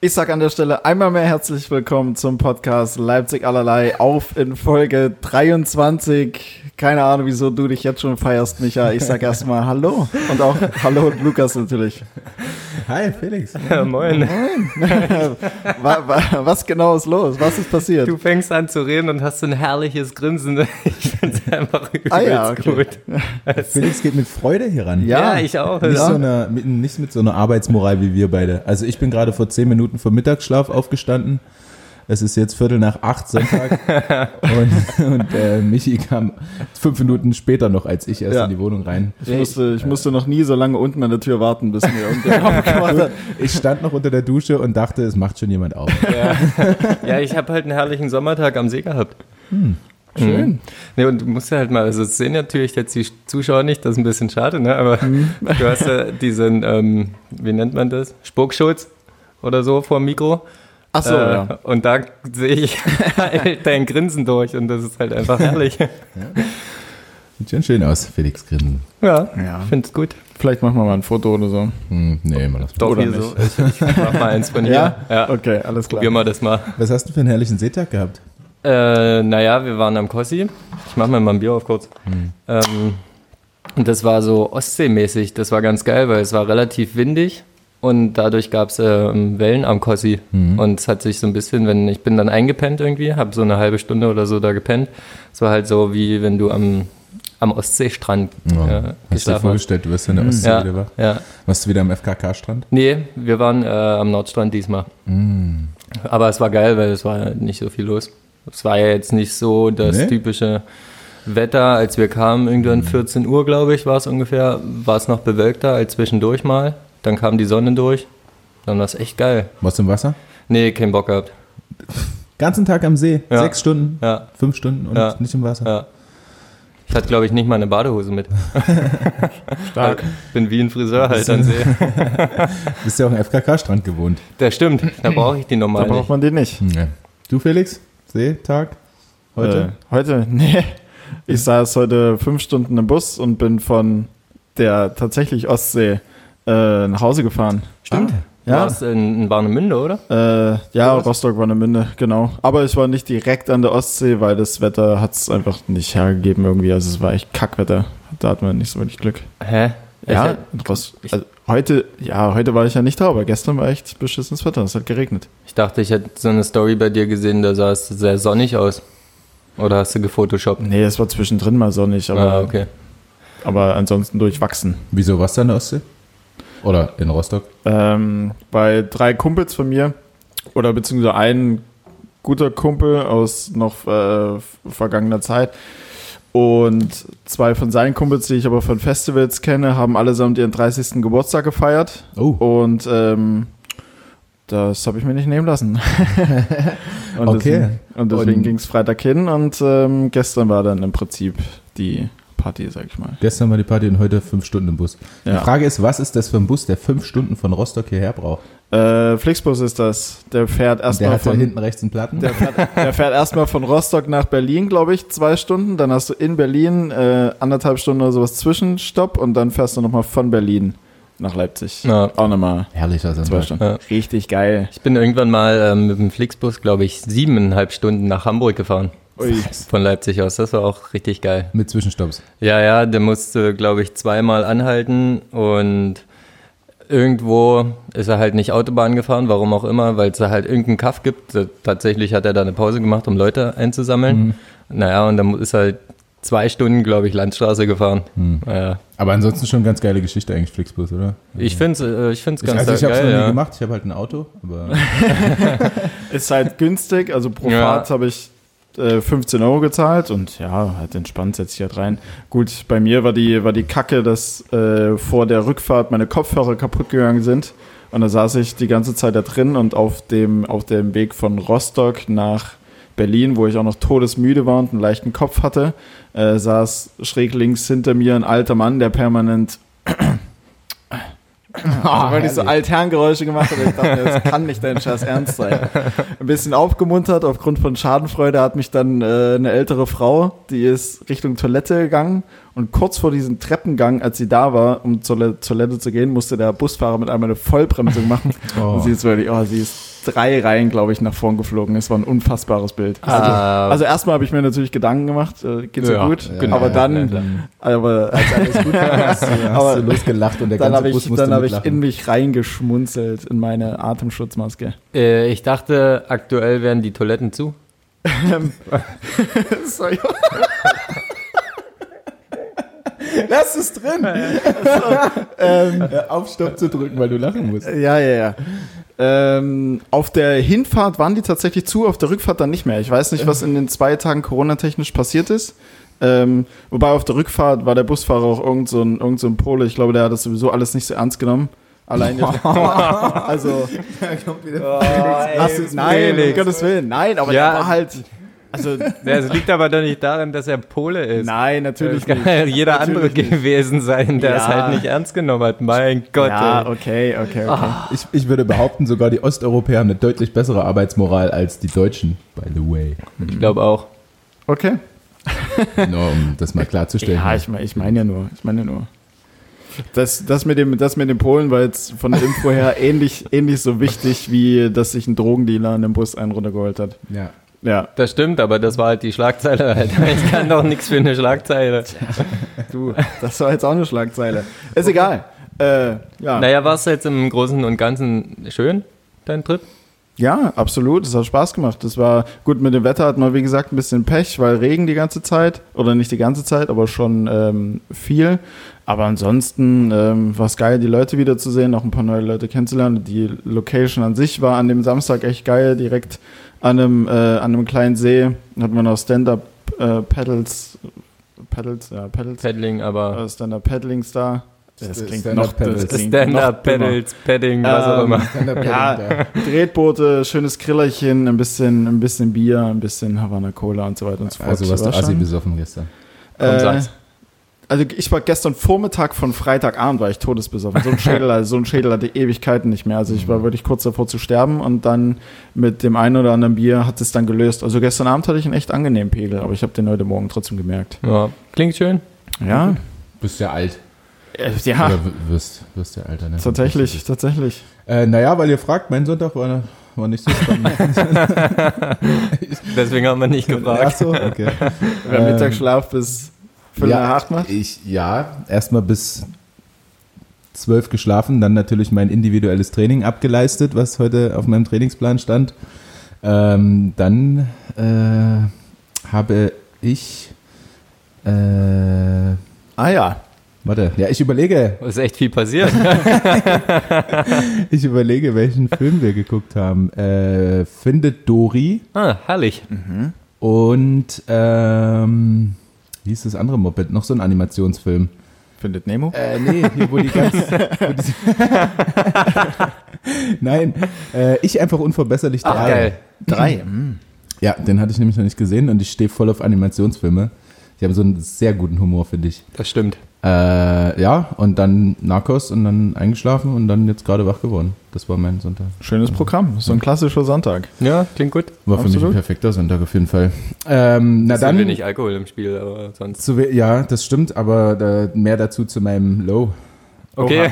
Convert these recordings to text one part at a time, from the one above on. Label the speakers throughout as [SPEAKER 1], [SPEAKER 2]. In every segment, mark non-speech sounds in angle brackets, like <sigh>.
[SPEAKER 1] Ich sage an der Stelle einmal mehr herzlich willkommen zum Podcast Leipzig allerlei auf in Folge 23. Keine Ahnung, wieso du dich jetzt schon feierst, Micha. Ich sage erstmal Hallo und auch Hallo und Lukas natürlich.
[SPEAKER 2] Hi
[SPEAKER 3] <laughs>
[SPEAKER 2] Felix.
[SPEAKER 3] Ja, moin.
[SPEAKER 1] Wa- wa- Was genau ist los? Was ist passiert?
[SPEAKER 3] Du fängst an zu reden und hast so ein herrliches Grinsen. <laughs> Ich find's einfach übelst
[SPEAKER 1] Ah ja, okay.
[SPEAKER 3] gut.
[SPEAKER 2] Felix geht mit Freude hier ran.
[SPEAKER 3] Ja, ich auch.
[SPEAKER 2] Nicht,
[SPEAKER 3] Ja.
[SPEAKER 2] so einer, mit, nicht mit so einer Arbeitsmoral wie wir beide. Also ich bin gerade vor zehn Minuten vom Mittagsschlaf aufgestanden. Es ist jetzt Viertel nach acht Sonntag
[SPEAKER 3] <laughs>
[SPEAKER 2] und, und äh, Michi kam fünf Minuten später noch als ich erst
[SPEAKER 1] Ja.
[SPEAKER 2] in die Wohnung rein.
[SPEAKER 1] Ich musste, ich musste noch nie so lange unten an der Tür warten, bis mir
[SPEAKER 3] <laughs>
[SPEAKER 1] irgendwer aufgemacht hat.
[SPEAKER 2] Ich stand noch unter der Dusche und dachte, es macht schon jemand auf.
[SPEAKER 3] ja, ich habe halt einen herrlichen Sommertag am See gehabt.
[SPEAKER 1] Hm, Schön.
[SPEAKER 3] Ne, und du musst ja halt mal, also das sehen natürlich jetzt die Zuschauer nicht, das ist ein bisschen schade, ne? aber
[SPEAKER 1] Hm.
[SPEAKER 3] <laughs> du hast ja diesen, ähm, wie nennt man das? Spuckschutz oder so vor dem Mikro.
[SPEAKER 1] Ach so,
[SPEAKER 3] äh,
[SPEAKER 1] ja.
[SPEAKER 3] Und da sehe ich <laughs> halt dein Grinsen durch und das ist halt
[SPEAKER 1] <laughs>
[SPEAKER 3] einfach herrlich.
[SPEAKER 2] Sieht schon schön aus, Felix Grinsen.
[SPEAKER 3] Ja,
[SPEAKER 1] Ja.
[SPEAKER 3] ich finde es gut.
[SPEAKER 1] Vielleicht machen wir mal ein Foto oder so.
[SPEAKER 2] Hm, nee, mal das.
[SPEAKER 3] Doch,
[SPEAKER 1] Oder
[SPEAKER 3] hier
[SPEAKER 1] nicht.
[SPEAKER 3] so. Ich, ich mach mal
[SPEAKER 1] <laughs>
[SPEAKER 3] eins von hier. ja.
[SPEAKER 1] Okay, alles klar.
[SPEAKER 3] Probier mal das mal.
[SPEAKER 2] Was hast du für einen herrlichen Seetag gehabt?
[SPEAKER 3] Äh, naja, wir waren am Kossi. Ich mach mir mal ein Bier auf kurz.
[SPEAKER 2] Mhm.
[SPEAKER 3] Ähm, und das war so Ostseemäßig. Das war ganz geil, weil es war relativ windig und dadurch gab's ähm, Wellen am Kossi.
[SPEAKER 2] Mhm.
[SPEAKER 3] Und es hat sich so ein bisschen, wenn ich bin dann eingepennt irgendwie, habe so eine halbe Stunde oder so da gepennt. Es war halt so wie wenn du am, am Ostseestrand äh,
[SPEAKER 2] Oh, hast du dir
[SPEAKER 3] geschlafen hast.
[SPEAKER 2] vorgestellt, du wirst in der Ostsee
[SPEAKER 3] Ja,
[SPEAKER 2] wieder war?
[SPEAKER 3] ja.
[SPEAKER 2] Warst du wieder am FKK-Strand?
[SPEAKER 3] Nee, wir waren äh, am Nordstrand diesmal.
[SPEAKER 1] Mm.
[SPEAKER 3] Aber es war geil, weil es war nicht so viel los. Es war ja jetzt nicht so das
[SPEAKER 2] Nee?
[SPEAKER 3] typische Wetter, als wir kamen, irgendwann
[SPEAKER 1] Mm.
[SPEAKER 3] 14 Uhr, glaube ich, war es ungefähr, war es noch bewölkter als zwischendurch mal. Dann kam die Sonne durch. Dann war es echt geil.
[SPEAKER 2] Warst du im Wasser?
[SPEAKER 3] Nee, keinen Bock gehabt.
[SPEAKER 2] Ganzen Tag am See,
[SPEAKER 3] Ja.
[SPEAKER 2] sechs Stunden,
[SPEAKER 3] Ja,
[SPEAKER 2] fünf Stunden und
[SPEAKER 3] Ja.
[SPEAKER 2] nicht im Wasser.
[SPEAKER 3] ja. Ich hatte, glaube ich, nicht mal eine Badehose mit. Stark. Bin wie ein Friseur halt an See.
[SPEAKER 1] <laughs>
[SPEAKER 2] Bist ja auch im FKK-Strand gewohnt.
[SPEAKER 3] Das stimmt, da brauche ich die
[SPEAKER 1] Da
[SPEAKER 3] normal
[SPEAKER 1] braucht
[SPEAKER 3] nicht.
[SPEAKER 1] man den nicht.
[SPEAKER 2] Du Felix, Seetag heute?
[SPEAKER 1] Äh, heute? <laughs> Nee. Ich saß heute fünf Stunden im Bus und bin von der tatsächlich Ostsee äh, nach Hause gefahren. Ah,
[SPEAKER 3] Stimmt. Du
[SPEAKER 1] Ja.
[SPEAKER 3] warst in, in Warnemünde, oder?
[SPEAKER 1] Äh, ja, Rostock war eine Münde, genau. Aber ich war nicht direkt an der Ostsee, weil das Wetter hat es einfach nicht hergegeben irgendwie. Also es war echt Kackwetter. Da hat man nicht so wenig Glück.
[SPEAKER 3] Hä?
[SPEAKER 1] Ja,
[SPEAKER 3] Ich-
[SPEAKER 1] in Rost
[SPEAKER 3] ich-
[SPEAKER 1] also heute, ja, heute war ich ja nicht da, aber gestern war echt beschissenes Wetter. Es hat geregnet.
[SPEAKER 3] Ich dachte, ich hätte so eine Story bei dir gesehen, da sah es sehr sonnig aus. Oder hast du gefotoshoppt?
[SPEAKER 1] Nee, es war zwischendrin mal sonnig, aber,
[SPEAKER 3] ah, okay.
[SPEAKER 1] aber ansonsten durchwachsen.
[SPEAKER 2] Wieso warst du an der Ostsee? Oder in Rostock?
[SPEAKER 1] ähm, bei drei Kumpels von mir oder beziehungsweise ein guter Kumpel aus noch äh, vergangener Zeit und zwei von seinen Kumpels, die ich aber von Festivals kenne, haben allesamt ihren 30. Geburtstag gefeiert
[SPEAKER 2] Oh,
[SPEAKER 1] und ähm, das habe ich mir nicht nehmen lassen. <laughs> und
[SPEAKER 2] Okay.
[SPEAKER 1] Deswegen, und deswegen
[SPEAKER 2] Und-
[SPEAKER 1] ging es Freitag hin und ähm, gestern war dann im Prinzip die Party, sag ich mal.
[SPEAKER 2] gestern war die Party und heute fünf Stunden im Bus.
[SPEAKER 1] Ja.
[SPEAKER 2] Die Frage ist, was ist das für ein Bus, der fünf Stunden von Rostock hierher braucht?
[SPEAKER 1] Äh, Flixbus ist das. Der fährt
[SPEAKER 2] Der
[SPEAKER 1] erstmal
[SPEAKER 2] hat da
[SPEAKER 1] von
[SPEAKER 2] hinten rechts einen Platten.
[SPEAKER 1] Der fährt, der fährt erstmal von Rostock nach Berlin, glaube ich, zwei Stunden. Dann hast du in Berlin äh, anderthalb Stunden oder sowas Zwischenstopp und dann fährst du nochmal von Berlin nach Leipzig.
[SPEAKER 3] Ja.
[SPEAKER 1] Auch nochmal
[SPEAKER 2] Herrlicher
[SPEAKER 1] zwei
[SPEAKER 2] Sonntag.
[SPEAKER 1] Stunden.
[SPEAKER 3] Ja.
[SPEAKER 1] Richtig geil.
[SPEAKER 3] Ich bin irgendwann mal ähm, mit dem Flixbus, glaube ich, siebeneinhalb Stunden nach Hamburg gefahren.
[SPEAKER 1] Ui.
[SPEAKER 3] Von Leipzig aus. Das war auch richtig geil.
[SPEAKER 2] Mit Zwischenstopps.
[SPEAKER 3] Ja, ja, der musste, glaube ich, zweimal anhalten und irgendwo ist er halt nicht Autobahn gefahren, warum auch immer, weil es da halt irgendeinen Kaff gibt. Da- Tatsächlich hat er da eine Pause gemacht, um Leute einzusammeln. Naja, und dann ist er halt zwei Stunden, glaube ich, Landstraße gefahren. Ja.
[SPEAKER 2] Aber ansonsten schon ganz geile Geschichte eigentlich, Flixbus, oder?
[SPEAKER 3] Ich finde es äh, ich find's ganz
[SPEAKER 2] also ich habe es noch
[SPEAKER 3] geil.
[SPEAKER 2] nie
[SPEAKER 3] Ja.
[SPEAKER 2] gemacht, ich habe halt ein Auto,
[SPEAKER 1] <laughs>
[SPEAKER 2] aber
[SPEAKER 1] Ist halt günstig, also pro
[SPEAKER 3] Ja.
[SPEAKER 1] Fahrt habe ich äh, 15 Euro gezahlt und ja, halt entspannt setze ich halt rein. Gut, bei mir war die, war die Kacke, dass äh, vor der Rückfahrt meine Kopfhörer kaputt gegangen sind. Und da saß ich die ganze Zeit da drin und auf dem, auf dem Weg von Rostock nach Berlin, wo ich auch noch todesmüde war und einen leichten Kopf hatte, äh, saß schräg links hinter mir ein alter Mann, der permanent Ah, weil ich so Altherrengeräusche gemacht habe. Ich dachte, mir, das kann nicht dein Scheiß ernst sein. Ein bisschen aufgemuntert aufgrund von Schadenfreude hat mich dann äh, eine ältere Frau, die ist Richtung Toilette gegangen und kurz vor diesem Treppengang, als sie da war, um zur Le- Toilette zu gehen, musste der Busfahrer mit einmal eine Vollbremsung machen.
[SPEAKER 2] <laughs> Oh.
[SPEAKER 1] Und sie ist wirklich, oh, sie ist drei Reihen, glaube ich, nach vorn geflogen ist. War ein unfassbares Bild.
[SPEAKER 3] Ah.
[SPEAKER 1] Also erstmal habe ich mir natürlich Gedanken gemacht, äh, geht's
[SPEAKER 3] Ja,
[SPEAKER 1] ja, gut?
[SPEAKER 2] ja,
[SPEAKER 1] aber
[SPEAKER 2] ja,
[SPEAKER 1] dann,
[SPEAKER 3] Genau. ja,
[SPEAKER 1] aber als alles gut war,
[SPEAKER 2] hast du
[SPEAKER 1] <laughs> aber
[SPEAKER 2] losgelacht und der
[SPEAKER 1] dann
[SPEAKER 2] ganze
[SPEAKER 1] habe
[SPEAKER 2] Bus
[SPEAKER 1] ich,
[SPEAKER 2] musste
[SPEAKER 1] dann habe ich
[SPEAKER 2] mitlachen.
[SPEAKER 1] in mich reingeschmunzelt in meine Atemschutzmaske.
[SPEAKER 3] Äh, ich dachte, aktuell wären die Toiletten zu.
[SPEAKER 1] Sorry. <laughs>
[SPEAKER 2] Lass es <laughs> drin! Hör Äh, auf Stopp zu drücken, weil du lachen musst.
[SPEAKER 1] Ja, ja, ja. Ähm, auf der Hinfahrt waren die tatsächlich zu, auf der Rückfahrt dann nicht mehr. Ich weiß nicht, was in den zwei Tagen Corona-technisch passiert ist. Ähm, wobei auf der Rückfahrt war der Busfahrer auch irgend so, ein, irgend so ein Pole. Ich glaube, der hat das sowieso alles nicht so ernst genommen. <laughs> Alleine. also, hast du, nein, um Gottes Willen, nein, aber
[SPEAKER 3] Ja.
[SPEAKER 1] der war halt. <laughs> Also,
[SPEAKER 3] Das liegt aber doch nicht daran, dass er Pole ist.
[SPEAKER 1] nein, natürlich
[SPEAKER 3] das kann
[SPEAKER 1] nicht.
[SPEAKER 3] ja jeder andere
[SPEAKER 1] Natürlich
[SPEAKER 3] gewesen sein, der es
[SPEAKER 1] Ja.
[SPEAKER 3] halt nicht ernst genommen hat. Mein Gott.
[SPEAKER 1] Ja,
[SPEAKER 3] ey.
[SPEAKER 1] okay, okay, okay.
[SPEAKER 2] Ich, ich würde behaupten, sogar die Osteuropäer haben eine deutlich bessere Arbeitsmoral als die Deutschen, by the way.
[SPEAKER 3] Ich glaube auch.
[SPEAKER 1] Okay.
[SPEAKER 2] Nur um das mal klarzustellen.
[SPEAKER 1] Ja, ich, mein- ich meine ja nur, ich meine ja nur. Das, das, mit dem, das mit dem Polen war jetzt von der Info <laughs> her ähnlich, ähnlich so wichtig, wie dass sich ein Drogendealer in dem Bus einen runtergeholt hat.
[SPEAKER 2] ja.
[SPEAKER 1] Ja.
[SPEAKER 3] Das stimmt, aber das war halt die Schlagzeile. Halt. <laughs> Ich kann doch nichts für eine Schlagzeile.
[SPEAKER 1] Du, das war jetzt auch eine Schlagzeile. Ist egal. Äh, ja.
[SPEAKER 3] Naja, war es jetzt im Großen und Ganzen schön, dein Trip?
[SPEAKER 1] ja, absolut. Es hat Spaß gemacht. Das war gut mit dem Wetter, hat man wie gesagt ein bisschen Pech, weil Regen die ganze Zeit, oder nicht die ganze Zeit, aber schon ähm, viel. Aber ansonsten ähm, war es geil, die Leute wiederzusehen, auch ein paar neue Leute kennenzulernen. Die Location an sich war an dem Samstag echt geil, direkt an einem, äh, an einem kleinen See. Da hatten wir noch Stand-Up-Pedals. Pedals, ja, Pedals.
[SPEAKER 3] Paddling, aber
[SPEAKER 1] äh, Stand-Up-Paddlings da. Das klingt
[SPEAKER 2] Stand-up
[SPEAKER 1] noch das
[SPEAKER 2] Paddles.
[SPEAKER 1] klingt noch
[SPEAKER 3] Stand-up,
[SPEAKER 1] dümmer.
[SPEAKER 3] Pedals, Padding, was auch
[SPEAKER 1] Ähm,
[SPEAKER 3] immer.
[SPEAKER 1] Ja, Tretboote, äh, schönes Grillerchen, ein bisschen, ein bisschen Bier, ein bisschen Havana Cola und so weiter und so fort.
[SPEAKER 2] Also was du
[SPEAKER 1] War
[SPEAKER 2] Assi
[SPEAKER 1] schon-
[SPEAKER 2] besoffen gestern.
[SPEAKER 3] Komm,
[SPEAKER 1] äh,
[SPEAKER 3] sag's.
[SPEAKER 1] also ich war gestern Vormittag von Freitagabend war ich todesbesoffen.
[SPEAKER 2] <laughs>
[SPEAKER 1] So ein Schädel, also so ein Schädel hatte Ewigkeiten nicht mehr. Also ich
[SPEAKER 2] Mhm.
[SPEAKER 1] war wirklich kurz davor zu sterben und dann mit dem einen oder anderen Bier hat es dann gelöst. Also gestern Abend hatte ich einen echt angenehmen Pegel, aber ich habe den heute Morgen trotzdem gemerkt.
[SPEAKER 3] Ja. Klingt schön.
[SPEAKER 1] Ja,
[SPEAKER 2] Bist ja alt.
[SPEAKER 1] äh, ja,
[SPEAKER 2] Mhm. Oder w- wirst, wirst ja alter. Ne?
[SPEAKER 1] tatsächlich, tatsächlich.
[SPEAKER 2] Äh, naja, weil ihr fragt, mein Sonntag war,
[SPEAKER 1] <laughs>
[SPEAKER 2] war nicht so spannend.
[SPEAKER 3] Deswegen haben
[SPEAKER 1] <laughs>
[SPEAKER 3] wir nicht gefragt.
[SPEAKER 2] so, okay.
[SPEAKER 1] Wer
[SPEAKER 2] Ähm,
[SPEAKER 1] Mittagsschlaf bis Viertel
[SPEAKER 2] ja,
[SPEAKER 1] nach acht macht.
[SPEAKER 2] Ich, ja, erstmal bis zwölf geschlafen, dann natürlich mein individuelles Training abgeleistet, was heute auf meinem Trainingsplan stand. Ähm, dann äh, habe ich. Äh,
[SPEAKER 1] Ah ja,
[SPEAKER 2] warte, ja, ich überlege,
[SPEAKER 3] Es ist echt viel passiert.
[SPEAKER 2] ich überlege, welchen Film wir geguckt haben. Äh, Findet Dory
[SPEAKER 3] Ah, herrlich.
[SPEAKER 2] und ähm, wie ist das andere Moped? Noch so ein Animationsfilm.
[SPEAKER 1] findet Nemo.
[SPEAKER 2] Äh, nee, hier wo die
[SPEAKER 3] <laughs>
[SPEAKER 2] ganz. wo die- <laughs> Nein, äh, ich einfach unverbesserlich
[SPEAKER 3] Ach,
[SPEAKER 2] drei.
[SPEAKER 3] geil.
[SPEAKER 1] Drei. mm.
[SPEAKER 2] Ja, den hatte ich nämlich noch nicht gesehen und ich stehe voll auf Animationsfilme. Die haben so einen sehr guten Humor, finde ich.
[SPEAKER 3] Das stimmt.
[SPEAKER 2] Äh, ja, und dann Narcos und dann eingeschlafen und dann jetzt gerade wach geworden. Das war mein Sonntag.
[SPEAKER 1] Schönes Programm. So ein klassischer Sonntag.
[SPEAKER 3] Ja, klingt gut.
[SPEAKER 2] War für mich ein
[SPEAKER 1] Absolut.
[SPEAKER 2] perfekter Sonntag auf jeden Fall. Ähm, na
[SPEAKER 3] Ist dann
[SPEAKER 2] dann.
[SPEAKER 3] wenig Alkohol im Spiel, aber sonst.
[SPEAKER 2] Zu we- ja, das stimmt, aber äh, mehr dazu zu meinem Low.
[SPEAKER 3] Okay.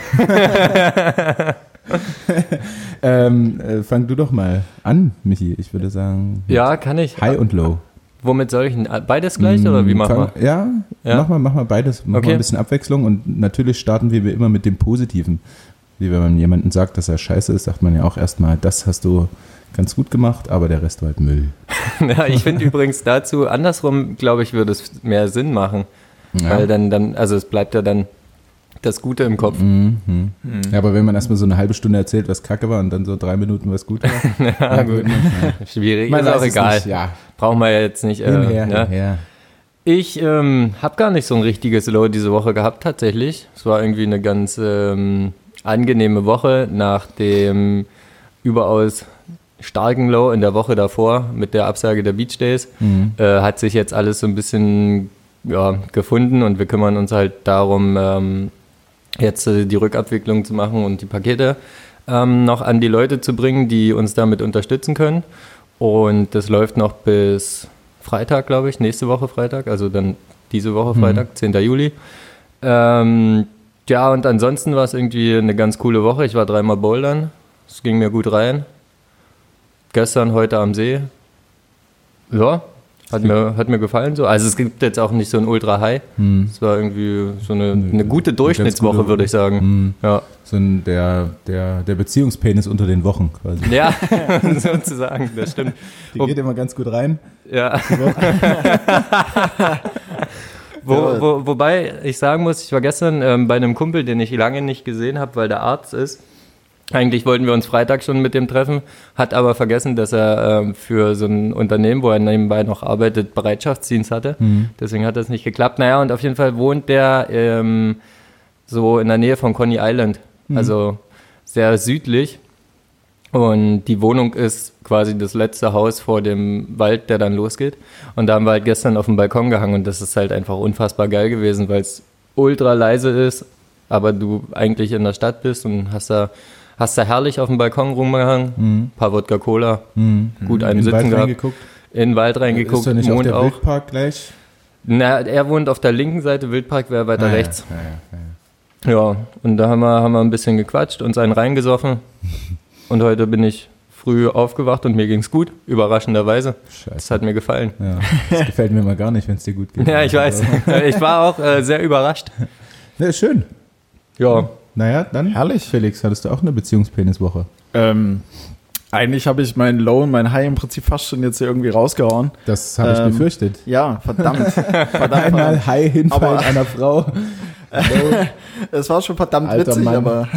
[SPEAKER 2] Ähm, äh, fang du doch mal an, Michi. Ich würde sagen,
[SPEAKER 3] Ja, kann ich.
[SPEAKER 2] High und Low.
[SPEAKER 3] Womit soll ich denn? Ah, Beides gleich oder wie
[SPEAKER 2] Mm,
[SPEAKER 3] machen
[SPEAKER 2] fang-
[SPEAKER 3] wir?
[SPEAKER 2] Ja,
[SPEAKER 3] Ja?
[SPEAKER 2] mach mal, mach mal beides. Mach
[SPEAKER 3] Okay.
[SPEAKER 2] mal ein bisschen Abwechslung und natürlich starten wir wie immer mit dem Positiven. Wie wenn man jemanden sagt, dass er scheiße ist, sagt man ja auch erstmal, das hast du ganz gut gemacht, aber der Rest war halt Müll.
[SPEAKER 3] <laughs> Ja, ich finde übrigens dazu, andersrum, glaube ich, würde es mehr Sinn machen.
[SPEAKER 2] Ja.
[SPEAKER 3] Weil dann, dann, also es bleibt ja dann das Gute im Kopf.
[SPEAKER 2] Mhm. Ja, aber wenn man erstmal so eine halbe Stunde erzählt, was kacke war und dann so drei Minuten was gut war,
[SPEAKER 3] <laughs>
[SPEAKER 2] ja, gut.
[SPEAKER 3] ne? Schwierig,
[SPEAKER 2] Man
[SPEAKER 3] Ah, ist auch
[SPEAKER 2] weiß es
[SPEAKER 3] egal.
[SPEAKER 2] Nicht. Ja,
[SPEAKER 3] Brauchen wir jetzt nicht.
[SPEAKER 2] hin,
[SPEAKER 3] Äh,
[SPEAKER 2] her,
[SPEAKER 3] ne?
[SPEAKER 2] hin, her.
[SPEAKER 3] Ich ähm, habe gar nicht so ein richtiges Low diese Woche gehabt, tatsächlich. Es war irgendwie eine ganz ähm, angenehme Woche nach dem überaus starken Low in der Woche davor mit der Absage der Beach Days. Äh, hat sich jetzt alles so ein bisschen ja, gefunden und wir kümmern uns halt darum, ähm, jetzt äh, die Rückabwicklung zu machen und die Pakete ähm, noch an die Leute zu bringen, die uns damit unterstützen können. Und das läuft noch bis Freitag, glaube ich, nächste Woche Freitag, also dann diese Woche
[SPEAKER 2] Mhm.
[SPEAKER 3] Freitag, 10. Juli. Ähm, ja, und ansonsten war es irgendwie eine ganz coole Woche. Ich war dreimal bouldern. Es ging mir gut rein. gestern, heute am See. Ja, hat mir, hat mir gefallen so. Also es gibt jetzt auch nicht so ein Ultra-High.
[SPEAKER 2] Hm.
[SPEAKER 3] Es war irgendwie so eine, eine gute
[SPEAKER 2] Eine ganz
[SPEAKER 3] Durchschnittswoche,
[SPEAKER 2] gute-
[SPEAKER 3] würde ich sagen.
[SPEAKER 2] Hm. <laughs>
[SPEAKER 3] Ja.
[SPEAKER 2] So ein, der, der, der Beziehungspenis unter den Wochen quasi.
[SPEAKER 3] Ja, <laughs> sozusagen, das stimmt.
[SPEAKER 2] Die geht immer ganz gut rein.
[SPEAKER 3] Ja. wo, wo, wobei ich sagen muss, ich war gestern ähm, bei einem Kumpel, den ich lange nicht gesehen habe, weil der Arzt ist. Eigentlich wollten wir uns Freitag schon mit dem treffen, hat aber vergessen, dass er ähm, für so ein Unternehmen, wo er nebenbei noch arbeitet, Bereitschaftsdienst hatte. Deswegen hat das nicht geklappt. Naja, und auf jeden Fall wohnt der ähm, so in der Nähe von Coney Island,
[SPEAKER 2] Mhm.
[SPEAKER 3] also sehr südlich. Und die Wohnung ist quasi das letzte Haus vor dem Wald, der dann losgeht. Und da haben wir halt gestern auf dem Balkon gehangen und das ist halt einfach unfassbar geil gewesen, weil es ultra leise ist, aber du eigentlich in der Stadt bist und hast da, hast da herrlich auf dem Balkon rumgehangen,
[SPEAKER 2] Mhm.
[SPEAKER 3] paar Wodka Cola, gut einen
[SPEAKER 2] In den
[SPEAKER 3] sitzen
[SPEAKER 2] Wald
[SPEAKER 3] gehabt,
[SPEAKER 2] reingeguckt.
[SPEAKER 3] in den Wald reingeguckt,
[SPEAKER 2] Ist doch nicht
[SPEAKER 3] Mond
[SPEAKER 2] auf der
[SPEAKER 3] auch.
[SPEAKER 2] Wildpark gleich?
[SPEAKER 3] Na, er wohnt auf der linken Seite, Wildpark wäre weiter
[SPEAKER 2] Ah,
[SPEAKER 3] rechts.
[SPEAKER 2] Ja, ja, ja, ja.
[SPEAKER 3] Ja, und da haben wir, haben wir ein bisschen gequatscht, uns einen reingesoffen. Und heute bin ich früh aufgewacht und mir ging's gut, überraschenderweise. Das
[SPEAKER 2] Scheiße.
[SPEAKER 3] hat mir gefallen.
[SPEAKER 2] Ja, das gefällt mir mal gar nicht, wenn es dir gut geht.
[SPEAKER 3] <laughs> Ja, ich weiß. Ich war auch äh, sehr überrascht.
[SPEAKER 2] Ja, schön.
[SPEAKER 3] Ja,
[SPEAKER 2] Naja, dann.
[SPEAKER 1] Herrlich.
[SPEAKER 2] Felix, hattest du auch eine Beziehungspeniswoche?
[SPEAKER 1] Ähm, eigentlich habe ich mein Low und mein High im Prinzip fast schon jetzt hier irgendwie rausgehauen.
[SPEAKER 2] Das habe ich
[SPEAKER 1] Ähm,
[SPEAKER 2] befürchtet.
[SPEAKER 1] Ja, verdammt. verdammt, verdammt.
[SPEAKER 2] Einmal High hinfallen
[SPEAKER 1] Aber-
[SPEAKER 2] einer Frau.
[SPEAKER 1] Es war schon verdammt
[SPEAKER 2] Alter
[SPEAKER 1] witzig,
[SPEAKER 2] Mann.
[SPEAKER 1] aber,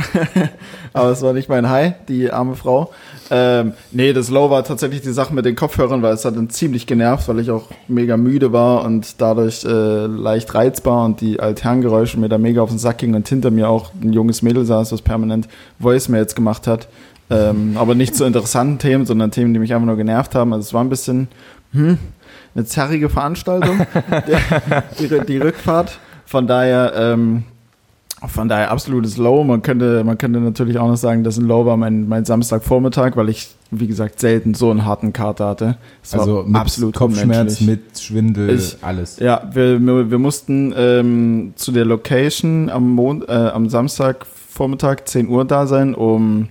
[SPEAKER 1] <laughs> aber es war nicht mein High, die arme Frau. Ähm, nee, das Low war tatsächlich die Sache mit den Kopfhörern, weil es hat dann ziemlich genervt, weil ich auch mega müde war und dadurch äh, leicht reizbar und die Alterngeräusche mir da mega auf den Sack gingen und hinter mir auch ein junges Mädel saß, was permanent Voicemails gemacht hat. Ähm, aber nicht zu interessanten Themen, sondern Themen, die mich einfach nur genervt haben. Also es war ein bisschen hm, eine zerrige
[SPEAKER 2] <laughs>
[SPEAKER 1] Veranstaltung, die, die, die Rückfahrt. Von daher ähm, von daher absolutes Low. Man könnte, man könnte natürlich auch noch sagen, dass ein Low war mein, mein Samstagvormittag, weil ich, wie gesagt, selten so einen harten Kater hatte. Es war
[SPEAKER 2] Also mit Kopfschmerz,
[SPEAKER 1] unmenschlich.
[SPEAKER 2] mit Schwindel,
[SPEAKER 1] Ich-
[SPEAKER 2] alles.
[SPEAKER 1] Ja, wir, wir, wir mussten ähm, zu der Location am, Mon äh, am Samstagvormittag 10 Uhr da sein, um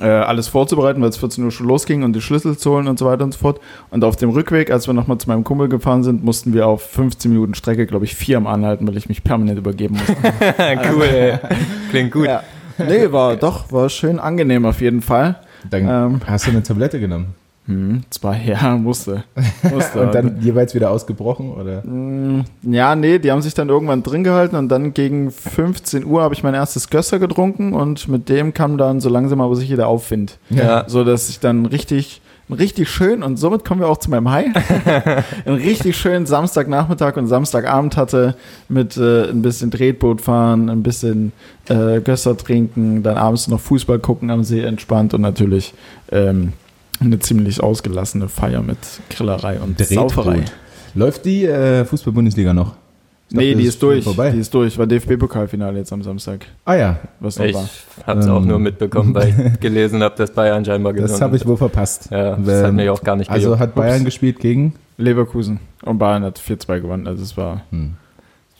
[SPEAKER 1] äh, alles vorzubereiten, weil es 14 Uhr schon losging und die Schlüssel zu holen und so weiter und so fort. Und auf dem Rückweg, als wir nochmal zu meinem Kumpel gefahren sind, mussten wir auf 15 Minuten Strecke, glaube ich, viermal anhalten, weil ich mich permanent übergeben musste.
[SPEAKER 3] <laughs> cool. Ey. Klingt gut.
[SPEAKER 1] Ja. Nee, war doch, war schön angenehm auf jeden Fall.
[SPEAKER 2] Dann
[SPEAKER 1] Ähm.
[SPEAKER 2] hast du eine Tablette genommen.
[SPEAKER 1] Hm, zwar ja, musste. musste
[SPEAKER 2] <laughs> Und dann jeweils wieder ausgebrochen, oder?
[SPEAKER 1] ja, nee, die haben sich dann irgendwann drin gehalten und dann gegen 15 Uhr habe ich mein erstes Gösser getrunken und mit dem kam dann so langsam aber sicher der Aufwind.
[SPEAKER 3] Ja.
[SPEAKER 1] So dass ich dann richtig, richtig schön und somit kommen wir auch zu meinem High. einen richtig schönen Samstagnachmittag und Samstagabend hatte mit äh, ein bisschen Tretboot fahren, ein bisschen äh, Gösser trinken, dann abends noch Fußball gucken am See entspannt und natürlich ähm, eine ziemlich ausgelassene Feier mit Grillerei und Sauferei.
[SPEAKER 2] Drehtbrot. Läuft die äh, Fußball-Bundesliga noch? Ich
[SPEAKER 1] Nee,
[SPEAKER 2] dachte,
[SPEAKER 1] die
[SPEAKER 2] das
[SPEAKER 1] ist
[SPEAKER 2] schon
[SPEAKER 1] durch.
[SPEAKER 2] Vorbei.
[SPEAKER 1] Die ist durch. War DFB-Pokalfinale jetzt am Samstag.
[SPEAKER 2] ah ja,
[SPEAKER 1] Was noch
[SPEAKER 3] Ich
[SPEAKER 1] war.
[SPEAKER 3] habe es auch
[SPEAKER 2] Ähm.
[SPEAKER 3] nur mitbekommen, weil <laughs> ich gelesen habe, dass Bayern scheinbar gewonnen
[SPEAKER 2] das habe ich wohl verpasst.
[SPEAKER 3] Genau. Ja, das hat
[SPEAKER 2] Ähm,
[SPEAKER 3] mich auch gar nicht
[SPEAKER 2] Also
[SPEAKER 3] gejuckt.
[SPEAKER 2] hat Bayern
[SPEAKER 1] Ups.
[SPEAKER 2] gespielt gegen?
[SPEAKER 1] Leverkusen. Und Bayern hat 4-2 gewonnen. Also es war.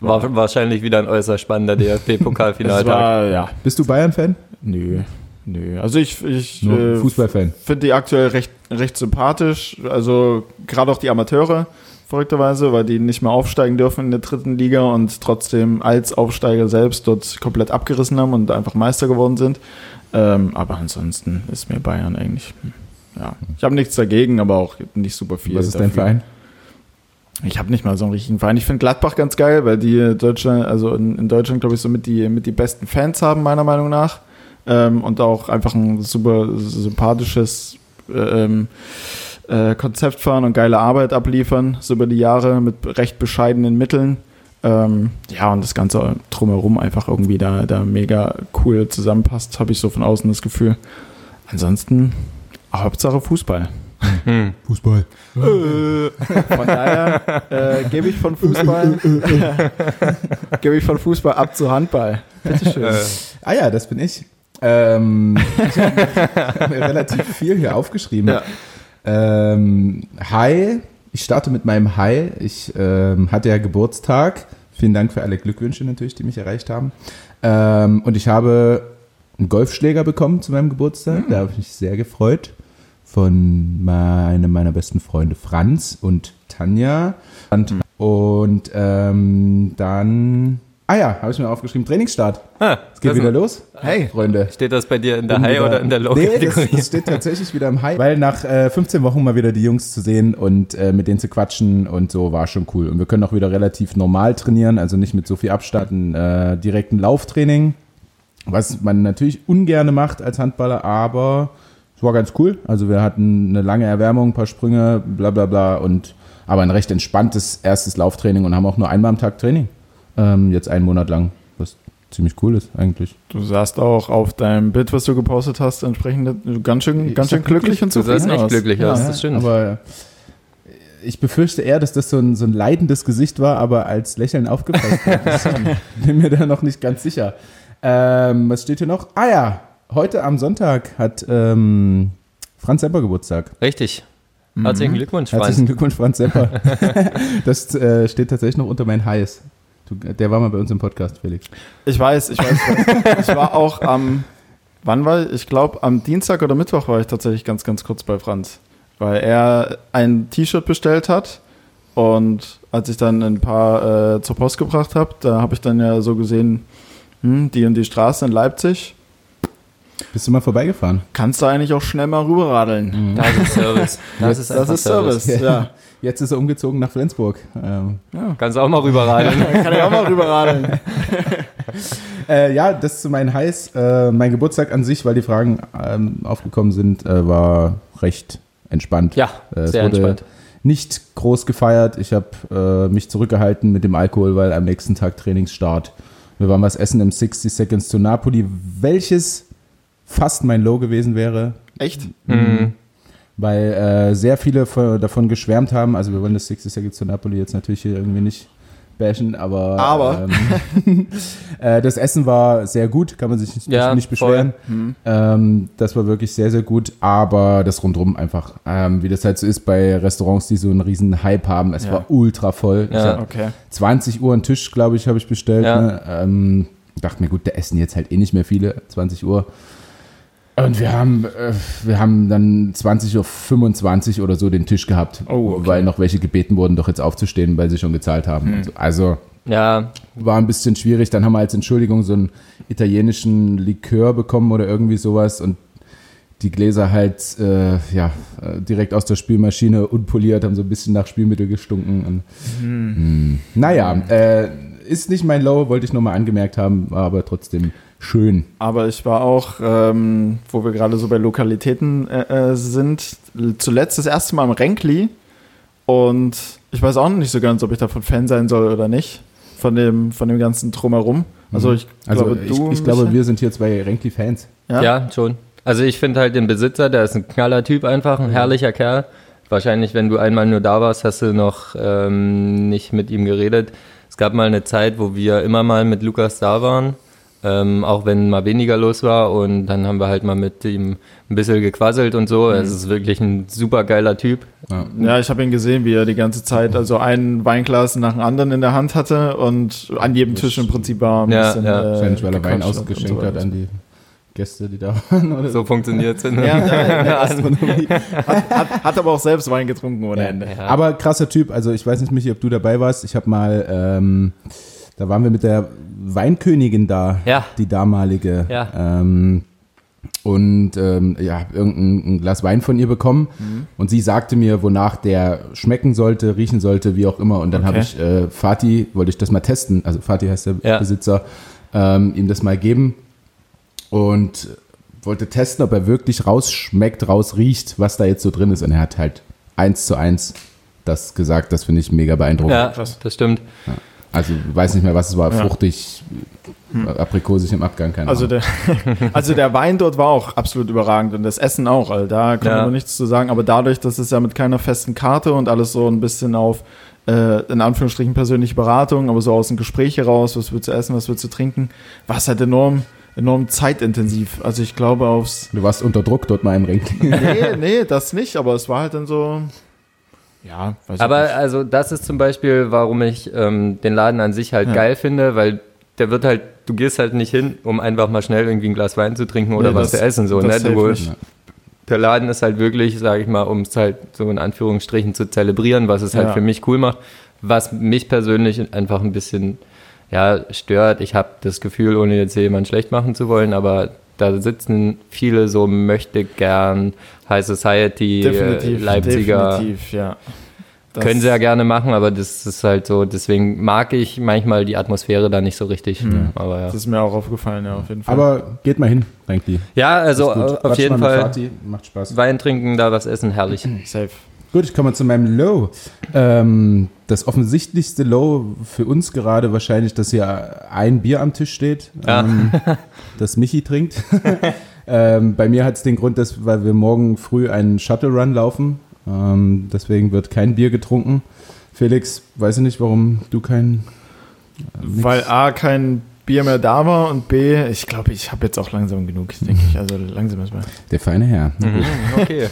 [SPEAKER 3] War wahrscheinlich wieder ein äußerst spannender
[SPEAKER 1] Es
[SPEAKER 3] DFB-Pokalfinaltag.
[SPEAKER 1] war, ja.
[SPEAKER 2] Bist du Bayern-Fan?
[SPEAKER 1] Nö. Nö. Also ich, ich
[SPEAKER 2] Nur
[SPEAKER 1] äh,
[SPEAKER 2] Fußballfan.
[SPEAKER 1] finde die aktuell recht, recht sympathisch. Also gerade auch die Amateure, verrückterweise, weil die nicht mehr aufsteigen dürfen in der dritten Liga und trotzdem als Aufsteiger selbst dort komplett abgerissen haben und einfach Meister geworden sind. Ähm, aber ansonsten ist mir Bayern eigentlich. hm, Ja, ich habe nichts dagegen, aber auch nicht super viel.
[SPEAKER 2] Was ist dein
[SPEAKER 1] dafür.
[SPEAKER 2] Verein?
[SPEAKER 1] Ich habe nicht mal so einen richtigen Verein. Ich finde Gladbach ganz geil, weil die Deutschland, also in, in Deutschland, glaube ich, so mit die, mit die besten Fans haben, meiner Meinung nach. Ähm, und auch einfach ein super sympathisches äh, ähm, äh, Konzept fahren und geile Arbeit abliefern, so über die Jahre mit recht bescheidenen Mitteln. Ähm, ja, und das Ganze drumherum einfach irgendwie da, da mega cool zusammenpasst, habe ich so von außen das Gefühl. Ansonsten, Hauptsache Fußball.
[SPEAKER 2] Fußball.
[SPEAKER 1] Von daher äh, gebe ich von Fußball <laughs> gebe ich von Fußball ab zu Handball. Bitteschön.
[SPEAKER 2] Ah ja, das bin ich. Ähm, ich habe mir relativ viel hier aufgeschrieben.
[SPEAKER 1] Ja.
[SPEAKER 2] Ähm, hi, ich starte mit meinem Hi. Ich ähm, hatte ja Geburtstag. Vielen Dank für alle Glückwünsche natürlich, die mich erreicht haben. Ähm, und ich habe einen Golfschläger bekommen zu meinem Geburtstag. Da habe ich mich sehr gefreut. von einem meiner besten Freunde Franz und Tanja. Und, und ähm, dann, ah ja, habe ich mir aufgeschrieben, Trainingsstart.
[SPEAKER 3] Ah,
[SPEAKER 2] Es geht
[SPEAKER 3] das-
[SPEAKER 2] wieder los.
[SPEAKER 1] Hey.
[SPEAKER 2] Freunde.
[SPEAKER 3] Steht das bei dir in der
[SPEAKER 2] bin
[SPEAKER 3] High
[SPEAKER 2] wieder-
[SPEAKER 3] oder in der Low
[SPEAKER 2] Nee,
[SPEAKER 3] <laughs>
[SPEAKER 2] das,
[SPEAKER 3] Kategorie?
[SPEAKER 2] das steht tatsächlich wieder im High. Weil nach äh, 15 Wochen mal wieder die Jungs zu sehen und äh, mit denen zu quatschen und so war schon cool. Und wir können auch wieder relativ normal trainieren, also nicht mit so viel Abstand, einen, äh, direkten Lauftraining, was man natürlich ungerne macht als Handballer, aber es war ganz cool. Also wir hatten eine lange Erwärmung, ein paar Sprünge, bla bla bla und aber ein recht entspanntes erstes Lauftraining und haben auch nur einmal am Tag Training. Ähm, jetzt einen Monat lang, was ziemlich cool ist eigentlich.
[SPEAKER 1] Du sahst auch auf deinem Bild, was du gepostet hast, entsprechend ganz schön, ganz <laughs>
[SPEAKER 2] sah
[SPEAKER 1] schön glücklich und
[SPEAKER 3] Du
[SPEAKER 1] zufrieden
[SPEAKER 3] sahst echt
[SPEAKER 1] aus.
[SPEAKER 3] glücklich aus,
[SPEAKER 2] Ja, ne?
[SPEAKER 3] das stimmt.
[SPEAKER 2] Aber ich befürchte eher, dass das so ein, so ein leidendes Gesicht war, aber als Lächeln aufgefasst wird. Ich bin mir da noch nicht ganz sicher. Ähm, was steht hier noch? Ah ja, heute am Sonntag hat ähm, Franz Semper Geburtstag.
[SPEAKER 3] Richtig. Herzlichen Glückwunsch, Franz.
[SPEAKER 2] Herzlichen Glückwunsch, Franz Semper. das äh, steht tatsächlich noch unter meinen Highs. Du, der war mal bei uns im Podcast, Felix.
[SPEAKER 1] Ich weiß, ich weiß. Ich, weiß. ich war auch am, wann war ich? Ich glaube, am Dienstag oder Mittwoch war ich tatsächlich ganz, ganz kurz bei Franz, weil er ein T-Shirt bestellt hat und als ich dann ein paar äh, zur Post gebracht habe, da habe ich dann ja so gesehen, hm, die und die Straße in Leipzig,
[SPEAKER 2] Bist du mal vorbeigefahren?
[SPEAKER 1] kannst du eigentlich auch schnell mal
[SPEAKER 2] Mhm.
[SPEAKER 1] rüberradeln.
[SPEAKER 3] Das ist Service. Das ist,
[SPEAKER 1] Das
[SPEAKER 3] einfach
[SPEAKER 1] ist Service, ja.
[SPEAKER 2] <laughs> Jetzt ist er umgezogen nach Flensburg. Ähm,
[SPEAKER 3] Kannst auch
[SPEAKER 1] <laughs>
[SPEAKER 3] mal rüberradeln.
[SPEAKER 1] Kann ich auch
[SPEAKER 2] <laughs>
[SPEAKER 1] mal rüberradeln.
[SPEAKER 2] Äh, ja, das zu meinen Highs. Äh, mein Geburtstag an sich, weil die Fragen ähm, aufgekommen sind, äh, war recht entspannt.
[SPEAKER 3] ja,
[SPEAKER 2] Äh, es
[SPEAKER 3] sehr
[SPEAKER 2] wurde
[SPEAKER 3] entspannt.
[SPEAKER 2] Nicht groß gefeiert. Ich habe äh, mich zurückgehalten mit dem Alkohol, weil am nächsten Tag Trainingsstart. Wir waren was essen im 60 Seconds to Napoli, welches fast mein Low gewesen wäre,
[SPEAKER 1] Echt?
[SPEAKER 3] Mhm.
[SPEAKER 2] weil äh, sehr viele von, davon geschwärmt haben. Also wir wollen das 60 Seconds to Napoli jetzt natürlich hier irgendwie nicht bashen, aber,
[SPEAKER 1] Aber.
[SPEAKER 2] ähm, <laughs> äh, das Essen war sehr gut, kann man sich nicht,
[SPEAKER 3] Ja,
[SPEAKER 2] nicht beschweren.
[SPEAKER 1] Mhm.
[SPEAKER 2] Ähm, das war wirklich sehr, sehr gut, aber das rundrum einfach, ähm, wie das halt so ist bei Restaurants, die so einen riesen Hype haben, es
[SPEAKER 1] Ja.
[SPEAKER 2] war ultra voll. Ich
[SPEAKER 3] Ja.
[SPEAKER 2] hab
[SPEAKER 1] Okay.
[SPEAKER 2] 20 Uhr einen Tisch, glaube ich, habe ich bestellt.
[SPEAKER 3] Ja.
[SPEAKER 2] Ne? Ähm, dachte mir, gut, da essen jetzt halt eh nicht mehr viele, 20 Uhr. Und wir haben, äh, wir haben dann 20.25 Uhr oder so den Tisch gehabt,
[SPEAKER 1] Oh, okay. Hm.
[SPEAKER 2] weil noch welche gebeten wurden, doch jetzt aufzustehen, weil sie schon gezahlt haben. und so. Also
[SPEAKER 3] Ja,
[SPEAKER 2] war ein bisschen schwierig. Dann haben wir als Entschuldigung so einen italienischen Likör bekommen oder irgendwie sowas und die Gläser halt äh, ja, äh, direkt aus der Spülmaschine unpoliert, haben so ein bisschen nach Spielmittel gestunken. Und, Hm. Naja, äh, ist nicht mein Low, wollte ich nur mal angemerkt haben, war aber trotzdem schön.
[SPEAKER 1] Aber ich war auch, ähm, wo wir gerade so bei Lokalitäten äh, äh, sind, l- zuletzt das erste Mal im Renkli. Und ich weiß auch noch nicht so ganz, ob ich davon Fan sein soll oder nicht. Von dem, von dem ganzen Drumherum. Also ich
[SPEAKER 2] Also
[SPEAKER 1] glaube,
[SPEAKER 2] ich,
[SPEAKER 1] du. Äh,
[SPEAKER 2] ich glaube,
[SPEAKER 1] Michael?
[SPEAKER 2] wir sind hier zwei Renkli-Fans.
[SPEAKER 1] Ja.
[SPEAKER 3] ja, schon. Also ich finde halt den Besitzer, der ist ein knaller Typ einfach, ein herrlicher Kerl. Wahrscheinlich, wenn du einmal nur da warst, hast du noch ähm, nicht mit ihm geredet. Es gab mal eine Zeit, wo wir immer mal mit Lukas da waren, ähm, auch wenn mal weniger los war. Und dann haben wir halt mal mit ihm ein bisschen gequasselt und so. Es ist wirklich ein super geiler Typ.
[SPEAKER 1] Ja, ich habe ihn gesehen, wie er die ganze Zeit also ein Weinglas nach dem anderen in der Hand hatte und an jedem Tisch im Prinzip war ein
[SPEAKER 3] Ja,
[SPEAKER 1] bisschen.
[SPEAKER 3] ja.
[SPEAKER 1] äh,
[SPEAKER 2] Wahrscheinlich, weil er Wein
[SPEAKER 1] gequatscht hat und
[SPEAKER 2] ausgeschenkt
[SPEAKER 1] so
[SPEAKER 2] hat
[SPEAKER 1] weiter.
[SPEAKER 2] an die Gäste, die da waren. Oder
[SPEAKER 3] So funktioniert es in
[SPEAKER 1] Ja, ja,
[SPEAKER 3] der
[SPEAKER 2] Gastronomie.
[SPEAKER 1] Hat, hat aber auch selbst Wein getrunken ohne
[SPEAKER 2] Ja.
[SPEAKER 1] Ende.
[SPEAKER 2] Aber krasser Typ, also ich weiß nicht, Michi, ob du dabei warst. Ich habe mal, ähm, da waren wir mit der Weinkönigin da,
[SPEAKER 3] Ja.
[SPEAKER 2] die damalige.
[SPEAKER 3] Ja.
[SPEAKER 2] Ähm, und ähm, ja, hab irgendein ein Glas Wein von ihr bekommen.
[SPEAKER 3] Mhm.
[SPEAKER 2] Und sie sagte mir, wonach der schmecken sollte, riechen sollte, wie auch immer. Und dann habe
[SPEAKER 1] Okay.
[SPEAKER 2] ich äh, Fatih, wollte ich das mal testen. Also Fatih heißt der
[SPEAKER 3] Ja.
[SPEAKER 2] Besitzer, ähm, ihm das mal geben und wollte testen, ob er wirklich rausschmeckt, rausriecht, was da jetzt so drin ist. Und er hat halt eins zu eins das gesagt. Das finde ich mega beeindruckend.
[SPEAKER 3] Ja,
[SPEAKER 1] Oh, Krass.
[SPEAKER 3] das stimmt.
[SPEAKER 2] Also weiß nicht mehr, was es war.
[SPEAKER 1] Ja.
[SPEAKER 2] Fruchtig,
[SPEAKER 3] Hm.
[SPEAKER 2] aprikosig im Abgang, keine
[SPEAKER 1] Also
[SPEAKER 2] Ahnung.
[SPEAKER 1] der, <laughs> also der Wein dort war auch absolut überragend und das Essen auch. Also da kann
[SPEAKER 3] Ja.
[SPEAKER 1] man nur nichts zu sagen. Aber dadurch, dass es ja mit keiner festen Karte und alles so ein bisschen auf äh, in Anführungsstrichen persönliche Beratung, aber so aus dem Gespräch heraus, was willst du essen, was willst du trinken, war es halt enorm, enorm zeitintensiv. Also ich glaube aufs
[SPEAKER 2] Du warst unter Druck dort mal im Ring.
[SPEAKER 1] <laughs> Nee, nee, das nicht, aber es war halt dann so. Ja, weiß ich
[SPEAKER 3] Aber
[SPEAKER 1] nicht.
[SPEAKER 3] also das ist zum Beispiel, warum ich ähm, den Laden an sich halt
[SPEAKER 1] Ja.
[SPEAKER 3] geil finde, weil der wird halt, du gehst halt nicht hin, um einfach mal schnell irgendwie ein Glas Wein zu trinken oder
[SPEAKER 1] Nee,
[SPEAKER 3] was
[SPEAKER 1] das-
[SPEAKER 3] zu essen. So,
[SPEAKER 1] das
[SPEAKER 3] ne?
[SPEAKER 1] safe
[SPEAKER 3] Du
[SPEAKER 1] nicht.
[SPEAKER 3] der Laden ist halt wirklich, sage ich mal, um es halt so in Anführungsstrichen zu zelebrieren, was es halt
[SPEAKER 1] Ja.
[SPEAKER 3] für mich cool macht. Was mich persönlich einfach ein bisschen ja, stört. Ich habe das Gefühl, ohne jetzt hier jemanden schlecht machen zu wollen, aber da sitzen viele so möchte gern High Society, äh,
[SPEAKER 1] Definitiv.
[SPEAKER 3] Leipziger.
[SPEAKER 1] Definitiv, ja. Das-
[SPEAKER 3] Können sie ja gerne machen, aber das ist halt so, deswegen mag ich manchmal die Atmosphäre da nicht so richtig.
[SPEAKER 2] Mhm.
[SPEAKER 3] Aber ja.
[SPEAKER 1] Das ist mir auch aufgefallen, ja, auf jeden Fall.
[SPEAKER 2] <laughs> Aber geht mal hin, Renkli.
[SPEAKER 3] ja, also
[SPEAKER 2] Ist gut.
[SPEAKER 3] auf
[SPEAKER 2] Quatsch mal
[SPEAKER 3] jeden
[SPEAKER 2] mit
[SPEAKER 3] Fall
[SPEAKER 2] Fatih, Macht Spaß.
[SPEAKER 3] Wein trinken, da was essen, herrlich.
[SPEAKER 2] <laughs>
[SPEAKER 1] safe.
[SPEAKER 2] Gut, ich komme zu meinem Low. Ähm, das offensichtlichste Low für uns gerade wahrscheinlich, dass hier ein Bier am Tisch steht,
[SPEAKER 3] Ja. <laughs>
[SPEAKER 2] ähm, das Michi trinkt. <laughs> ähm, bei mir hat es den Grund, dass weil wir morgen früh einen Shuttle Run laufen. Ähm, deswegen wird kein Bier getrunken. Felix, weiß ich nicht, warum du kein. nix.
[SPEAKER 1] Weil A, kein Bier mehr da war und B, ich glaube, ich habe jetzt auch langsam genug, denke ich. Also langsam erstmal.
[SPEAKER 2] Der feine Herr.
[SPEAKER 3] Mhm. Okay.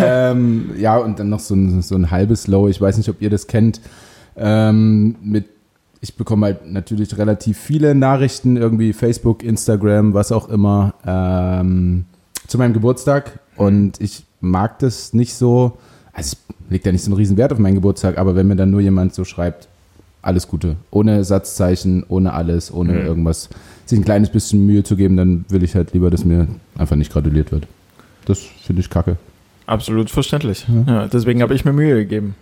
[SPEAKER 2] ähm, ja, und dann noch so ein, so ein halbes Low. Ich weiß nicht, ob ihr das kennt. Ähm, mit, ich bekomme halt natürlich relativ viele Nachrichten, irgendwie Facebook, Instagram, was auch immer, ähm, zu meinem Geburtstag. Und ich mag das nicht so. Also, ich leg da nicht so einen riesen Wert auf meinen Geburtstag, aber wenn mir dann nur jemand so schreibt, alles Gute, ohne Satzzeichen, ohne alles, ohne
[SPEAKER 1] Mhm.
[SPEAKER 2] irgendwas, sich ein kleines bisschen Mühe zu geben, dann will ich halt lieber, dass mir einfach nicht gratuliert wird. Das finde ich kacke.
[SPEAKER 1] Absolut verständlich. Ja, deswegen habe ich mir Mühe gegeben.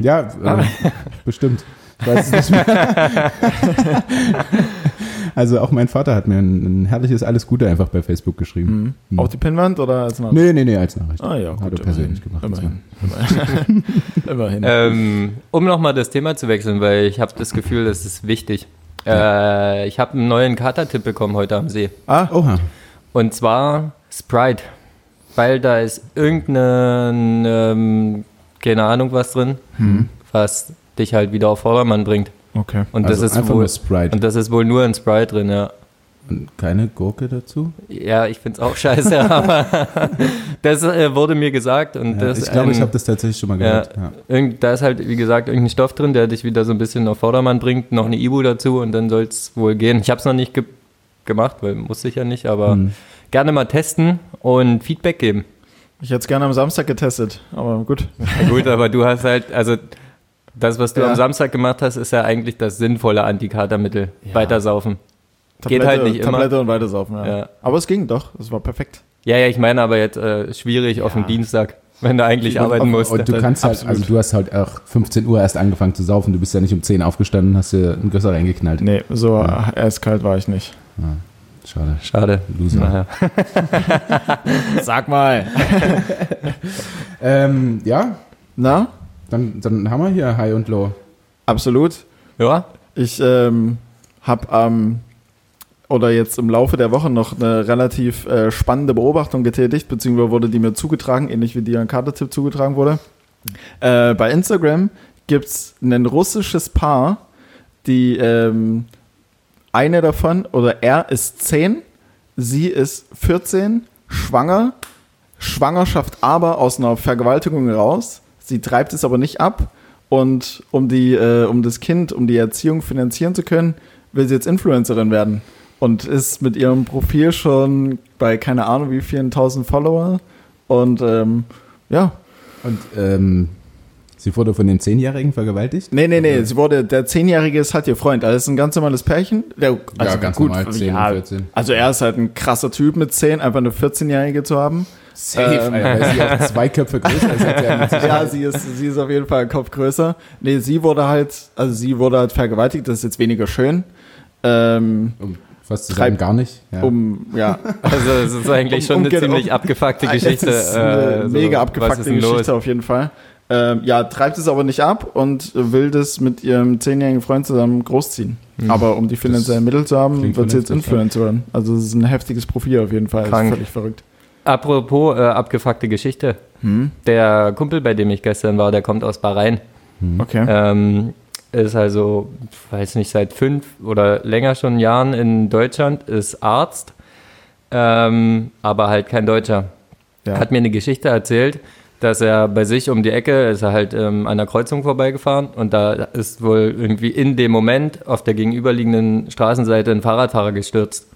[SPEAKER 2] Ja, äh,
[SPEAKER 3] <laughs>
[SPEAKER 2] bestimmt. Ich weiß es nicht mehr.
[SPEAKER 3] <laughs>
[SPEAKER 2] also auch mein Vater hat mir ein, ein herrliches Alles Gute einfach bei Facebook geschrieben.
[SPEAKER 1] Mhm. Auf die Pinnwand oder als
[SPEAKER 3] Hm.
[SPEAKER 1] Nachricht?
[SPEAKER 2] Nee, nee, nee, als Nachricht.
[SPEAKER 1] Ah ja,
[SPEAKER 2] Hat
[SPEAKER 1] gut.
[SPEAKER 2] er
[SPEAKER 1] immerhin.
[SPEAKER 2] persönlich gemacht,
[SPEAKER 1] Immerhin. Immerhin. <laughs> immerhin.
[SPEAKER 3] <laughs> ähm, um nochmal das Thema zu wechseln, weil ich habe das Gefühl, das ist wichtig. Äh, ich habe einen neuen Katertipp bekommen heute am See.
[SPEAKER 2] Ah, oha.
[SPEAKER 3] Und zwar Sprite. Weil da ist irgendein, ähm, keine Ahnung was drin,
[SPEAKER 2] Hm.
[SPEAKER 3] was dich halt wieder auf Vordermann bringt.
[SPEAKER 1] Okay.
[SPEAKER 3] Hm. Und
[SPEAKER 2] Also
[SPEAKER 3] das ist
[SPEAKER 2] einfach
[SPEAKER 3] wohl,
[SPEAKER 2] nur Sprite.
[SPEAKER 3] und das ist wohl nur in Sprite drin, ja.
[SPEAKER 2] Und keine Gurke dazu?
[SPEAKER 3] Ja, ich find's auch scheiße, <laughs> aber das äh, wurde mir gesagt und
[SPEAKER 2] Ja,
[SPEAKER 3] das
[SPEAKER 2] ich glaube,
[SPEAKER 3] ähm,
[SPEAKER 2] ich habe das tatsächlich schon mal
[SPEAKER 3] ja,
[SPEAKER 2] gehört. Ja.
[SPEAKER 3] irgend, da ist halt, wie gesagt, irgendein Stoff drin, der dich wieder so ein bisschen auf Vordermann bringt, noch eine Ibu dazu und dann soll's wohl gehen. Ich hab's noch nicht ge gemacht, weil musste ich ja nicht, aber
[SPEAKER 2] Hm.
[SPEAKER 3] gerne mal testen und Feedback geben.
[SPEAKER 1] Ich hätte es gerne am Samstag getestet, aber gut.
[SPEAKER 3] Ja, gut, aber du hast halt, also das, was du
[SPEAKER 1] Ja.
[SPEAKER 3] am Samstag gemacht hast, ist ja eigentlich das sinnvolle Antikatermittel.
[SPEAKER 1] Ja.
[SPEAKER 3] Weitersaufen.
[SPEAKER 1] Tablette,
[SPEAKER 3] halt nicht immer.
[SPEAKER 1] Tablette und weitersaufen, ja.
[SPEAKER 3] Ja.
[SPEAKER 1] Aber es ging doch, es war perfekt.
[SPEAKER 3] Ja, ja, ich meine aber jetzt äh, schwierig auf
[SPEAKER 1] Ja.
[SPEAKER 3] dem Dienstag, wenn du eigentlich
[SPEAKER 1] Und-
[SPEAKER 3] arbeiten musst.
[SPEAKER 2] Und du kannst halt,
[SPEAKER 1] Absolut.
[SPEAKER 2] also du hast halt auch 15 Uhr erst angefangen zu saufen, du bist ja nicht um 10 aufgestanden, hast dir einen Gösser reingeknallt.
[SPEAKER 1] Nee, so äh, eiskalt war ich nicht.
[SPEAKER 2] Schade.
[SPEAKER 3] Schade.
[SPEAKER 2] Loser.
[SPEAKER 3] Naja.
[SPEAKER 1] Sag mal.
[SPEAKER 2] Ähm, ja,
[SPEAKER 1] Na,
[SPEAKER 2] dann, dann haben wir hier High und Low.
[SPEAKER 1] absolut.
[SPEAKER 3] Ja,
[SPEAKER 1] Ich ähm, habe am oder jetzt im Laufe der Woche noch eine relativ äh, spannende Beobachtung getätigt, beziehungsweise wurde die mir zugetragen, ähnlich wie dir ein Kartetipp zugetragen wurde. Äh, bei Instagram gibt's ein russisches Paar, die ähm, eine davon oder er ist 10, sie ist 14, schwanger, Schwangerschaft aber aus einer Vergewaltigung raus. Sie treibt es aber nicht ab und um die, äh, um das Kind, um die Erziehung finanzieren zu können, will sie jetzt Influencerin werden und ist mit ihrem Profil schon bei keine Ahnung wie vielen tausend Follower und ähm, ja,
[SPEAKER 2] Und ähm, sie wurde von den Zehnjährigen vergewaltigt?
[SPEAKER 1] nee, nee, nee, sie wurde, der Zehnjährige ist halt ihr Freund, also ist ein ganz normales Pärchen. Der, also
[SPEAKER 2] ganz normal, 10 und 14.
[SPEAKER 1] Also er ist halt ein krasser Typ mit 10, einfach eine 14-Jährige zu haben.
[SPEAKER 2] Safe,
[SPEAKER 1] Ähm.
[SPEAKER 2] Alter, weil sie auch zwei Köpfe größer ist. als er
[SPEAKER 1] <laughs>
[SPEAKER 2] mit Sicherheit.
[SPEAKER 1] ja, sie ist, sie ist auf jeden Fall einen Kopf größer. Nee, sie wurde halt, also sie wurde halt vergewaltigt, das ist jetzt weniger schön. Ähm,
[SPEAKER 2] Um fast zu
[SPEAKER 1] Treib-
[SPEAKER 2] sagen, gar nicht. Ja.
[SPEAKER 1] um, ja,
[SPEAKER 3] also es ist eigentlich schon
[SPEAKER 1] Um-
[SPEAKER 3] eine
[SPEAKER 1] umge-
[SPEAKER 3] ziemlich
[SPEAKER 1] um- <laughs>
[SPEAKER 3] abgefuckte
[SPEAKER 1] Das
[SPEAKER 3] Geschichte.
[SPEAKER 1] ist eine
[SPEAKER 3] äh, so,
[SPEAKER 1] mega
[SPEAKER 3] was ist
[SPEAKER 1] abgefuckte
[SPEAKER 3] denn
[SPEAKER 1] Geschichte
[SPEAKER 3] Los?
[SPEAKER 1] auf jeden Fall. Ähm, ja, treibt es aber nicht ab und will das mit ihrem zehnjährigen Freund zusammen großziehen.
[SPEAKER 3] Hm.
[SPEAKER 1] Aber um die finanziellen Mittel zu haben,
[SPEAKER 2] klingt
[SPEAKER 1] wird sie jetzt
[SPEAKER 2] vernünftig, ja.
[SPEAKER 1] Influencerin. Also es ist ein heftiges Profil auf jeden Fall.
[SPEAKER 3] Krank.
[SPEAKER 1] Ist völlig verrückt. Hm?
[SPEAKER 3] Apropos äh, abgefuckte Geschichte. Der Kumpel, bei dem ich gestern war, der kommt aus Bahrain.
[SPEAKER 1] Okay.
[SPEAKER 3] Ähm, ist also, weiß nicht, seit fünf oder länger schon Jahren in Deutschland, ist Arzt, ähm, aber halt kein Deutscher.
[SPEAKER 1] Ja.
[SPEAKER 3] Hat mir eine Geschichte erzählt, dass er bei sich um die Ecke, ist er halt ähm, an der Kreuzung vorbeigefahren und da ist wohl irgendwie in dem Moment auf der gegenüberliegenden Straßenseite ein Fahrradfahrer gestürzt.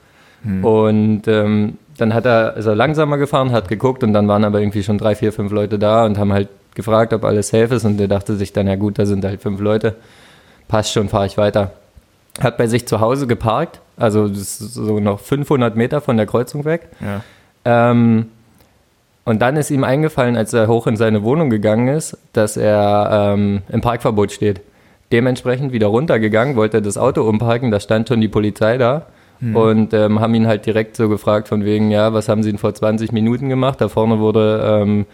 [SPEAKER 3] Und ähm, Dann hat er, ist er langsamer gefahren, hat geguckt und dann waren aber irgendwie schon drei, vier, fünf Leute da und haben halt gefragt, ob alles safe ist und der dachte sich dann, ja gut, da sind halt fünf Leute, passt schon, fahre ich weiter. Hat bei sich zu Hause geparkt, also das ist so noch 500 Meter von der Kreuzung weg.
[SPEAKER 1] Ja.
[SPEAKER 3] Ähm, und dann ist ihm eingefallen, als er hoch in seine Wohnung gegangen ist, dass er ähm, im Parkverbot steht. Dementsprechend wieder runtergegangen, wollte das Auto umparken, da stand schon die Polizei da und ähm, haben ihn halt direkt so gefragt von wegen, ja, was haben Sie denn vor 20 Minuten gemacht? Da vorne wurde ähm,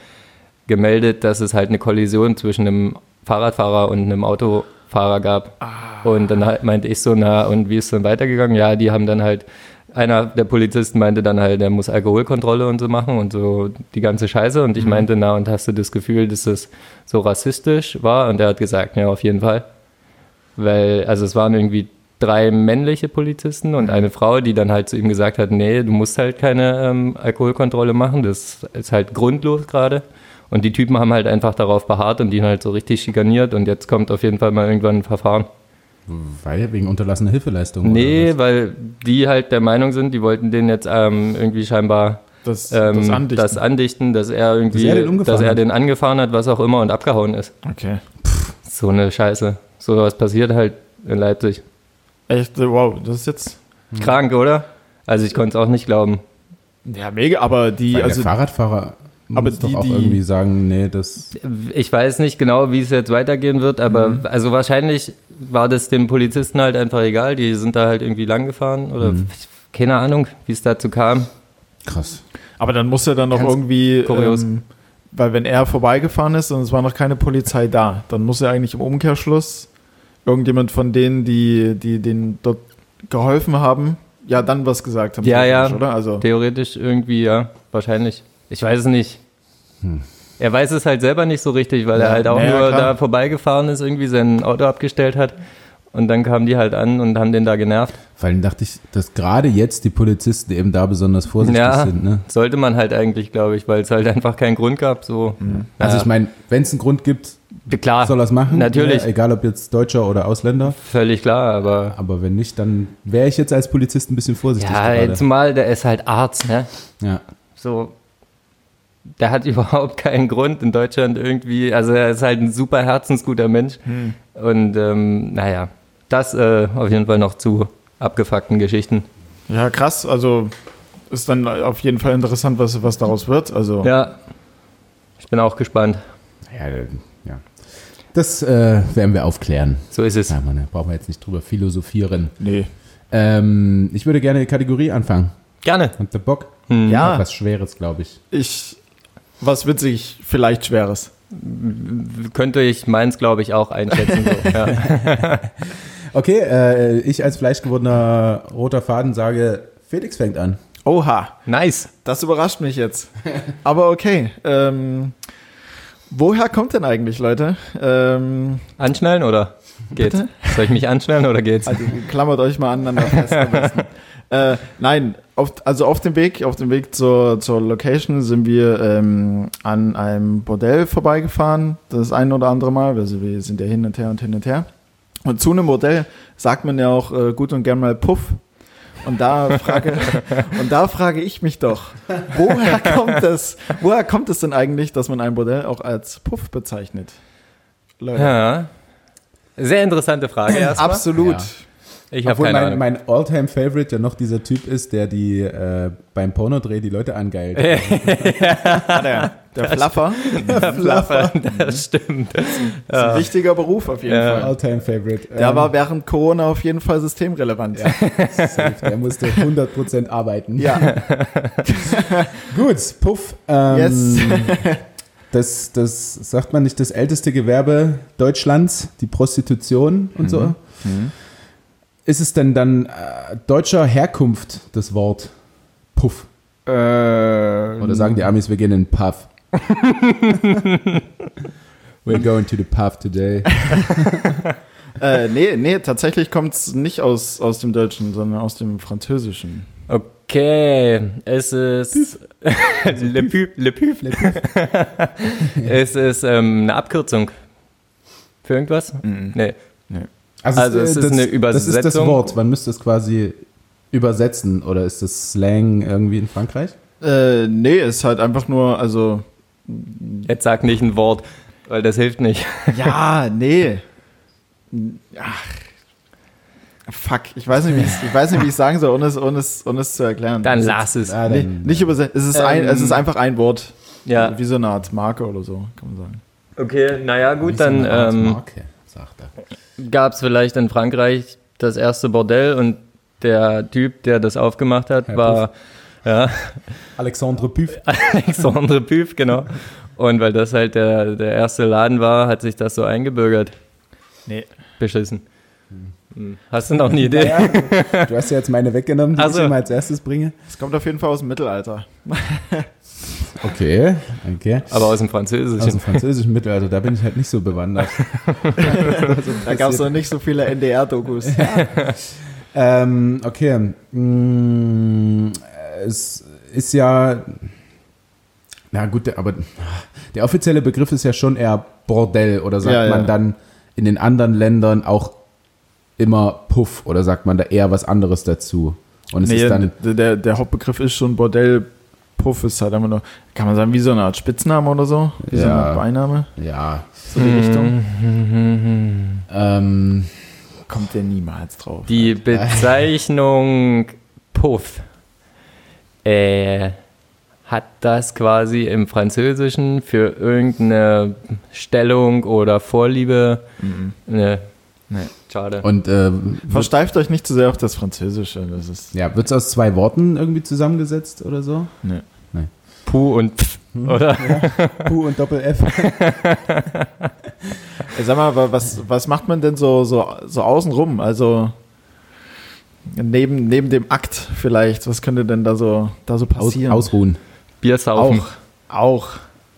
[SPEAKER 3] gemeldet, dass es halt eine Kollision zwischen einem Fahrradfahrer und einem Autofahrer gab. Und dann halt meinte ich so, na, und wie ist es dann weitergegangen? Ja, die haben dann halt, einer der Polizisten meinte dann halt, er muss Alkoholkontrolle und so machen und so die ganze Scheiße. Und ich meinte, na, und hast du das Gefühl, dass das so rassistisch war? Und er hat gesagt, ja, auf jeden Fall. Weil, also es waren irgendwie drei männliche Polizisten und eine Frau, die dann halt zu ihm gesagt hat, nee, du musst halt keine ähm, Alkoholkontrolle machen, das ist halt grundlos gerade. Und die Typen haben halt einfach darauf beharrt und ihn halt so richtig schikaniert und jetzt kommt auf jeden Fall mal irgendwann ein Verfahren.
[SPEAKER 2] Weil wegen unterlassener Hilfeleistung. oder
[SPEAKER 3] Nee,
[SPEAKER 2] was?
[SPEAKER 3] weil die halt der Meinung sind, die wollten den jetzt ähm, irgendwie scheinbar
[SPEAKER 1] Das,
[SPEAKER 3] ähm,
[SPEAKER 1] das
[SPEAKER 3] das,
[SPEAKER 1] Andichten.
[SPEAKER 3] andichten. dass er irgendwie,
[SPEAKER 2] Dass er den umgefahren
[SPEAKER 3] dass er
[SPEAKER 2] hat.
[SPEAKER 3] den angefahren hat, was auch immer und abgehauen ist.
[SPEAKER 1] okay.
[SPEAKER 3] So eine Scheiße. So was passiert halt in Leipzig.
[SPEAKER 1] Echt, äh, wow, das ist jetzt.
[SPEAKER 2] Hm.
[SPEAKER 3] Krank, oder? Also ich konnte es auch nicht glauben.
[SPEAKER 1] Ja, mega, aber die,
[SPEAKER 2] Weil
[SPEAKER 1] also
[SPEAKER 2] der Fahrradfahrer muss
[SPEAKER 1] Aber
[SPEAKER 2] doch
[SPEAKER 1] die-
[SPEAKER 2] auch
[SPEAKER 1] die-
[SPEAKER 2] irgendwie sagen, nee, das
[SPEAKER 3] Ich weiß nicht genau, wie es jetzt weitergehen wird, aber
[SPEAKER 2] Hm.
[SPEAKER 3] also wahrscheinlich war das den Polizisten halt einfach egal. Die sind da halt irgendwie lang gefahren oder
[SPEAKER 2] Hm.
[SPEAKER 3] keine Ahnung, wie es dazu kam.
[SPEAKER 2] krass.
[SPEAKER 1] Aber dann muss er dann noch
[SPEAKER 3] Ganz
[SPEAKER 1] irgendwie.
[SPEAKER 3] kurios.
[SPEAKER 1] Ähm, weil wenn er vorbeigefahren ist und es war noch keine Polizei da, dann muss er eigentlich im Umkehrschluss irgendjemand von denen, die, die den dort geholfen haben, ja dann was gesagt haben.
[SPEAKER 3] Ja,
[SPEAKER 1] theoretisch,
[SPEAKER 3] ja.
[SPEAKER 1] Oder? Also,
[SPEAKER 3] Theoretisch irgendwie, ja, wahrscheinlich. Ich weiß es nicht.
[SPEAKER 2] Hm.
[SPEAKER 3] Er weiß es halt selber nicht so richtig, weil er
[SPEAKER 1] Ja,
[SPEAKER 3] halt auch
[SPEAKER 1] na ja,
[SPEAKER 3] nur
[SPEAKER 1] klar.
[SPEAKER 3] da vorbeigefahren ist, irgendwie sein Auto abgestellt hat. Und dann kamen die halt an und haben den da genervt.
[SPEAKER 2] Vor allem dachte ich, dass gerade jetzt die Polizisten eben da besonders vorsichtig
[SPEAKER 3] Ja,
[SPEAKER 2] sind. Ne?
[SPEAKER 3] sollte man halt eigentlich, glaube ich, weil es halt <laughs> einfach keinen Grund gab. So,
[SPEAKER 2] Also
[SPEAKER 3] Ja.
[SPEAKER 2] ich meine, wenn es einen Grund gibt,
[SPEAKER 3] klar,
[SPEAKER 2] soll er es machen.
[SPEAKER 3] Natürlich,
[SPEAKER 2] Ja, egal ob jetzt Deutscher oder Ausländer.
[SPEAKER 3] völlig klar, aber
[SPEAKER 2] Aber wenn nicht, dann wäre ich jetzt als Polizist ein bisschen vorsichtig.
[SPEAKER 3] Ja,
[SPEAKER 2] gerade.
[SPEAKER 3] ey, zumal der ist halt Arzt, ne?
[SPEAKER 2] ja.
[SPEAKER 3] So, der hat <laughs> überhaupt keinen Grund in Deutschland irgendwie, also er ist halt ein super herzensguter Mensch. Und ähm, naja, das äh, auf jeden Fall noch zu abgefuckten Geschichten.
[SPEAKER 1] ja, krass. Also ist dann auf jeden Fall interessant, was, was daraus wird. Also,
[SPEAKER 3] Ja, ich bin auch gespannt.
[SPEAKER 2] Ja, äh, ja. Das äh, werden wir aufklären.
[SPEAKER 3] So ist es.
[SPEAKER 2] Ja, Mann, da brauchen wir jetzt nicht drüber philosophieren.
[SPEAKER 1] nee.
[SPEAKER 2] Ähm, ich würde gerne die Kategorie anfangen.
[SPEAKER 3] Gerne.
[SPEAKER 2] Habt ihr Bock?
[SPEAKER 1] Ja.
[SPEAKER 3] Mhm.
[SPEAKER 2] Auch Was Schweres, glaube ich.
[SPEAKER 1] Ich, was witzig, vielleicht Schweres.
[SPEAKER 3] Könnte ich meins, glaube ich, auch einschätzen. So. Ja.
[SPEAKER 2] Okay, äh, ich als fleischgewordener roter Faden sage, Felix fängt an.
[SPEAKER 1] Oha.
[SPEAKER 3] Nice.
[SPEAKER 1] Das überrascht mich
[SPEAKER 3] <laughs>
[SPEAKER 1] jetzt. Aber okay. Ähm, woher kommt denn eigentlich, Leute? Ähm,
[SPEAKER 3] Anschnallen oder geht's? Soll ich mich anschnallen oder geht's?
[SPEAKER 1] also klammert euch mal aneinander fest. am besten. äh, nein, auf, also auf dem Weg, auf dem Weg zur, zur Location sind wir ähm, an einem Bordell vorbeigefahren. Das ein oder andere Mal. Also wir sind ja hin und her und hin und her. Und zu einem Bordell sagt man ja auch äh, gut und gern mal Puff. Und da frage, und da frage ich mich doch, woher kommt das, woher kommt es denn eigentlich, dass man ein Bordell auch als Puff bezeichnet? Leute,
[SPEAKER 3] Ja. Sehr interessante Frage erstmal.
[SPEAKER 1] absolut.
[SPEAKER 2] Ja.
[SPEAKER 3] Ich habe
[SPEAKER 2] Obwohl
[SPEAKER 3] keine
[SPEAKER 2] mein,
[SPEAKER 3] Ahnung.
[SPEAKER 2] mein All-Time-Favorite ja noch dieser Typ ist, der die äh, beim Pornodreh die Leute angeilt.
[SPEAKER 1] Der, der Flaffer.
[SPEAKER 3] <laughs> Flaffer, das stimmt.
[SPEAKER 1] Das ist ein wichtiger Beruf auf jeden
[SPEAKER 3] Äh, Ja.
[SPEAKER 1] Fall.
[SPEAKER 2] All-Time-Favorite.
[SPEAKER 1] Der
[SPEAKER 2] Ähm,
[SPEAKER 1] war während Corona auf jeden Fall systemrelevant. Ja.
[SPEAKER 2] safe. der musste 100%
[SPEAKER 1] <laughs>
[SPEAKER 2] arbeiten.
[SPEAKER 1] ja.
[SPEAKER 2] Gut, Puff. Ähm,
[SPEAKER 1] Yes.
[SPEAKER 2] <laughs> das, das sagt man nicht, das älteste Gewerbe Deutschlands, die Prostitution und
[SPEAKER 3] Mhm.
[SPEAKER 2] so. Ist es denn dann äh, deutscher Herkunft, das Wort Puff? Oder sagen die Amis, wir gehen in den Puff? We're going to the Puff today.
[SPEAKER 1] äh, nee, nee, tatsächlich kommt es nicht aus, aus dem Deutschen, sondern aus dem Französischen.
[SPEAKER 3] Okay, es ist <laughs> Le Pü, Le Pü.
[SPEAKER 2] Le Puff.
[SPEAKER 3] <laughs> Es ist ähm, eine Abkürzung für irgendwas. Nee,
[SPEAKER 2] Also,
[SPEAKER 3] Also es ist eine
[SPEAKER 2] Das ist das
[SPEAKER 3] Übersetzung.
[SPEAKER 2] Wort. Man müsste es quasi übersetzen oder ist das Slang irgendwie in Frankreich?
[SPEAKER 1] Äh, nee, ist halt einfach nur, also.
[SPEAKER 3] Jetzt sag nicht ein Wort, weil das hilft nicht.
[SPEAKER 1] <laughs> Ja, nee. Ach. Fuck, ich weiß nicht, wie ich's- ich weiß nicht, wie ich sagen soll, ohne es, ohne es, ohne es zu erklären.
[SPEAKER 3] Dann
[SPEAKER 1] Es ist-
[SPEAKER 3] lass es.
[SPEAKER 2] Ah,
[SPEAKER 1] Nee,
[SPEAKER 2] dann-
[SPEAKER 1] nicht übersetzt. Es ist ein,
[SPEAKER 3] Ähm,
[SPEAKER 1] es ist einfach ein Wort.
[SPEAKER 3] Ja.
[SPEAKER 1] Wie so eine Art Marke oder so, kann man sagen.
[SPEAKER 3] Okay, naja, gut, dann
[SPEAKER 2] Wie so eine Art
[SPEAKER 3] ähm,
[SPEAKER 2] Marke, sagt er.
[SPEAKER 3] gab es vielleicht in Frankreich das erste Bordell und der Typ, der das aufgemacht hat,
[SPEAKER 2] Herr
[SPEAKER 3] war <laughs> ja,
[SPEAKER 2] Alexandre
[SPEAKER 3] <laughs>
[SPEAKER 2] Püff.
[SPEAKER 3] Alexandre Püff, genau. Und weil das halt der, der erste Laden war, hat sich das so eingebürgert.
[SPEAKER 1] Nee.
[SPEAKER 3] Beschissen. Hm. Hast du noch eine Idee?
[SPEAKER 2] Du hast ja jetzt meine weggenommen, die
[SPEAKER 3] Ach so.
[SPEAKER 2] ich immer als erstes bringe.
[SPEAKER 1] Es kommt auf jeden Fall aus dem Mittelalter.
[SPEAKER 2] Okay, okay.
[SPEAKER 3] Aber aus dem Französischen.
[SPEAKER 2] Aus
[SPEAKER 1] Also,
[SPEAKER 2] dem Also französischen Mittelalter, da bin ich halt nicht so
[SPEAKER 3] <laughs>
[SPEAKER 2] bewandert.
[SPEAKER 1] Da gab es noch nicht so viele NDR-Dokus.
[SPEAKER 2] Ähm, okay. Mm, Es ist ja. Na gut, der- aber der offizielle Begriff ist ja schon eher Bordell oder sagt
[SPEAKER 1] Ja, ja.
[SPEAKER 2] man dann in den anderen Ländern auch immer Puff oder sagt man da eher was anderes dazu? Und es
[SPEAKER 1] Nee,
[SPEAKER 2] ist dann.
[SPEAKER 1] der- der, der Hauptbegriff ist schon Bordell. Puff ist halt einfach nur, kann man sagen, wie so eine Art Spitzname oder so? Wie so
[SPEAKER 2] Ja.
[SPEAKER 1] eine Art Beiname?
[SPEAKER 2] Ja.
[SPEAKER 1] So die Richtung. hm,
[SPEAKER 2] Ähm,
[SPEAKER 1] Kommt der niemals drauf.
[SPEAKER 3] Die Bezeichnung Puff äh, hat das quasi im Französischen für irgendeine Stellung oder Vorliebe.
[SPEAKER 1] Mhm.
[SPEAKER 3] Ne.
[SPEAKER 1] Nee.
[SPEAKER 3] Schade.
[SPEAKER 2] und äh,
[SPEAKER 1] Mhm. Versteift euch nicht zu sehr auf das Französische. Das ist.
[SPEAKER 2] ja, wird es aus zwei Worten irgendwie zusammengesetzt oder <laughs> so?
[SPEAKER 1] Nee.
[SPEAKER 3] Puh und Pf, oder?
[SPEAKER 2] Q und Doppel F.
[SPEAKER 1] Ey, Sag mal, wa- was, was macht man denn so, so, so außenrum? Also neben, neben dem Akt vielleicht, was könnte denn da so, da so
[SPEAKER 2] Aus,
[SPEAKER 1] passieren?
[SPEAKER 2] ausruhen.
[SPEAKER 3] Bier saufen.
[SPEAKER 1] Auch. Auch.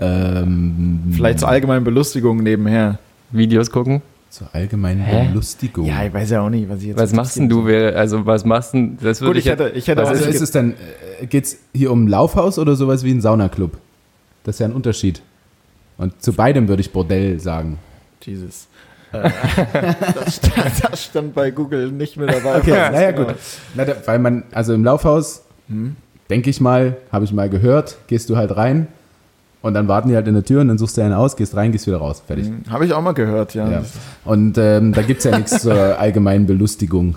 [SPEAKER 2] Ähm,
[SPEAKER 1] Vielleicht zur allgemeinen Belustigung nebenher.
[SPEAKER 3] Videos gucken.
[SPEAKER 2] Zur allgemeinen
[SPEAKER 3] Hä?
[SPEAKER 2] Belustigung.
[SPEAKER 1] Ja, ich weiß ja auch nicht, was ich jetzt.
[SPEAKER 3] Was machst denn du? wer- Also was machst denn? Das würde
[SPEAKER 1] Gut, ich
[SPEAKER 3] ja-
[SPEAKER 1] hätte, ich hätte
[SPEAKER 3] was
[SPEAKER 1] auch
[SPEAKER 2] Also
[SPEAKER 1] nicht
[SPEAKER 2] ist es dann, äh, geht's hier um ein Laufhaus oder sowas wie ein Saunaclub? Das ist ja ein Unterschied. Und zu beidem würde ich Bordell sagen.
[SPEAKER 1] ge- Jesus. Äh, <laughs> das, stand, das stand bei Google nicht mit dabei.
[SPEAKER 2] Okay, naja, gut. Mhm. Na, da, weil man, also im Laufhaus, denke ich mal, habe ich mal gehört, gehst du halt rein und dann warten die halt in der Tür und dann suchst du einen aus, gehst rein, gehst wieder raus. Fertig.
[SPEAKER 1] Habe Hm, ich auch mal gehört, ja.
[SPEAKER 2] Ja. Und ähm, da gibt es
[SPEAKER 1] <laughs>
[SPEAKER 2] ja nichts zur allgemeinen Belustigung.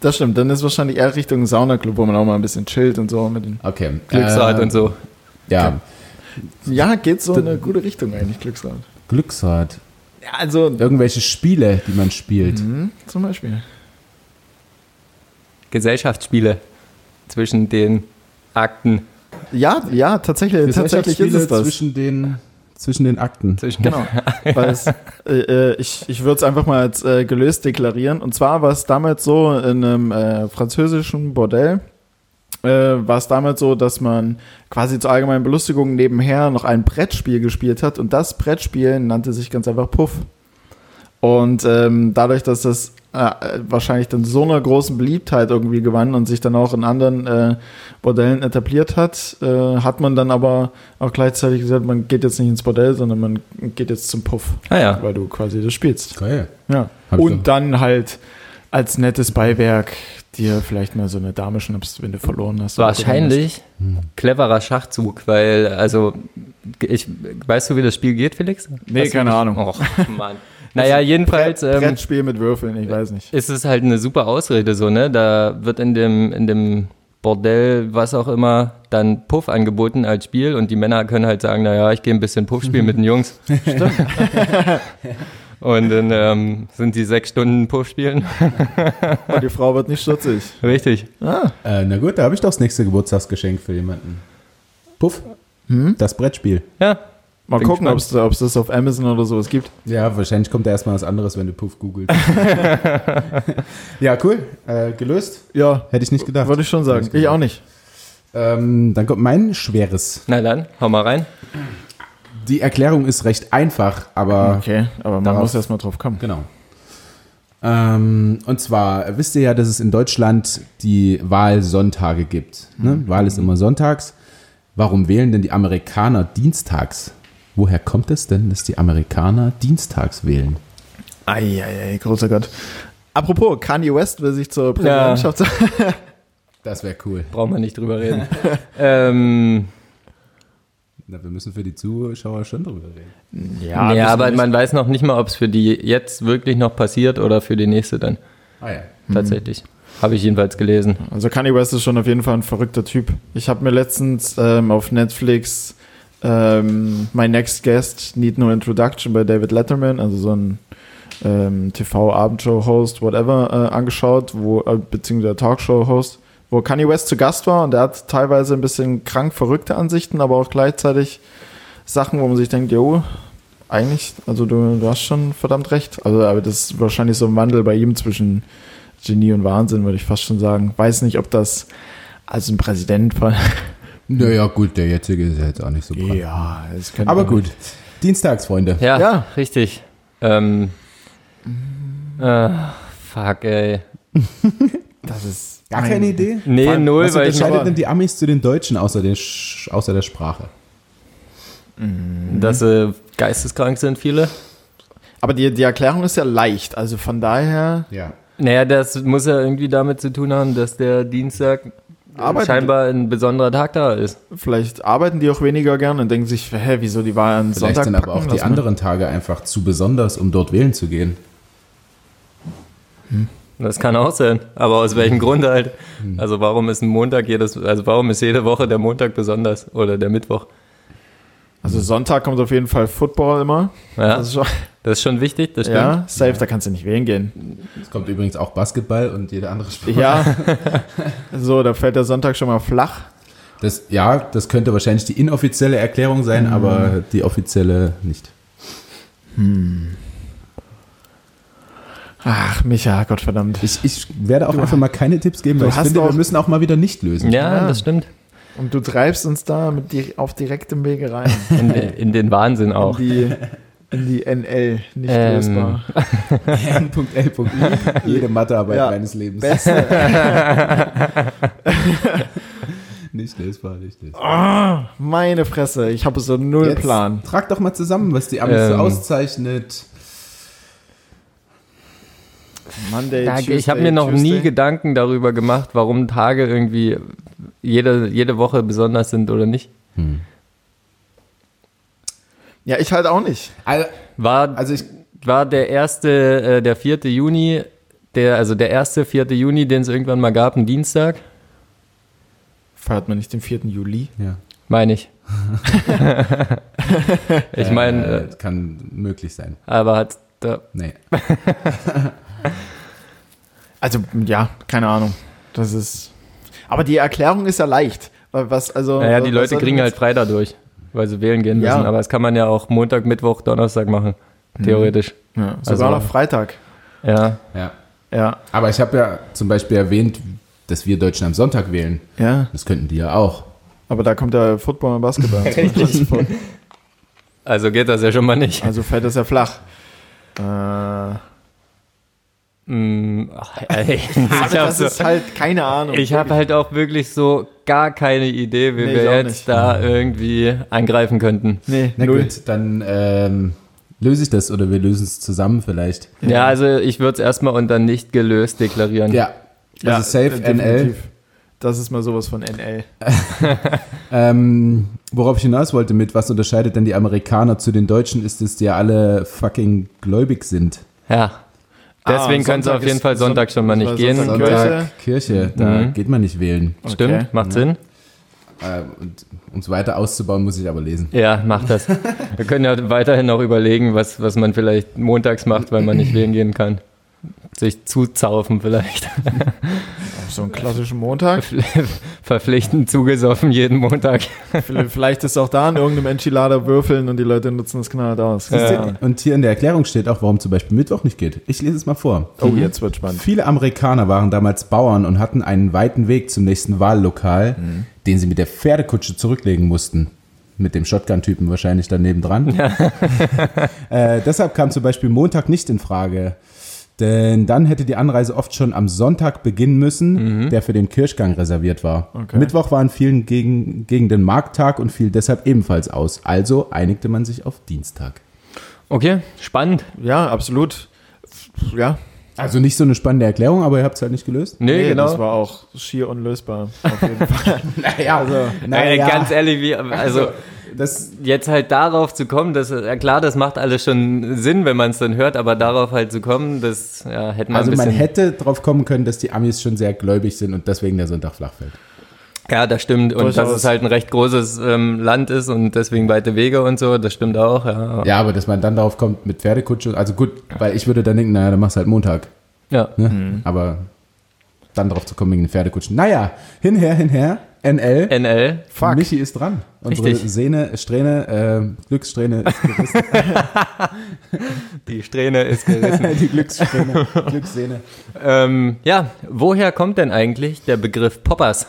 [SPEAKER 1] Das stimmt, dann ist wahrscheinlich eher Richtung Saunaclub, wo man auch mal ein bisschen chillt und so. Mit den
[SPEAKER 2] Okay.
[SPEAKER 3] Glücksrad
[SPEAKER 2] Äh,
[SPEAKER 3] und so.
[SPEAKER 2] Ja,
[SPEAKER 1] ja, geht so in eine gute Richtung eigentlich, Glücksrad.
[SPEAKER 2] Glücksrad.
[SPEAKER 1] Ja, also
[SPEAKER 2] Irgendwelche Spiele, die man spielt.
[SPEAKER 1] hm, zum Beispiel.
[SPEAKER 3] Gesellschaftsspiele zwischen den Akten.
[SPEAKER 1] Ja, ja, tatsächlich, tatsächlich ist es das.
[SPEAKER 2] zwischen den zwischen den Akten.
[SPEAKER 3] Zwischen
[SPEAKER 1] Genau. Weil es, äh, äh, ich ich würde es einfach mal als äh, gelöst deklarieren. Und zwar war es damals so, in einem äh, französischen Bordell äh, war es damals so, dass man quasi zur allgemeinen Belustigung nebenher noch ein Brettspiel gespielt hat. Und das Brettspiel nannte sich ganz einfach Puff. Und ähm, dadurch, dass das äh, äh, wahrscheinlich dann so einer großen Beliebtheit irgendwie gewann und sich dann auch in anderen äh, Bordellen etabliert hat, äh, hat man dann aber auch gleichzeitig gesagt, man geht jetzt nicht ins Bordell, sondern man geht jetzt zum Puff,
[SPEAKER 3] Ah ja.
[SPEAKER 1] weil du quasi das spielst.
[SPEAKER 2] Geil.
[SPEAKER 1] Ja.
[SPEAKER 2] Hab ich doch.
[SPEAKER 1] Und dann halt als nettes Beiwerk dir vielleicht mal so eine Dame schnappst, wenn du verloren hast.
[SPEAKER 3] Wahrscheinlich Hm. cleverer Schachzug, weil, also, ich, weißt du, wie das Spiel geht, Felix?
[SPEAKER 1] Nee,
[SPEAKER 3] Hast du
[SPEAKER 1] keine
[SPEAKER 3] nicht-
[SPEAKER 1] Ahnung.
[SPEAKER 3] Och,
[SPEAKER 1] <laughs>
[SPEAKER 3] Mann. Naja, jedenfalls ähm,
[SPEAKER 1] Brettspiel mit Würfeln, ich weiß nicht.
[SPEAKER 3] ist es halt eine super Ausrede, so, ne? Da wird in dem, in dem Bordell, was auch immer, dann Puff angeboten als Spiel und die Männer können halt sagen, naja, ich gehe ein bisschen Puff spielen mit den Jungs.
[SPEAKER 1] <laughs>
[SPEAKER 3] Stimmt. <laughs> und dann ähm, sind die sechs Stunden Puff spielen. <laughs>
[SPEAKER 1] Und die Frau wird nicht stutzig.
[SPEAKER 3] Richtig.
[SPEAKER 2] Äh, na gut, da habe ich doch das nächste Geburtstagsgeschenk für jemanden. Puff. Das Brettspiel.
[SPEAKER 3] Ja.
[SPEAKER 1] Mal
[SPEAKER 3] Bin
[SPEAKER 1] gucken, ob
[SPEAKER 3] gespannt.
[SPEAKER 1] es das auf Amazon oder sowas gibt.
[SPEAKER 2] Ja, wahrscheinlich kommt da erstmal was anderes, wenn du Puff googelst. ja, cool. Äh, gelöst.
[SPEAKER 1] Ja,
[SPEAKER 2] Hätte ich nicht gedacht.
[SPEAKER 1] würde ich schon sagen. Ich auch nicht.
[SPEAKER 2] Ähm, dann kommt mein schweres.
[SPEAKER 3] Na dann, hau mal rein.
[SPEAKER 2] Die Erklärung ist recht einfach, aber
[SPEAKER 1] Okay, aber man
[SPEAKER 2] Darauf-
[SPEAKER 1] muss erst mal drauf kommen.
[SPEAKER 2] Genau. Ähm, und zwar wisst ihr ja, dass es in Deutschland die Wahlsonntage gibt. Ne? Wahl ist immer sonntags. Warum wählen denn die Amerikaner dienstags? Woher kommt es denn, dass die Amerikaner dienstags wählen?
[SPEAKER 1] Eieiei, großer Gott. Apropos, Kanye West will sich zur Präsidentschaft.
[SPEAKER 2] Das wäre cool.
[SPEAKER 3] Brauchen wir nicht drüber
[SPEAKER 1] <laughs>
[SPEAKER 3] reden. ähm,
[SPEAKER 2] Na, wir müssen für die Zuschauer schon drüber reden.
[SPEAKER 3] ja,
[SPEAKER 1] wissen
[SPEAKER 3] aber
[SPEAKER 1] nicht.
[SPEAKER 3] man weiß noch nicht mal, ob es für die jetzt wirklich noch passiert oder für die nächste dann.
[SPEAKER 2] Ah ja.
[SPEAKER 1] Mhm.
[SPEAKER 3] Tatsächlich. Habe ich jedenfalls gelesen.
[SPEAKER 1] Also Kanye West ist schon auf jeden Fall ein verrückter Typ. Ich habe mir letztens ähm, auf Netflix ähm, My Next Guest Need No Introduction bei David Letterman, also so ein ähm, TV-Abendshow-Host, whatever, äh, angeschaut, wo, äh, beziehungsweise Talkshow-Host, wo Kanye West zu Gast war und der hat teilweise ein bisschen krank verrückte Ansichten, aber auch gleichzeitig Sachen, wo man sich denkt, jo, eigentlich, also du, du hast schon verdammt recht. Also, aber das ist wahrscheinlich so ein Wandel bei ihm zwischen Genie und Wahnsinn, würde ich fast schon sagen. Weiß nicht, ob das als ein Präsident war.
[SPEAKER 2] Naja, gut, der jetzige ist ja jetzt auch nicht so breit.
[SPEAKER 1] Ja, es könnte.
[SPEAKER 2] Aber gut. Dienstags, Freunde.
[SPEAKER 3] Ja,
[SPEAKER 1] Ja.
[SPEAKER 3] richtig. Ähm, äh, fuck, ey.
[SPEAKER 1] Das ist.
[SPEAKER 2] Gar keine
[SPEAKER 1] ein-
[SPEAKER 2] Idee?
[SPEAKER 3] Nee,
[SPEAKER 1] Vor allem,
[SPEAKER 3] null,
[SPEAKER 2] Was
[SPEAKER 3] weil ich
[SPEAKER 2] unterscheidet denn die Amis zu den Deutschen außer, den Sch außer der Sprache?
[SPEAKER 3] dass sie geisteskrank sind, viele.
[SPEAKER 1] Aber die, die Erklärung ist ja leicht. Also von daher.
[SPEAKER 2] Ja.
[SPEAKER 3] Naja, das muss ja irgendwie damit zu tun haben, dass der Dienstag
[SPEAKER 1] Arbeiten-
[SPEAKER 3] scheinbar ein besonderer Tag da ist.
[SPEAKER 1] Vielleicht arbeiten die auch weniger gern und denken sich, hä, wieso die Wahl an
[SPEAKER 2] Vielleicht
[SPEAKER 1] Sonntag
[SPEAKER 2] sind aber
[SPEAKER 1] packen?
[SPEAKER 2] auch die
[SPEAKER 1] Lass mal.
[SPEAKER 2] anderen Tage einfach zu besonders, um dort wählen zu gehen.
[SPEAKER 3] Das kann auch sein. Aber aus welchem Grund halt?
[SPEAKER 1] Hm.
[SPEAKER 3] Also warum ist ein Montag jedes, also warum ist jede Woche der Montag besonders oder der Mittwoch?
[SPEAKER 1] Also Sonntag kommt auf jeden Fall Football immer.
[SPEAKER 3] Ja,
[SPEAKER 1] Das ist schon,
[SPEAKER 3] das ist schon wichtig, das stimmt.
[SPEAKER 1] ja, safe, da kannst du nicht wählen gehen.
[SPEAKER 2] Es kommt übrigens auch Basketball und jede andere Sprache.
[SPEAKER 1] Ja.
[SPEAKER 2] <laughs>
[SPEAKER 1] so, da fällt der Sonntag schon mal flach.
[SPEAKER 2] Das, ja, das könnte wahrscheinlich die inoffizielle Erklärung sein, aber die offizielle nicht.
[SPEAKER 1] Ach, Micha, Gottverdammt.
[SPEAKER 2] Ich, ich werde auch einfach mal keine Tipps geben, weil ich
[SPEAKER 1] hast
[SPEAKER 2] finde, wir
[SPEAKER 1] doch-
[SPEAKER 2] müssen auch mal wieder nicht <laughs> lösen.
[SPEAKER 3] Ja,
[SPEAKER 1] Ja.
[SPEAKER 3] das stimmt.
[SPEAKER 1] Und du treibst uns da mit dir auf direktem Wege rein.
[SPEAKER 3] In, in den Wahnsinn
[SPEAKER 1] In
[SPEAKER 3] auch.
[SPEAKER 1] die, in die NL, nicht
[SPEAKER 3] Ähm.
[SPEAKER 1] lösbar.
[SPEAKER 2] N.L. Jede Mathearbeit
[SPEAKER 1] Ja.
[SPEAKER 2] meines Lebens.
[SPEAKER 1] Beste.
[SPEAKER 2] <laughs>
[SPEAKER 3] <laughs>
[SPEAKER 2] Nicht lösbar, nicht lösbar.
[SPEAKER 1] Oh, meine Fresse, ich habe so null
[SPEAKER 2] Jetzt
[SPEAKER 1] Plan.
[SPEAKER 2] Trag doch mal zusammen, was die Amis so
[SPEAKER 3] Ähm.
[SPEAKER 2] auszeichnet.
[SPEAKER 1] Monday,
[SPEAKER 3] Da, ich
[SPEAKER 1] Tuesday,
[SPEAKER 3] habe mir noch nie
[SPEAKER 1] Tuesday.
[SPEAKER 3] Gedanken darüber gemacht, warum Tage irgendwie jede, jede Woche besonders sind oder nicht.
[SPEAKER 1] Ja, ich halt auch nicht.
[SPEAKER 2] Also,
[SPEAKER 3] War,
[SPEAKER 2] also ich,
[SPEAKER 3] war der erste, äh, der 4. Juni, der, also der erste 4. Juni, den es irgendwann mal gab, ein Dienstag,
[SPEAKER 1] Feiert man nicht den 4. Juli?
[SPEAKER 2] ja,
[SPEAKER 1] <laughs>
[SPEAKER 3] meine ich. <laughs> ich meine, äh,
[SPEAKER 2] äh, kann möglich sein.
[SPEAKER 3] aber hat da,
[SPEAKER 2] Nee.
[SPEAKER 1] Also, ja, keine Ahnung. Das ist. Aber die Erklärung ist ja leicht. Weil was, also,
[SPEAKER 3] naja, die
[SPEAKER 1] was
[SPEAKER 3] Leute
[SPEAKER 1] soll denn
[SPEAKER 3] kriegen halt
[SPEAKER 1] jetzt-
[SPEAKER 3] frei dadurch, weil sie wählen gehen
[SPEAKER 1] Ja. Mhm.
[SPEAKER 3] müssen. Aber das kann man ja auch Montag, Mittwoch, Donnerstag machen, theoretisch.
[SPEAKER 1] Ja, sogar
[SPEAKER 3] also-
[SPEAKER 1] noch Freitag.
[SPEAKER 3] Ja,
[SPEAKER 2] Ja.
[SPEAKER 1] Ja,
[SPEAKER 2] Aber ich habe ja zum Beispiel erwähnt, dass wir Deutschen am Sonntag wählen.
[SPEAKER 1] ja.
[SPEAKER 2] Das könnten die ja auch.
[SPEAKER 1] Aber da kommt ja Football und Basketball. <laughs> Richtig.
[SPEAKER 3] also geht das ja schon mal nicht.
[SPEAKER 1] Also fällt das ja flach. Äh,
[SPEAKER 3] Mm, ach,
[SPEAKER 1] <laughs>
[SPEAKER 3] ey, ich habe
[SPEAKER 1] das
[SPEAKER 3] so,
[SPEAKER 1] ist halt keine Ahnung.
[SPEAKER 3] ich hab halt auch wirklich so gar keine Idee, wie
[SPEAKER 1] Nee,
[SPEAKER 3] wir
[SPEAKER 1] ich auch
[SPEAKER 3] jetzt
[SPEAKER 1] nicht.
[SPEAKER 3] da irgendwie eingreifen könnten.
[SPEAKER 1] Nee,
[SPEAKER 2] Na
[SPEAKER 1] null.
[SPEAKER 2] gut, dann ähm, löse ich das oder wir lösen es zusammen vielleicht.
[SPEAKER 3] Ja, also ich würde es erstmal unter nicht gelöst deklarieren.
[SPEAKER 2] Ja. Also
[SPEAKER 1] Ja,
[SPEAKER 2] Safe NL.
[SPEAKER 1] definitiv. Das ist mal sowas von NL.
[SPEAKER 2] Ähm, worauf ich hinaus wollte mit, was unterscheidet denn die Amerikaner zu den Deutschen, ist, dass die ja alle fucking gläubig sind.
[SPEAKER 3] Ja. Deswegen
[SPEAKER 1] Ah,
[SPEAKER 3] können sie
[SPEAKER 1] Sonntag
[SPEAKER 3] auf jeden
[SPEAKER 1] ist-
[SPEAKER 3] Fall Sonntag schon mal
[SPEAKER 1] Son-
[SPEAKER 3] nicht
[SPEAKER 1] weil
[SPEAKER 3] gehen.
[SPEAKER 1] Sonntag-
[SPEAKER 2] Sonntag, Kirche, da
[SPEAKER 3] Mhm.
[SPEAKER 2] geht man nicht wählen.
[SPEAKER 3] Stimmt,
[SPEAKER 1] Okay. Mhm.
[SPEAKER 3] macht Sinn.
[SPEAKER 2] Ähm, und um es weiter auszubauen, muss ich aber lesen.
[SPEAKER 3] Ja, macht das. Wir können ja weiterhin noch überlegen, was, was man vielleicht montags macht, weil man nicht wählen gehen kann. Sich zuzaufen vielleicht. <laughs>
[SPEAKER 1] So einen klassischen Montag.
[SPEAKER 3] Verpflichtend zugesoffen jeden Montag.
[SPEAKER 1] Vielleicht ist auch da in irgendeinem Enchilada würfeln und die Leute nutzen das knallhart aus.
[SPEAKER 3] Ja.
[SPEAKER 1] Keine Ahnung.
[SPEAKER 2] Und hier in der Erklärung steht auch, warum zum Beispiel Mittwoch nicht geht. Ich lese es mal vor.
[SPEAKER 1] Oh, jetzt wird spannend.
[SPEAKER 2] Viele Amerikaner waren damals Bauern und hatten einen weiten Weg zum nächsten Wahllokal, den sie mit der Pferdekutsche zurücklegen mussten. Mit dem Shotgun-Typen wahrscheinlich daneben dran. <laughs> äh, deshalb kam zum Beispiel Montag nicht in Frage. Denn dann hätte die Anreise oft schon am Sonntag beginnen müssen, der für den Kirchgang reserviert war.
[SPEAKER 1] Okay.
[SPEAKER 2] Mittwoch war in vielen gegen, gegen den Markttag und fiel deshalb ebenfalls aus. Also einigte man sich auf Dienstag.
[SPEAKER 3] Okay, spannend.
[SPEAKER 1] Ja, absolut. Ja.
[SPEAKER 2] Also nicht so eine spannende Erklärung, aber ihr habt es halt nicht <laughs> gelöst.
[SPEAKER 3] Nee, genau.
[SPEAKER 1] Das war auch schier unlösbar. Auf jeden Fall.
[SPEAKER 2] Naja, also,
[SPEAKER 3] Äh, Ganz ehrlich, wie, also
[SPEAKER 2] das,
[SPEAKER 3] jetzt halt darauf zu kommen, dass ja klar, das macht alles schon Sinn, wenn man es dann hört, aber darauf halt zu kommen, das ja, hätte man
[SPEAKER 2] also
[SPEAKER 3] ein
[SPEAKER 2] man
[SPEAKER 3] bisschen.
[SPEAKER 2] hätte drauf kommen können, dass die Amis schon sehr gläubig sind und deswegen der Sonntag flach fällt.
[SPEAKER 3] ja, das stimmt und dass
[SPEAKER 1] Durchaus.
[SPEAKER 3] es halt ein recht großes ähm, Land ist und deswegen weite Wege und so, das stimmt auch. Ja,
[SPEAKER 2] Ja, aber dass man dann darauf kommt mit Pferdekutsche, also gut, weil ich würde dann denken, naja, dann machst du halt Montag.
[SPEAKER 3] ja.
[SPEAKER 2] Ne? Aber dann drauf zu kommen wegen den Pferdekutschen. Naja, hinher, hinher, NL.
[SPEAKER 3] NL.
[SPEAKER 1] Fuck.
[SPEAKER 2] Michi ist dran. Unsere
[SPEAKER 3] Äh, Richtig.
[SPEAKER 2] Sehne, Strähne, äh, Glückssträhne,
[SPEAKER 3] <laughs>
[SPEAKER 2] ist gerissen.
[SPEAKER 3] Die Strähne
[SPEAKER 1] <laughs>
[SPEAKER 3] ist gerissen.
[SPEAKER 2] die Glückssträhne, Glückssehne.
[SPEAKER 3] ähm, ja, woher kommt denn eigentlich der Begriff Poppers?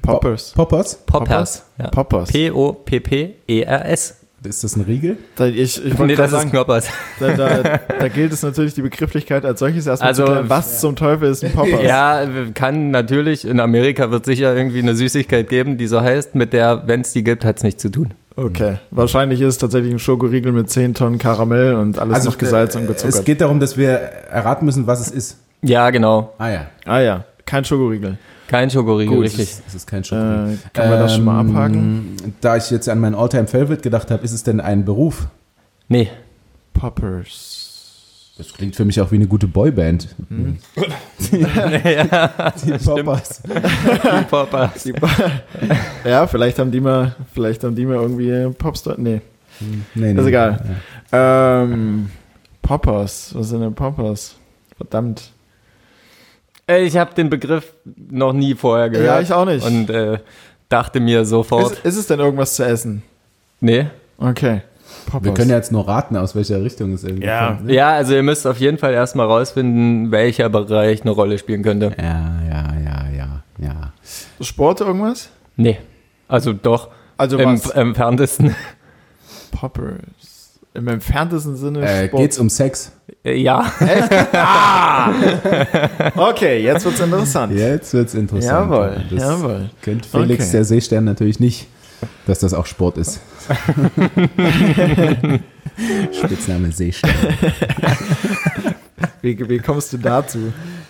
[SPEAKER 1] Poppers.
[SPEAKER 2] Poppers,
[SPEAKER 3] Poppers. Ja.
[SPEAKER 1] Poppers.
[SPEAKER 3] P-O-P-P-E-R-S.
[SPEAKER 2] ist das ein Riegel?
[SPEAKER 1] Da, ich ich wollte gerade
[SPEAKER 3] E <laughs> Nee, das ist
[SPEAKER 1] sagen,
[SPEAKER 3] Knoppers.
[SPEAKER 1] da, da, da gilt es natürlich, die Begrifflichkeit als solches erstmal
[SPEAKER 3] Also,
[SPEAKER 1] zu klären. Was zum Teufel ist ein Poppers?
[SPEAKER 3] Ja, kann natürlich. In Amerika wird sicher irgendwie eine Süßigkeit geben, die so heißt, mit der, wenn es die gibt, hat es nichts zu tun.
[SPEAKER 1] Okay. Wahrscheinlich ist es tatsächlich ein Schokoriegel mit 10 Tonnen Karamell und alles
[SPEAKER 3] Also,
[SPEAKER 1] noch gesalzt und
[SPEAKER 2] äh, Es
[SPEAKER 1] gezuckert.
[SPEAKER 2] geht darum, dass wir erraten müssen, was es ist.
[SPEAKER 3] Ja, genau.
[SPEAKER 2] Ah ja.
[SPEAKER 1] Ah ja, kein Schokoriegel.
[SPEAKER 3] Kein Schokoriegel, richtig.
[SPEAKER 2] Es ist, es ist kein
[SPEAKER 1] Äh,
[SPEAKER 2] Schokoriegel.
[SPEAKER 1] kann man das schon mal
[SPEAKER 2] Ähm,
[SPEAKER 1] abhaken?
[SPEAKER 2] Da ich jetzt an meinen Alltime Favorite gedacht habe, ist es denn ein Beruf?
[SPEAKER 1] <laughs>
[SPEAKER 3] Nee.
[SPEAKER 1] Poppers.
[SPEAKER 2] Das klingt für mich auch wie eine
[SPEAKER 1] <laughs>
[SPEAKER 2] gute Boyband.
[SPEAKER 1] Hm.
[SPEAKER 3] ja,
[SPEAKER 2] Die Poppers.
[SPEAKER 3] <laughs> die Poppers.
[SPEAKER 1] Ja, vielleicht haben die mal, vielleicht haben die mal irgendwie Popstar. Nee,
[SPEAKER 2] Nee, nee.
[SPEAKER 1] ist egal. Ähm, Poppers. Was sind denn Poppers? Verdammt.
[SPEAKER 3] Äh, Ich habe den Begriff noch nie vorher gehört.
[SPEAKER 1] Ja, ich auch nicht.
[SPEAKER 3] Und äh, dachte mir sofort,
[SPEAKER 1] Ist, ist es denn irgendwas zu essen?
[SPEAKER 3] nee.
[SPEAKER 1] Okay. Poppers.
[SPEAKER 2] Wir können ja jetzt nur raten, aus welcher Richtung es irgendwie
[SPEAKER 1] Ja.
[SPEAKER 2] kommt. ne?
[SPEAKER 3] Ja, also ihr müsst auf jeden Fall erstmal rausfinden, welcher Bereich eine Rolle spielen könnte.
[SPEAKER 2] Ja, ja, ja, ja, ja.
[SPEAKER 1] Sport irgendwas?
[SPEAKER 3] Nee. Also doch,
[SPEAKER 1] Also
[SPEAKER 3] im
[SPEAKER 1] was?
[SPEAKER 3] entferntesten.
[SPEAKER 1] Poppers. Im entferntesten Sinne
[SPEAKER 2] Äh,
[SPEAKER 1] Sport.
[SPEAKER 2] geht's um Sex?
[SPEAKER 3] Äh, <laughs> Ja.
[SPEAKER 1] Okay, jetzt wird's interessant.
[SPEAKER 2] Jetzt wird's interessant.
[SPEAKER 1] Jawohl,
[SPEAKER 2] Das
[SPEAKER 1] jawohl.
[SPEAKER 2] Kennt Felix
[SPEAKER 1] Okay.
[SPEAKER 2] der Seestern natürlich nicht, dass das auch
[SPEAKER 1] <laughs>
[SPEAKER 2] Sport ist. Spitzname Seestern.
[SPEAKER 1] Wie, wie kommst du
[SPEAKER 2] <laughs>
[SPEAKER 1] dazu?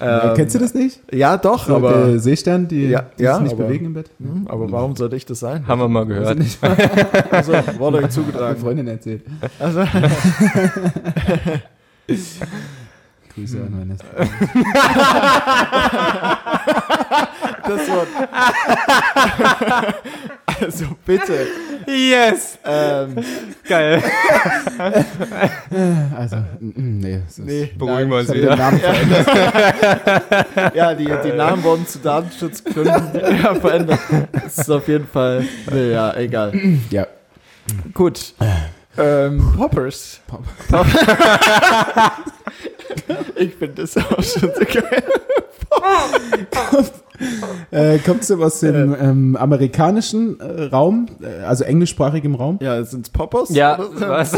[SPEAKER 1] Ähm,
[SPEAKER 2] Kennst du das nicht?
[SPEAKER 1] Ja, doch,
[SPEAKER 2] Leute,
[SPEAKER 1] aber,
[SPEAKER 2] Seestern, die,
[SPEAKER 1] Ja,
[SPEAKER 2] die
[SPEAKER 1] ja,
[SPEAKER 2] sich nicht
[SPEAKER 1] aber-
[SPEAKER 2] bewegen im Bett?
[SPEAKER 1] Hm, aber warum sollte ich das sein?
[SPEAKER 3] Haben wir mal gehört.
[SPEAKER 1] Also,
[SPEAKER 2] <laughs>
[SPEAKER 1] wurde euch
[SPEAKER 2] Eine
[SPEAKER 1] zugetragen.
[SPEAKER 2] Freundin erzählt.
[SPEAKER 1] Also,
[SPEAKER 2] Grüße an Vanessa.
[SPEAKER 1] das Wort. Also bitte.
[SPEAKER 3] Yes!
[SPEAKER 1] Ähm,
[SPEAKER 3] Geil.
[SPEAKER 2] <laughs> Also, mm, mm, nee. es ist-
[SPEAKER 1] nee.
[SPEAKER 3] Beruhigen wir
[SPEAKER 2] Ich
[SPEAKER 3] uns
[SPEAKER 2] hab den
[SPEAKER 3] wieder. <laughs>
[SPEAKER 2] Namen verändert.
[SPEAKER 1] Ja, die, die Namen wurden zu
[SPEAKER 3] <laughs>
[SPEAKER 1] Datenschutzgründen ja, verändert. Das ist auf jeden Fall. Nee, ja, egal.
[SPEAKER 2] Ja.
[SPEAKER 1] Gut. Ähm, Poppers.
[SPEAKER 2] Pop-
[SPEAKER 1] Pop <laughs> ich finde das auch schon so geil.
[SPEAKER 2] Äh, kommst du aus dem ähm, amerikanischen äh, Raum, äh, also englischsprachigem Raum?
[SPEAKER 1] Ja, sind's Poppers?
[SPEAKER 3] Ja,
[SPEAKER 1] Oder,
[SPEAKER 3] was?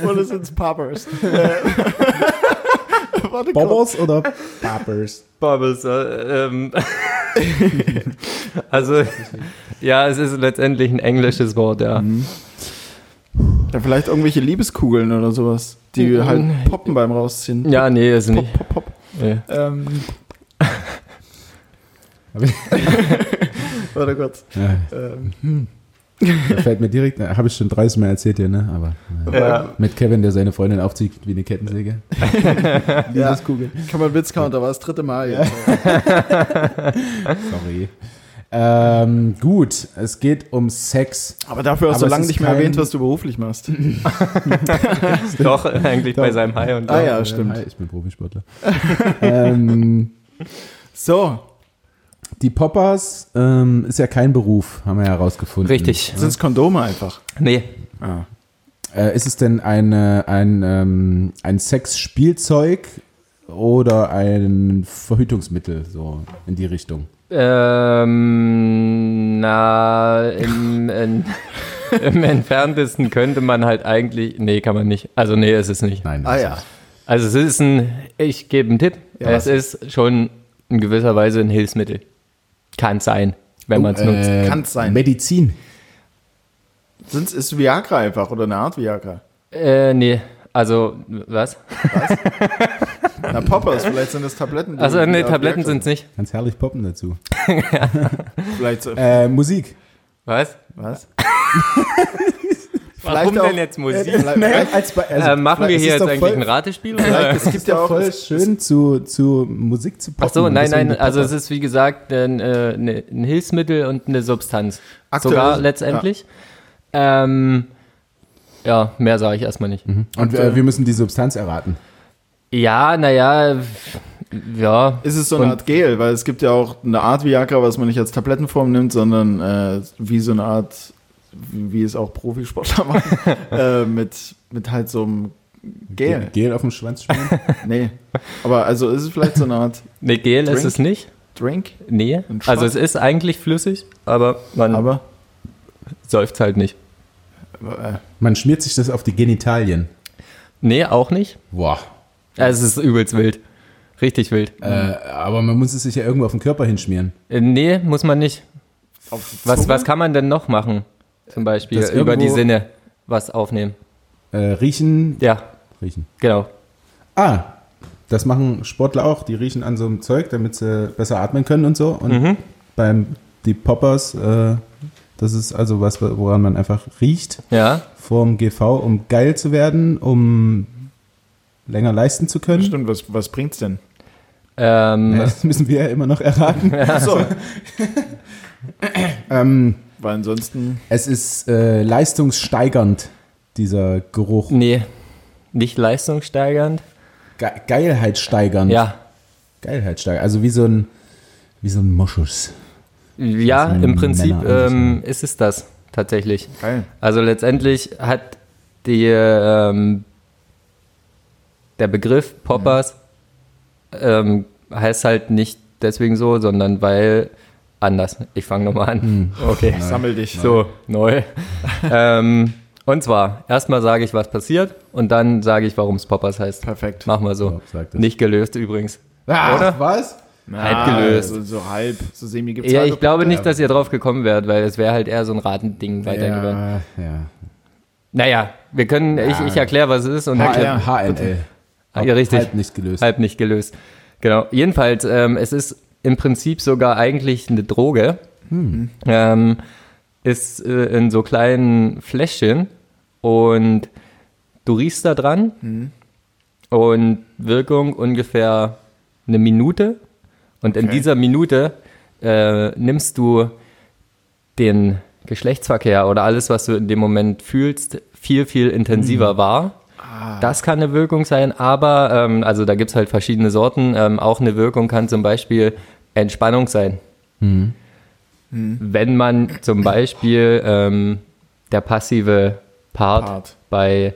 [SPEAKER 1] <laughs> oder sind's Poppers? Äh, <laughs> Warte, kurz.
[SPEAKER 2] Bobbers oder Poppers?
[SPEAKER 3] Bubbles. äh, Ähm. <laughs> also, ja, es ist letztendlich ein englisches Wort, ja.
[SPEAKER 1] Ja, vielleicht irgendwelche Liebeskugeln oder sowas, die
[SPEAKER 3] Mhm.
[SPEAKER 1] halt poppen beim Rausziehen.
[SPEAKER 3] Ja, nee, ist nicht.
[SPEAKER 1] Pop, pop, pop.
[SPEAKER 3] Nee. <laughs>
[SPEAKER 1] Ähm.
[SPEAKER 2] Hab ich-
[SPEAKER 1] <laughs> Warte kurz.
[SPEAKER 2] <laughs> Ja,
[SPEAKER 1] Ähm,
[SPEAKER 2] da fällt mir direkt, habe ich schon 30 Mal erzählt dir, ne? Aber äh,
[SPEAKER 3] Ja.
[SPEAKER 2] mit Kevin, der seine Freundin aufzieht wie eine Kettensäge. Liebeskugel.
[SPEAKER 1] Kann man Witzcounter, war das dritte Mal jetzt.
[SPEAKER 2] Sorry. Ähm, gut, es geht um Sex.
[SPEAKER 1] Aber dafür hast du
[SPEAKER 2] Aber es
[SPEAKER 1] lange
[SPEAKER 2] ist
[SPEAKER 1] nicht mehr
[SPEAKER 2] kein-
[SPEAKER 1] erwähnt, was du beruflich machst.
[SPEAKER 3] Doch, eigentlich bei seinem High und
[SPEAKER 1] Ah
[SPEAKER 3] Low.
[SPEAKER 1] ja,
[SPEAKER 2] Äh,
[SPEAKER 1] stimmt.
[SPEAKER 2] hi, Ich bin Profisportler. ähm,
[SPEAKER 1] So,
[SPEAKER 2] die Poppers ähm, ist ja kein Beruf, haben wir ja herausgefunden.
[SPEAKER 3] Richtig.
[SPEAKER 1] sind's Kondome einfach.
[SPEAKER 3] Nee.
[SPEAKER 2] Äh, ist es denn eine, ein, ähm, ein Sexspielzeug oder ein Verhütungsmittel, so in die Richtung?
[SPEAKER 3] Ähm, na, im,
[SPEAKER 2] <laughs>
[SPEAKER 3] in, im entferntesten könnte man halt eigentlich. Nee, kann man nicht. Also, nee, ist es nicht.
[SPEAKER 2] Nein.
[SPEAKER 1] Ah ja.
[SPEAKER 3] Also, es ist ein. Ich gebe einen Tipp.
[SPEAKER 1] Ja,
[SPEAKER 3] es ist schon in gewisser Weise ein Hilfsmittel. Kann sein, wenn man es nutzt.
[SPEAKER 2] Äh,
[SPEAKER 1] Kann's sein.
[SPEAKER 2] Medizin.
[SPEAKER 1] Sind's, ist Viagra einfach oder eine Art Viagra?
[SPEAKER 3] Äh, nee. Also, was?
[SPEAKER 1] Na, Poppers, vielleicht sind das Tabletten. die-
[SPEAKER 3] Also, nee,
[SPEAKER 1] die
[SPEAKER 3] Tabletten
[SPEAKER 1] abwirken.
[SPEAKER 3] sind es nicht.
[SPEAKER 2] Ganz herrlich poppen dazu.
[SPEAKER 1] Vielleicht,
[SPEAKER 3] <laughs>
[SPEAKER 1] so-
[SPEAKER 2] Äh, Musik.
[SPEAKER 3] Was?
[SPEAKER 1] was?
[SPEAKER 3] Warum
[SPEAKER 1] auch-
[SPEAKER 3] denn jetzt Musik?
[SPEAKER 1] Vielleicht,
[SPEAKER 2] als bei, also,
[SPEAKER 3] Äh, machen wir
[SPEAKER 2] es ist
[SPEAKER 3] hier jetzt
[SPEAKER 2] doch
[SPEAKER 3] eigentlich
[SPEAKER 2] voll,
[SPEAKER 3] ein Ratespiel?
[SPEAKER 1] vielleicht,
[SPEAKER 3] Oder?
[SPEAKER 1] es gibt ja auch,
[SPEAKER 2] voll schön zu, zu Musik zu poppen.
[SPEAKER 3] Ach so, nein,
[SPEAKER 2] Deswegen
[SPEAKER 3] nein,
[SPEAKER 2] die
[SPEAKER 3] also es
[SPEAKER 2] Popper.
[SPEAKER 3] ist wie gesagt ein, äh, ne- ein Hilfsmittel und eine Substanz.
[SPEAKER 1] Aktuell-
[SPEAKER 3] Sogar letztendlich. Ja, ähm, ja mehr sage ich erstmal nicht.
[SPEAKER 1] Mhm.
[SPEAKER 2] Und äh, wir müssen die Substanz erraten.
[SPEAKER 3] Ja, naja, ja.
[SPEAKER 1] ist es so eine
[SPEAKER 3] Und-
[SPEAKER 1] Art Gel, weil es gibt ja auch eine Art Viagra, was man nicht als Tablettenform nimmt, sondern äh, wie so eine Art, wie wie es auch Profisportler <laughs> machen, äh, mit, mit halt so einem Gel.
[SPEAKER 2] Gel auf dem Schwanz schmieren.
[SPEAKER 1] Nee. Aber also ist es vielleicht so eine Art
[SPEAKER 3] Ne, Gel ist
[SPEAKER 1] Drink?
[SPEAKER 3] es nicht.
[SPEAKER 1] Drink,
[SPEAKER 3] Nee.
[SPEAKER 1] Ein Schwamm?
[SPEAKER 3] Also es ist eigentlich flüssig, aber man
[SPEAKER 1] aber
[SPEAKER 3] säuft halt nicht.
[SPEAKER 1] äh,
[SPEAKER 2] Man schmiert sich das auf die Genitalien.
[SPEAKER 3] Nee, auch nicht.
[SPEAKER 2] Boah.
[SPEAKER 3] Es ist übelst wild. Richtig wild.
[SPEAKER 2] Äh, aber man muss es sich ja irgendwo auf den Körper hinschmieren.
[SPEAKER 3] Äh, Nee, muss man nicht.
[SPEAKER 1] auf die
[SPEAKER 3] Was,
[SPEAKER 1] Zunge?
[SPEAKER 3] was kann man denn noch machen? Zum Beispiel
[SPEAKER 2] Das
[SPEAKER 3] über die
[SPEAKER 2] irgendwo-
[SPEAKER 3] Sinne was aufnehmen.
[SPEAKER 2] Äh, riechen.
[SPEAKER 3] Ja,
[SPEAKER 2] Riechen.
[SPEAKER 3] genau.
[SPEAKER 2] Ah, das machen Sportler auch. Die riechen an so einem Zeug, damit sie besser atmen können und so. Und beim die Poppers, äh, das ist also was, woran man einfach riecht
[SPEAKER 3] Ja.
[SPEAKER 2] vorm GV, um geil zu werden, um länger leisten zu können.
[SPEAKER 1] Stimmt, was, was bringt's denn?
[SPEAKER 3] Ähm,
[SPEAKER 2] Ja, Das müssen wir ja immer
[SPEAKER 1] <laughs>
[SPEAKER 2] noch erraten.
[SPEAKER 1] Achso,
[SPEAKER 2] ähm,
[SPEAKER 1] weil ansonsten
[SPEAKER 2] es ist äh, leistungssteigernd, dieser Geruch.
[SPEAKER 3] Nee, nicht leistungssteigernd.
[SPEAKER 2] Ge Geilheit steigernd.
[SPEAKER 3] Ja.
[SPEAKER 2] Geilheit steigernd. Also wie so ein, wie so ein Moschus.
[SPEAKER 3] Ja,
[SPEAKER 2] sind
[SPEAKER 3] im Prinzip
[SPEAKER 2] Männer eigentlich,
[SPEAKER 3] ähm, ist es das tatsächlich.
[SPEAKER 1] geil.
[SPEAKER 3] Also letztendlich hat die, ähm, der Begriff Poppers ähm, heißt halt nicht deswegen so, sondern weil anders. Ich fange nochmal
[SPEAKER 2] Hm.
[SPEAKER 3] an. Okay.
[SPEAKER 1] Sammel dich.
[SPEAKER 3] So,
[SPEAKER 2] <laughs>
[SPEAKER 3] neu. ähm, und zwar, erstmal sage ich, was passiert und dann sage ich, warum es Poppers heißt.
[SPEAKER 1] Perfekt.
[SPEAKER 3] Machen wir so.
[SPEAKER 2] Ja, sag das.
[SPEAKER 3] Nicht gelöst übrigens.
[SPEAKER 2] Ah,
[SPEAKER 3] Oder?
[SPEAKER 2] was?
[SPEAKER 1] Na,
[SPEAKER 3] Halb gelöst.
[SPEAKER 1] So, so halb, so semi gibt's
[SPEAKER 3] Ja,
[SPEAKER 1] halbe
[SPEAKER 3] ich glaube
[SPEAKER 1] Punkte.
[SPEAKER 3] nicht, dass ihr drauf gekommen wärt, weil es wäre halt eher so ein Ratending weitergegangen.
[SPEAKER 2] Ja, ja.
[SPEAKER 3] Naja, wir können, ich, ich erkläre, was es ist und
[SPEAKER 1] Erklär.
[SPEAKER 3] halb,
[SPEAKER 1] Ja,
[SPEAKER 2] HNL.
[SPEAKER 3] ja, richtig.
[SPEAKER 2] Halb halt nicht gelöst.
[SPEAKER 3] halb nicht gelöst. Genau. Jedenfalls, ähm, es ist im Prinzip sogar eigentlich eine Droge.
[SPEAKER 1] Hm.
[SPEAKER 3] Ähm, ist äh, in so kleinen Fläschchen und du riechst da dran
[SPEAKER 1] Hm.
[SPEAKER 3] und Wirkung ungefähr eine Minute. Und in
[SPEAKER 1] Okay.
[SPEAKER 3] dieser Minute äh, nimmst du den Geschlechtsverkehr oder alles, was du in dem Moment fühlst, viel, viel intensiver
[SPEAKER 1] Mhm.
[SPEAKER 3] wahr.
[SPEAKER 1] Ah.
[SPEAKER 3] Das kann eine Wirkung sein, aber ähm, also da gibt es halt verschiedene Sorten. Ähm, auch eine Wirkung kann zum Beispiel Entspannung sein.
[SPEAKER 1] Mhm.
[SPEAKER 3] Wenn man zum Beispiel ähm, der passive Part,
[SPEAKER 1] Part.
[SPEAKER 3] bei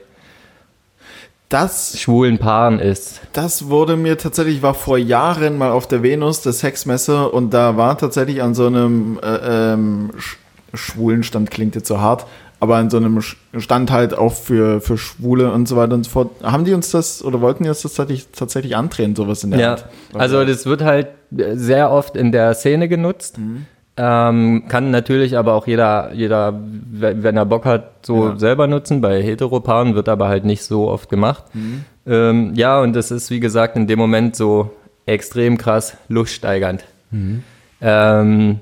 [SPEAKER 1] Das
[SPEAKER 3] schwulen Paaren ist.
[SPEAKER 1] Das wurde mir tatsächlich, ich war vor Jahren mal auf der Venus, der Sexmesse, und da war tatsächlich an so einem äh, ähm, Sch- Schwulenstand, klingt jetzt so hart, aber an so einem Sch- Stand halt auch für, für Schwule und so weiter und so fort. Haben die uns das oder wollten die uns das tatsächlich, tatsächlich antreten, sowas in der
[SPEAKER 3] Ja,
[SPEAKER 1] Art?
[SPEAKER 3] also das wird halt sehr oft in der Szene genutzt. Ähm, kann natürlich aber auch jeder, jeder, we- wenn er Bock hat, so
[SPEAKER 1] Ja.
[SPEAKER 3] selber nutzen. Bei Heteropaaren wird aber halt nicht so oft gemacht. Ähm, ja, und das ist, wie gesagt, in dem Moment so extrem krass luststeigernd. Ähm,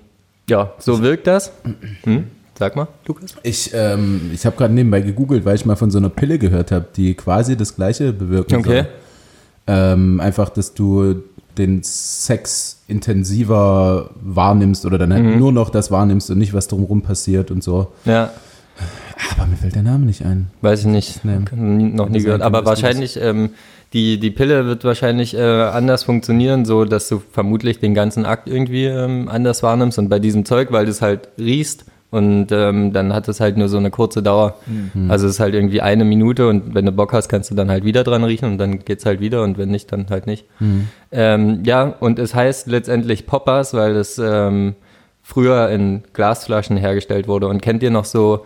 [SPEAKER 3] ja, so wirkt das. Hm? Sag mal, Lukas.
[SPEAKER 2] Ich, ähm, ich habe gerade nebenbei gegoogelt, weil ich mal von so einer Pille gehört habe, die quasi das Gleiche bewirken
[SPEAKER 3] Okay.
[SPEAKER 2] soll. Ähm, einfach, dass du den Sex intensiver wahrnimmst oder dann halt
[SPEAKER 3] Mhm.
[SPEAKER 2] nur noch das wahrnimmst und nicht, was drumherum passiert und so.
[SPEAKER 3] Ja,
[SPEAKER 2] Aber mir fällt der Name nicht ein.
[SPEAKER 3] weiß ich nicht.
[SPEAKER 2] Nee.
[SPEAKER 3] Kann- Noch
[SPEAKER 2] Hätte
[SPEAKER 3] nie
[SPEAKER 2] sein
[SPEAKER 3] gehört.
[SPEAKER 2] können,
[SPEAKER 3] Aber
[SPEAKER 2] dass du
[SPEAKER 3] wahrscheinlich, ähm, die, die Pille wird wahrscheinlich äh, anders funktionieren, so dass du vermutlich den ganzen Akt irgendwie ähm, anders wahrnimmst. Und bei diesem Zeug, weil du es halt riechst und ähm, dann hat es halt nur so eine kurze Dauer.
[SPEAKER 2] Mhm.
[SPEAKER 3] Also es ist halt irgendwie eine Minute und wenn du Bock hast, kannst du dann halt wieder dran riechen und dann geht's halt wieder und wenn nicht, dann halt nicht.
[SPEAKER 2] Mhm.
[SPEAKER 3] Ähm, ja, und es heißt letztendlich Poppers, weil das ähm, früher in Glasflaschen hergestellt wurde. Und kennt ihr noch so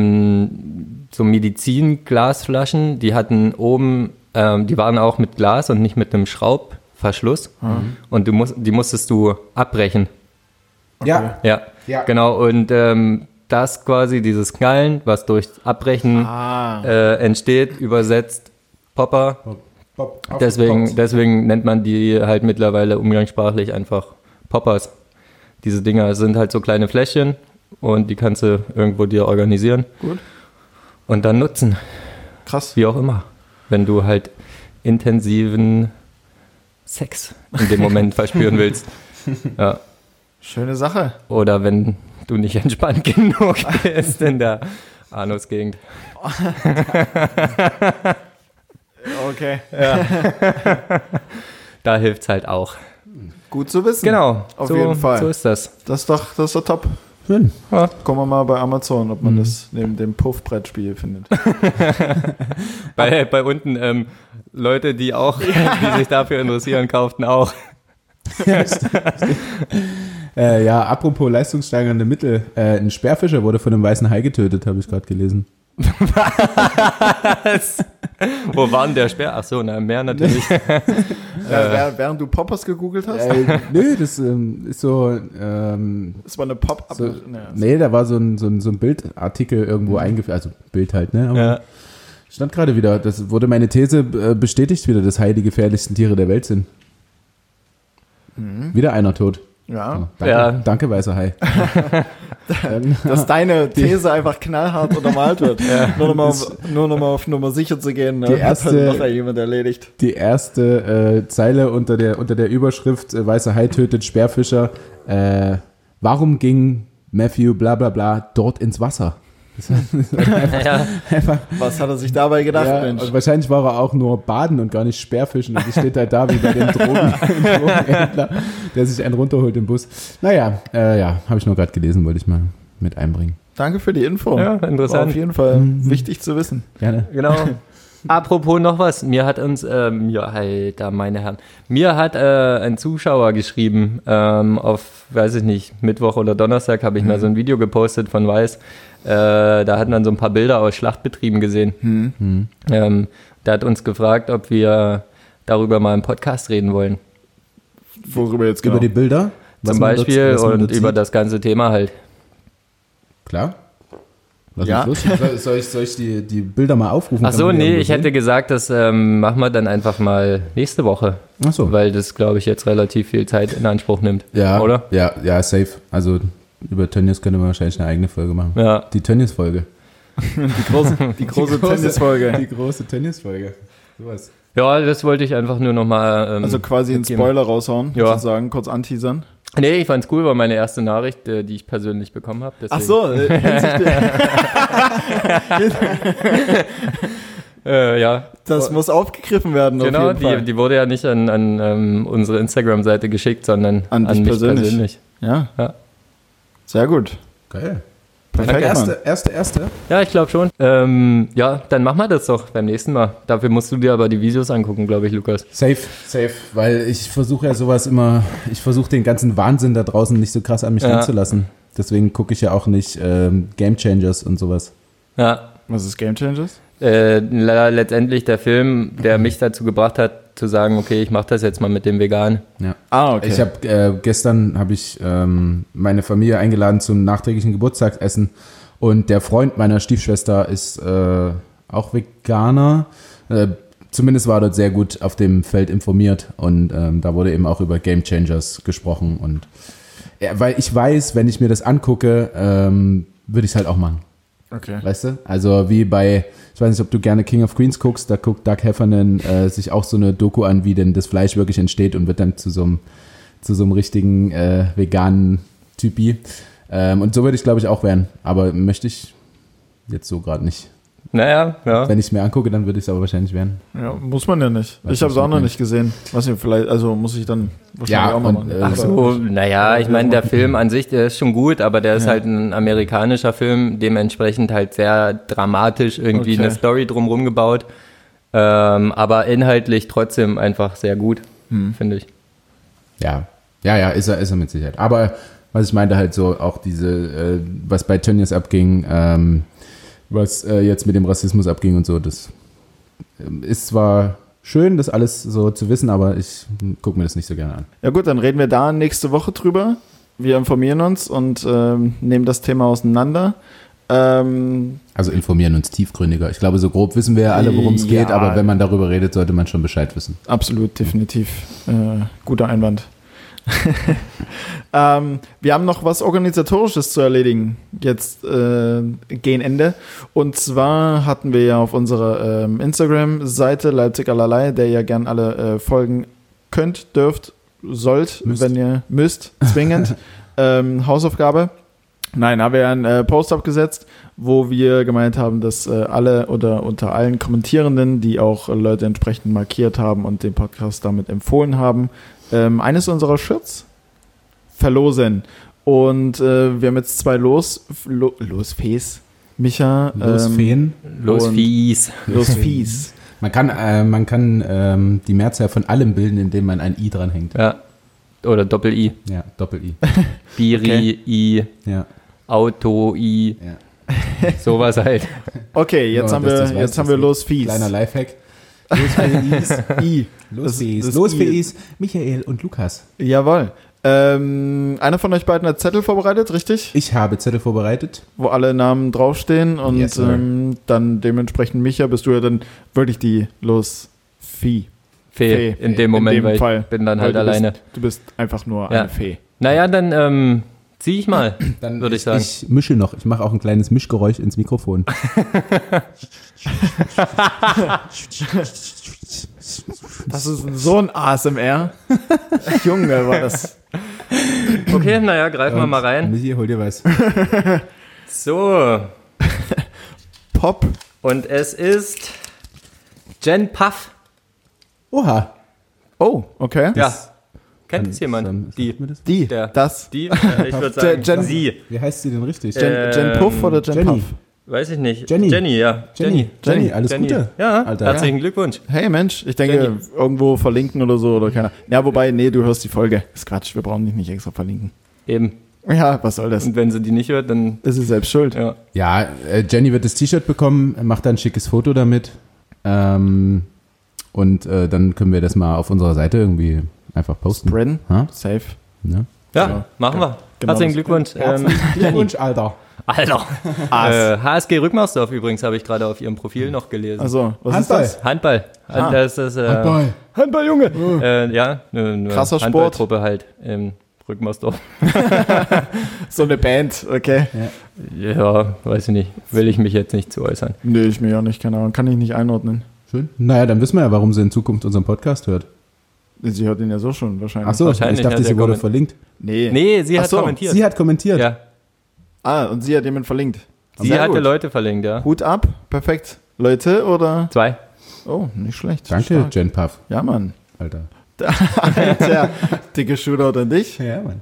[SPEAKER 3] ähm, so Medizinglasflaschen, die hatten oben, ähm, die waren auch mit Glas und nicht mit einem Schraubverschluss. Und du musst, die musstest du abbrechen.
[SPEAKER 2] Ja.
[SPEAKER 3] Ja,
[SPEAKER 2] Ja.
[SPEAKER 3] genau. Und ähm, das quasi, dieses Knallen, was durch Abbrechen
[SPEAKER 1] Ah.
[SPEAKER 3] äh, entsteht, übersetzt Popper.
[SPEAKER 2] Pop, auf-
[SPEAKER 3] Deswegen,
[SPEAKER 2] Pop.
[SPEAKER 3] deswegen nennt man die halt mittlerweile umgangssprachlich einfach Poppers. Diese Dinger sind halt so kleine Fläschchen und die kannst du irgendwo dir organisieren.
[SPEAKER 1] Gut.
[SPEAKER 3] Und dann nutzen,
[SPEAKER 1] Krass.
[SPEAKER 3] wie auch immer. Wenn du halt intensiven Sex in dem Moment verspüren willst. Ja.
[SPEAKER 1] Schöne Sache.
[SPEAKER 3] Oder wenn du nicht entspannt <laughs> genug bist in der Anusgegend.
[SPEAKER 1] Okay.
[SPEAKER 3] Da hilft's halt auch.
[SPEAKER 1] Gut zu wissen.
[SPEAKER 3] Genau.
[SPEAKER 1] Auf
[SPEAKER 3] so,
[SPEAKER 1] jeden Fall.
[SPEAKER 3] So ist das.
[SPEAKER 1] Das ist doch, das ist doch top.
[SPEAKER 2] Schön.
[SPEAKER 1] Gucken wir mal bei Amazon,
[SPEAKER 3] Mhm.
[SPEAKER 1] ob man das neben dem Puffbrettspiel findet.
[SPEAKER 3] Bei, bei unten ähm, Leute, die auch, <laughs> die sich dafür interessieren, kauften auch.
[SPEAKER 2] Äh, ja, apropos leistungssteigernde Mittel. Äh, ein Sperrfischer wurde von einem weißen Hai getötet, habe ich gerade gelesen.
[SPEAKER 3] <laughs> Wo war denn der Sperr? Ach so, na, im
[SPEAKER 1] <laughs>
[SPEAKER 3] Meer natürlich. Äh.
[SPEAKER 1] Ja, während, während du Poppers gegoogelt hast,
[SPEAKER 2] Äh, nö, das ähm, ist so. Ähm,
[SPEAKER 1] ist mal eine Pop-Up.
[SPEAKER 2] so
[SPEAKER 1] Naja,
[SPEAKER 2] nee, da war so ein, so ein, so ein Bildartikel irgendwo eingeführt. Also Bild halt, ne? Aber
[SPEAKER 3] Mhm. ja.
[SPEAKER 2] Stand gerade wieder. Das wurde meine These äh, bestätigt wieder, dass Haie die gefährlichsten Tiere der Welt sind. Wieder einer tot.
[SPEAKER 1] ja.
[SPEAKER 2] Oh, danke,
[SPEAKER 3] Mhm. Ja.
[SPEAKER 2] danke, weißer Hai. Dann-
[SPEAKER 1] Dass deine These einfach knallhart untermalt wird. Nur nochmal auf, nur noch mal auf Nummer sicher zu gehen.
[SPEAKER 2] Die
[SPEAKER 1] ne? Hat halt
[SPEAKER 2] erste-
[SPEAKER 1] noch jemand erledigt.
[SPEAKER 2] die erste äh, Zeile unter der, unter der Überschrift äh, Weißer Hai tötet Sperrfischer. Äh, warum ging Matthew bla bla bla dort ins Wasser?
[SPEAKER 3] Ja.
[SPEAKER 2] Einfach,
[SPEAKER 1] Was hat er sich dabei gedacht,
[SPEAKER 2] ja,
[SPEAKER 1] Mensch?
[SPEAKER 2] und wahrscheinlich war er auch nur baden und gar nicht Sperrfischen. Und ich steht halt da wie bei dem Drogen, Drogenhändler, der sich einen runterholt im Bus. Naja, äh, ja, habe ich nur gerade gelesen, wollte ich mal mit einbringen.
[SPEAKER 1] Danke für die Info.
[SPEAKER 3] Ja,
[SPEAKER 1] War auf
[SPEAKER 3] interessant.
[SPEAKER 1] jeden Fall wichtig zu wissen.
[SPEAKER 2] Gerne.
[SPEAKER 3] Genau. <laughs> Apropos noch was, mir hat uns, ähm, ja, Alter, meine Herren, mir hat äh, ein Zuschauer geschrieben, ähm, auf, weiß ich nicht, Mittwoch oder Donnerstag habe ich mal so ein Video gepostet von Weiß, äh, da hat man so ein paar Bilder aus Schlachtbetrieben gesehen.
[SPEAKER 2] Mhm.
[SPEAKER 3] Ähm, der hat uns gefragt, ob wir darüber mal im Podcast reden wollen.
[SPEAKER 1] Worüber jetzt genau?
[SPEAKER 2] Über die Bilder? was
[SPEAKER 3] Zum
[SPEAKER 2] man dort-
[SPEAKER 3] Beispiel
[SPEAKER 2] was man
[SPEAKER 3] und
[SPEAKER 2] dort
[SPEAKER 3] über
[SPEAKER 2] sieht.
[SPEAKER 3] das ganze Thema halt.
[SPEAKER 2] Klar. Lass
[SPEAKER 1] Ja.
[SPEAKER 2] mich los. Soll, soll ich, soll ich die, die Bilder mal aufrufen?
[SPEAKER 3] Ach
[SPEAKER 2] Kann
[SPEAKER 3] so,
[SPEAKER 2] man die
[SPEAKER 3] nee,
[SPEAKER 2] irgendwo
[SPEAKER 3] ich
[SPEAKER 2] sehen?
[SPEAKER 3] hätte gesagt, das ähm, machen wir dann einfach mal nächste Woche,
[SPEAKER 2] Ach
[SPEAKER 1] Oh.
[SPEAKER 2] so.
[SPEAKER 3] weil das, glaube ich, jetzt relativ viel Zeit in Anspruch nimmt.
[SPEAKER 2] ja,
[SPEAKER 3] Oder?
[SPEAKER 2] Ja, ja, safe. Also über Tönnies könnte man wahrscheinlich eine eigene Folge machen.
[SPEAKER 3] Ja.
[SPEAKER 2] Die Tönnies-Folge.
[SPEAKER 1] große, genau- <laughs> die große, Tennisfolge.
[SPEAKER 2] Die große Tönnies-Folge. Sowas.
[SPEAKER 3] Ja, das wollte ich einfach nur nochmal. Ähm,
[SPEAKER 1] Also quasi einen
[SPEAKER 3] mitgeben.
[SPEAKER 1] Spoiler raushauen,
[SPEAKER 3] Ja.
[SPEAKER 1] sozusagen, kurz anteasern.
[SPEAKER 3] Nee, ich fand's cool, war meine erste Nachricht, äh, die ich persönlich bekommen habe.
[SPEAKER 1] Ach so, äh, hinsichtlich-
[SPEAKER 3] Äh, ja,
[SPEAKER 1] <laughs> das muss aufgegriffen werden. auf
[SPEAKER 3] genau.
[SPEAKER 1] jeden Fall.
[SPEAKER 3] Die, die wurde ja nicht an, an ähm, unsere Instagram-Seite geschickt, sondern
[SPEAKER 1] An
[SPEAKER 3] an,
[SPEAKER 1] dich
[SPEAKER 3] mich
[SPEAKER 1] persönlich.
[SPEAKER 3] persönlich.
[SPEAKER 1] Ja.
[SPEAKER 3] Ja.
[SPEAKER 1] Sehr gut.
[SPEAKER 2] Geil.
[SPEAKER 1] Perfekt, Mann.
[SPEAKER 2] Erste, erste, erste.
[SPEAKER 3] Ja, ich glaube schon. Ähm, ja, dann machen wir das doch beim nächsten Mal. Dafür musst du dir aber die Videos angucken, glaube ich, Lukas.
[SPEAKER 2] Safe, safe, weil ich versuche ja sowas immer, ich versuche den ganzen Wahnsinn da draußen nicht so krass an mich
[SPEAKER 3] Ja.
[SPEAKER 2] ranzulassen. Deswegen gucke ich ja auch nicht ähm, Game Changers und sowas.
[SPEAKER 3] Ja.
[SPEAKER 1] Was ist Game Changers?
[SPEAKER 3] Äh, le- letztendlich der Film, der mich dazu gebracht hat, zu sagen, okay, ich mache das jetzt mal mit dem Vegan.
[SPEAKER 2] Ja.
[SPEAKER 1] Ah, okay.
[SPEAKER 2] Ich habe äh, gestern habe ich ähm, meine Familie eingeladen zum nachträglichen Geburtstagsessen und der Freund meiner Stiefschwester ist äh, auch Veganer. Äh, zumindest war er dort sehr gut auf dem Feld informiert und ähm, da wurde eben auch über Game Changers gesprochen und ja, weil ich weiß, wenn ich mir das angucke, ähm, würde ich es halt auch machen.
[SPEAKER 1] okay.
[SPEAKER 2] Weißt du? Also wie bei, ich weiß nicht, ob du gerne King of Queens guckst, da guckt Doug Heffernan äh, sich auch so eine Doku an, wie denn das Fleisch wirklich entsteht und wird dann zu so einem, zu so einem richtigen äh, veganen Typi. Ähm, und so würde ich, glaube ich, auch werden. Aber möchte ich jetzt so gerade nicht.
[SPEAKER 3] Naja, ja.
[SPEAKER 2] Wenn ich es mir angucke, dann würde ich es aber wahrscheinlich werden.
[SPEAKER 1] Ja, muss man ja nicht.
[SPEAKER 2] Weiß
[SPEAKER 1] ich habe es
[SPEAKER 2] nicht,
[SPEAKER 1] auch noch
[SPEAKER 2] okay.
[SPEAKER 1] nicht gesehen. Was ich vielleicht, also muss ich dann wahrscheinlich
[SPEAKER 2] Ja,
[SPEAKER 1] auch noch
[SPEAKER 2] und,
[SPEAKER 1] machen.
[SPEAKER 2] äh,
[SPEAKER 1] Aber-
[SPEAKER 2] Ach
[SPEAKER 3] So, naja, ich meine, der Film an sich, der ist schon gut, aber der ist halt ein amerikanischer Film, dementsprechend halt sehr dramatisch irgendwie
[SPEAKER 1] Okay.
[SPEAKER 3] eine Story drumherum gebaut. Ähm, aber inhaltlich trotzdem einfach sehr gut,
[SPEAKER 1] Hm.
[SPEAKER 3] finde ich.
[SPEAKER 2] Ja, ja, ja, ist er, ist er mit Sicherheit. Aber was ich meinte halt so, auch diese, äh, was bei Tönnies abging, ähm, was äh, jetzt mit dem Rassismus abging und so, das ähm, ist zwar schön, das alles so zu wissen, aber ich gucke mir das nicht so gerne an.
[SPEAKER 1] Ja gut, dann reden wir da nächste Woche drüber. wir informieren uns und ähm, nehmen das Thema auseinander. Ähm,
[SPEAKER 2] Also informieren uns tiefgründiger. Ich glaube, so grob wissen wir ja alle, worum es geht,
[SPEAKER 1] Ja.
[SPEAKER 2] aber wenn man darüber redet, sollte man schon Bescheid wissen.
[SPEAKER 1] absolut, definitiv. Äh, guter Einwand. ähm, wir haben noch was Organisatorisches zu erledigen, jetzt äh, gegen Ende. Und zwar hatten wir ja auf unserer ähm, Instagram-Seite Leipzig allerlei, der ihr gern alle äh, folgen könnt, dürft, sollt,
[SPEAKER 2] Müsst.
[SPEAKER 1] wenn ihr müsst, zwingend. ähm, Hausaufgabe. Nein, haben wir einen äh, Post abgesetzt, wo wir gemeint haben, dass äh, alle oder unter allen Kommentierenden, die auch äh, Leute entsprechend markiert haben und den Podcast damit empfohlen haben, ähm, eines unserer Shirts verlosen. Und äh, wir haben jetzt zwei Los, Lo, Losfees. Micha, ähm,
[SPEAKER 2] Losfeen.
[SPEAKER 3] Los,
[SPEAKER 1] Und-
[SPEAKER 3] Fies.
[SPEAKER 2] <laughs>
[SPEAKER 1] Losfees.
[SPEAKER 2] Man kann, äh, man kann ähm, die Mehrzahl von allem bilden, indem man ein I dranhängt.
[SPEAKER 3] Ja. Oder Doppel-I.
[SPEAKER 2] Ja, Doppel-I.
[SPEAKER 3] Biri,
[SPEAKER 1] Okay.
[SPEAKER 3] I,
[SPEAKER 2] Ja,
[SPEAKER 3] Auto-I,
[SPEAKER 2] ja.
[SPEAKER 1] <laughs>
[SPEAKER 3] sowas halt.
[SPEAKER 1] Okay, jetzt
[SPEAKER 2] Ja,
[SPEAKER 1] haben
[SPEAKER 2] dass
[SPEAKER 1] wir,
[SPEAKER 2] das weiß,
[SPEAKER 1] jetzt haben
[SPEAKER 2] dass
[SPEAKER 1] wir
[SPEAKER 2] die-
[SPEAKER 1] Losfees.
[SPEAKER 2] Kleiner Lifehack.
[SPEAKER 1] <laughs>
[SPEAKER 2] Losfees.
[SPEAKER 1] I. Das-
[SPEAKER 2] Losfees.
[SPEAKER 1] das
[SPEAKER 2] Losfees. Michael und Lukas.
[SPEAKER 1] Jawohl. Ähm, einer von euch beiden hat Zettel vorbereitet, richtig?
[SPEAKER 2] Ich habe Zettel vorbereitet.
[SPEAKER 1] Wo alle Namen draufstehen und
[SPEAKER 2] Yes, sir.
[SPEAKER 1] ähm, dann dementsprechend Micha, bist du ja dann wirklich die Losfee.
[SPEAKER 3] Fee,
[SPEAKER 1] Fee.
[SPEAKER 3] in dem
[SPEAKER 1] In
[SPEAKER 3] Moment,
[SPEAKER 1] dem
[SPEAKER 3] weil ich
[SPEAKER 1] Fall.
[SPEAKER 3] bin dann
[SPEAKER 1] Weil
[SPEAKER 3] halt
[SPEAKER 1] du
[SPEAKER 3] alleine.
[SPEAKER 1] Bist, du bist einfach nur
[SPEAKER 3] Ja.
[SPEAKER 1] eine Fee.
[SPEAKER 3] Naja, dann ähm, zieh
[SPEAKER 1] <clears throat>
[SPEAKER 3] ich mal.
[SPEAKER 2] Dann
[SPEAKER 3] Würde ich sagen.
[SPEAKER 2] Ich mische noch. Ich mache auch ein kleines Mischgeräusch ins Mikrofon.
[SPEAKER 1] Das ist so ein ASMR. <laughs> Junge, war das.
[SPEAKER 3] Okay, naja, greifen wir mal rein.
[SPEAKER 2] Michi, hol dir
[SPEAKER 3] <laughs>
[SPEAKER 2] was.
[SPEAKER 3] So,
[SPEAKER 1] Pop.
[SPEAKER 3] und es ist Jen Puff.
[SPEAKER 2] Oha.
[SPEAKER 1] Oh, okay.
[SPEAKER 3] Ja. Kennt
[SPEAKER 2] Dann
[SPEAKER 3] es jemand?
[SPEAKER 2] ist, ähm,
[SPEAKER 3] die.
[SPEAKER 2] sagt mir das?
[SPEAKER 1] Die,
[SPEAKER 3] Der.
[SPEAKER 1] das.
[SPEAKER 3] Die? Ja, ich würde sagen,
[SPEAKER 1] Jen-
[SPEAKER 3] sie.
[SPEAKER 2] Wie heißt sie denn richtig?
[SPEAKER 1] Jen, Jen Puff
[SPEAKER 3] Ähm,
[SPEAKER 1] oder Jen
[SPEAKER 2] Jenny.
[SPEAKER 1] Puff?
[SPEAKER 3] Weiß ich nicht.
[SPEAKER 2] Jenny.
[SPEAKER 3] Jenny, ja. Jenny.
[SPEAKER 2] Jenny, alles
[SPEAKER 3] Jenny.
[SPEAKER 2] Gute.
[SPEAKER 3] Ja,
[SPEAKER 2] Alter.
[SPEAKER 3] herzlichen Glückwunsch.
[SPEAKER 1] Hey Mensch, ich denke,
[SPEAKER 3] Jenny.
[SPEAKER 1] irgendwo verlinken oder so oder keiner. Ja, wobei, nee, du hörst die Folge. Ist Quatsch, wir brauchen dich nicht extra verlinken.
[SPEAKER 3] Eben.
[SPEAKER 1] Ja, was soll das?
[SPEAKER 3] Und wenn sie die nicht hört, dann.
[SPEAKER 1] Es ist selbst schuld.
[SPEAKER 3] Ja.
[SPEAKER 2] Ja, äh, Jenny wird das T-Shirt bekommen, macht da ein schickes Foto damit. Ähm, und äh, dann können wir das mal auf unserer Seite irgendwie einfach posten.
[SPEAKER 1] Brenn,
[SPEAKER 2] Ha?
[SPEAKER 1] safe.
[SPEAKER 2] Ne?
[SPEAKER 3] Ja,
[SPEAKER 1] Ja.
[SPEAKER 3] machen wir.
[SPEAKER 1] Genau
[SPEAKER 3] Herzlichen
[SPEAKER 1] das-
[SPEAKER 3] Glückwunsch. Ähm,
[SPEAKER 2] Glückwunsch, Alter.
[SPEAKER 3] Alter. Äh, HSG Rückmarsdorf übrigens habe ich gerade auf ihrem Profil noch gelesen.
[SPEAKER 1] Also, was
[SPEAKER 2] Handball.
[SPEAKER 1] ist das?
[SPEAKER 3] Handball.
[SPEAKER 1] Ah.
[SPEAKER 3] Das ist äh,
[SPEAKER 2] Handball.
[SPEAKER 3] Handball, Junge. Äh, ja, eine, eine
[SPEAKER 1] Krasser Sport.
[SPEAKER 3] Handballtruppe halt im Rückmarsdorf.
[SPEAKER 1] So eine Band, okay.
[SPEAKER 3] Ja, weiß ich nicht. Will ich mich jetzt nicht zu äußern.
[SPEAKER 1] Nee, ich mir auch nicht, keine Ahnung. Kann ich nicht einordnen.
[SPEAKER 2] Schön. Naja, dann wissen wir ja, warum sie in Zukunft unseren Podcast hört.
[SPEAKER 1] Sie hört ihn ja so schon wahrscheinlich.
[SPEAKER 2] Ach so, ich
[SPEAKER 3] Wahrscheinlich
[SPEAKER 2] dachte,
[SPEAKER 3] hat
[SPEAKER 2] sie
[SPEAKER 3] er
[SPEAKER 2] wurde
[SPEAKER 3] kommen-
[SPEAKER 2] verlinkt.
[SPEAKER 1] Nee.
[SPEAKER 3] Nee, sie
[SPEAKER 1] Ach
[SPEAKER 3] hat
[SPEAKER 1] so,
[SPEAKER 3] kommentiert.
[SPEAKER 2] Sie hat kommentiert.
[SPEAKER 3] ja,
[SPEAKER 1] Ah, und sie hat jemand verlinkt.
[SPEAKER 3] sie
[SPEAKER 1] Sehr
[SPEAKER 3] hatte
[SPEAKER 1] gut.
[SPEAKER 3] Leute verlinkt, ja.
[SPEAKER 1] Hut ab, perfekt. Leute, oder?
[SPEAKER 3] Zwei.
[SPEAKER 1] Oh, nicht schlecht.
[SPEAKER 2] Danke,
[SPEAKER 1] Stark.
[SPEAKER 2] Jen Puff,
[SPEAKER 1] Ja, <laughs> Mann.
[SPEAKER 2] Alter.
[SPEAKER 1] Alter, dicke Shootout an dich.
[SPEAKER 2] Ja, Mann.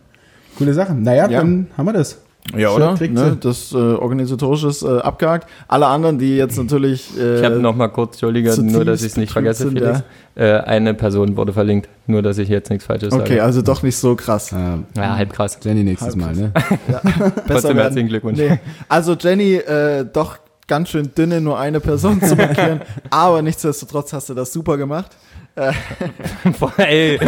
[SPEAKER 2] Coole Sache. Naja,
[SPEAKER 1] Ja.
[SPEAKER 2] dann haben wir das.
[SPEAKER 1] Ja,
[SPEAKER 2] oder?
[SPEAKER 1] Ne, das äh, organisatorische ist äh, abgehakt. Alle anderen, die jetzt natürlich. Äh,
[SPEAKER 3] Ich habe noch mal kurz, Entschuldige,
[SPEAKER 1] zutiefst
[SPEAKER 3] nur dass ich es nicht
[SPEAKER 1] betrübt
[SPEAKER 3] vergesse,
[SPEAKER 1] sind,
[SPEAKER 3] Felix. Äh, eine Person wurde verlinkt, nur dass ich jetzt nichts Falsches
[SPEAKER 1] Okay,
[SPEAKER 3] sage.
[SPEAKER 1] also doch nicht so krass.
[SPEAKER 2] Ähm,
[SPEAKER 3] Ja, halb krass.
[SPEAKER 2] Jenny nächstes Mal, ne?
[SPEAKER 1] Besser
[SPEAKER 3] Trotzdem
[SPEAKER 1] werden.
[SPEAKER 3] herzlichen Glückwunsch. <laughs>
[SPEAKER 1] Nee. Also Jenny, äh, doch ganz schön dünne, nur eine Person zu
[SPEAKER 3] <laughs>
[SPEAKER 1] markieren. aber nichtsdestotrotz hast du das super gemacht.
[SPEAKER 3] Voll,
[SPEAKER 1] <laughs>
[SPEAKER 3] Ey,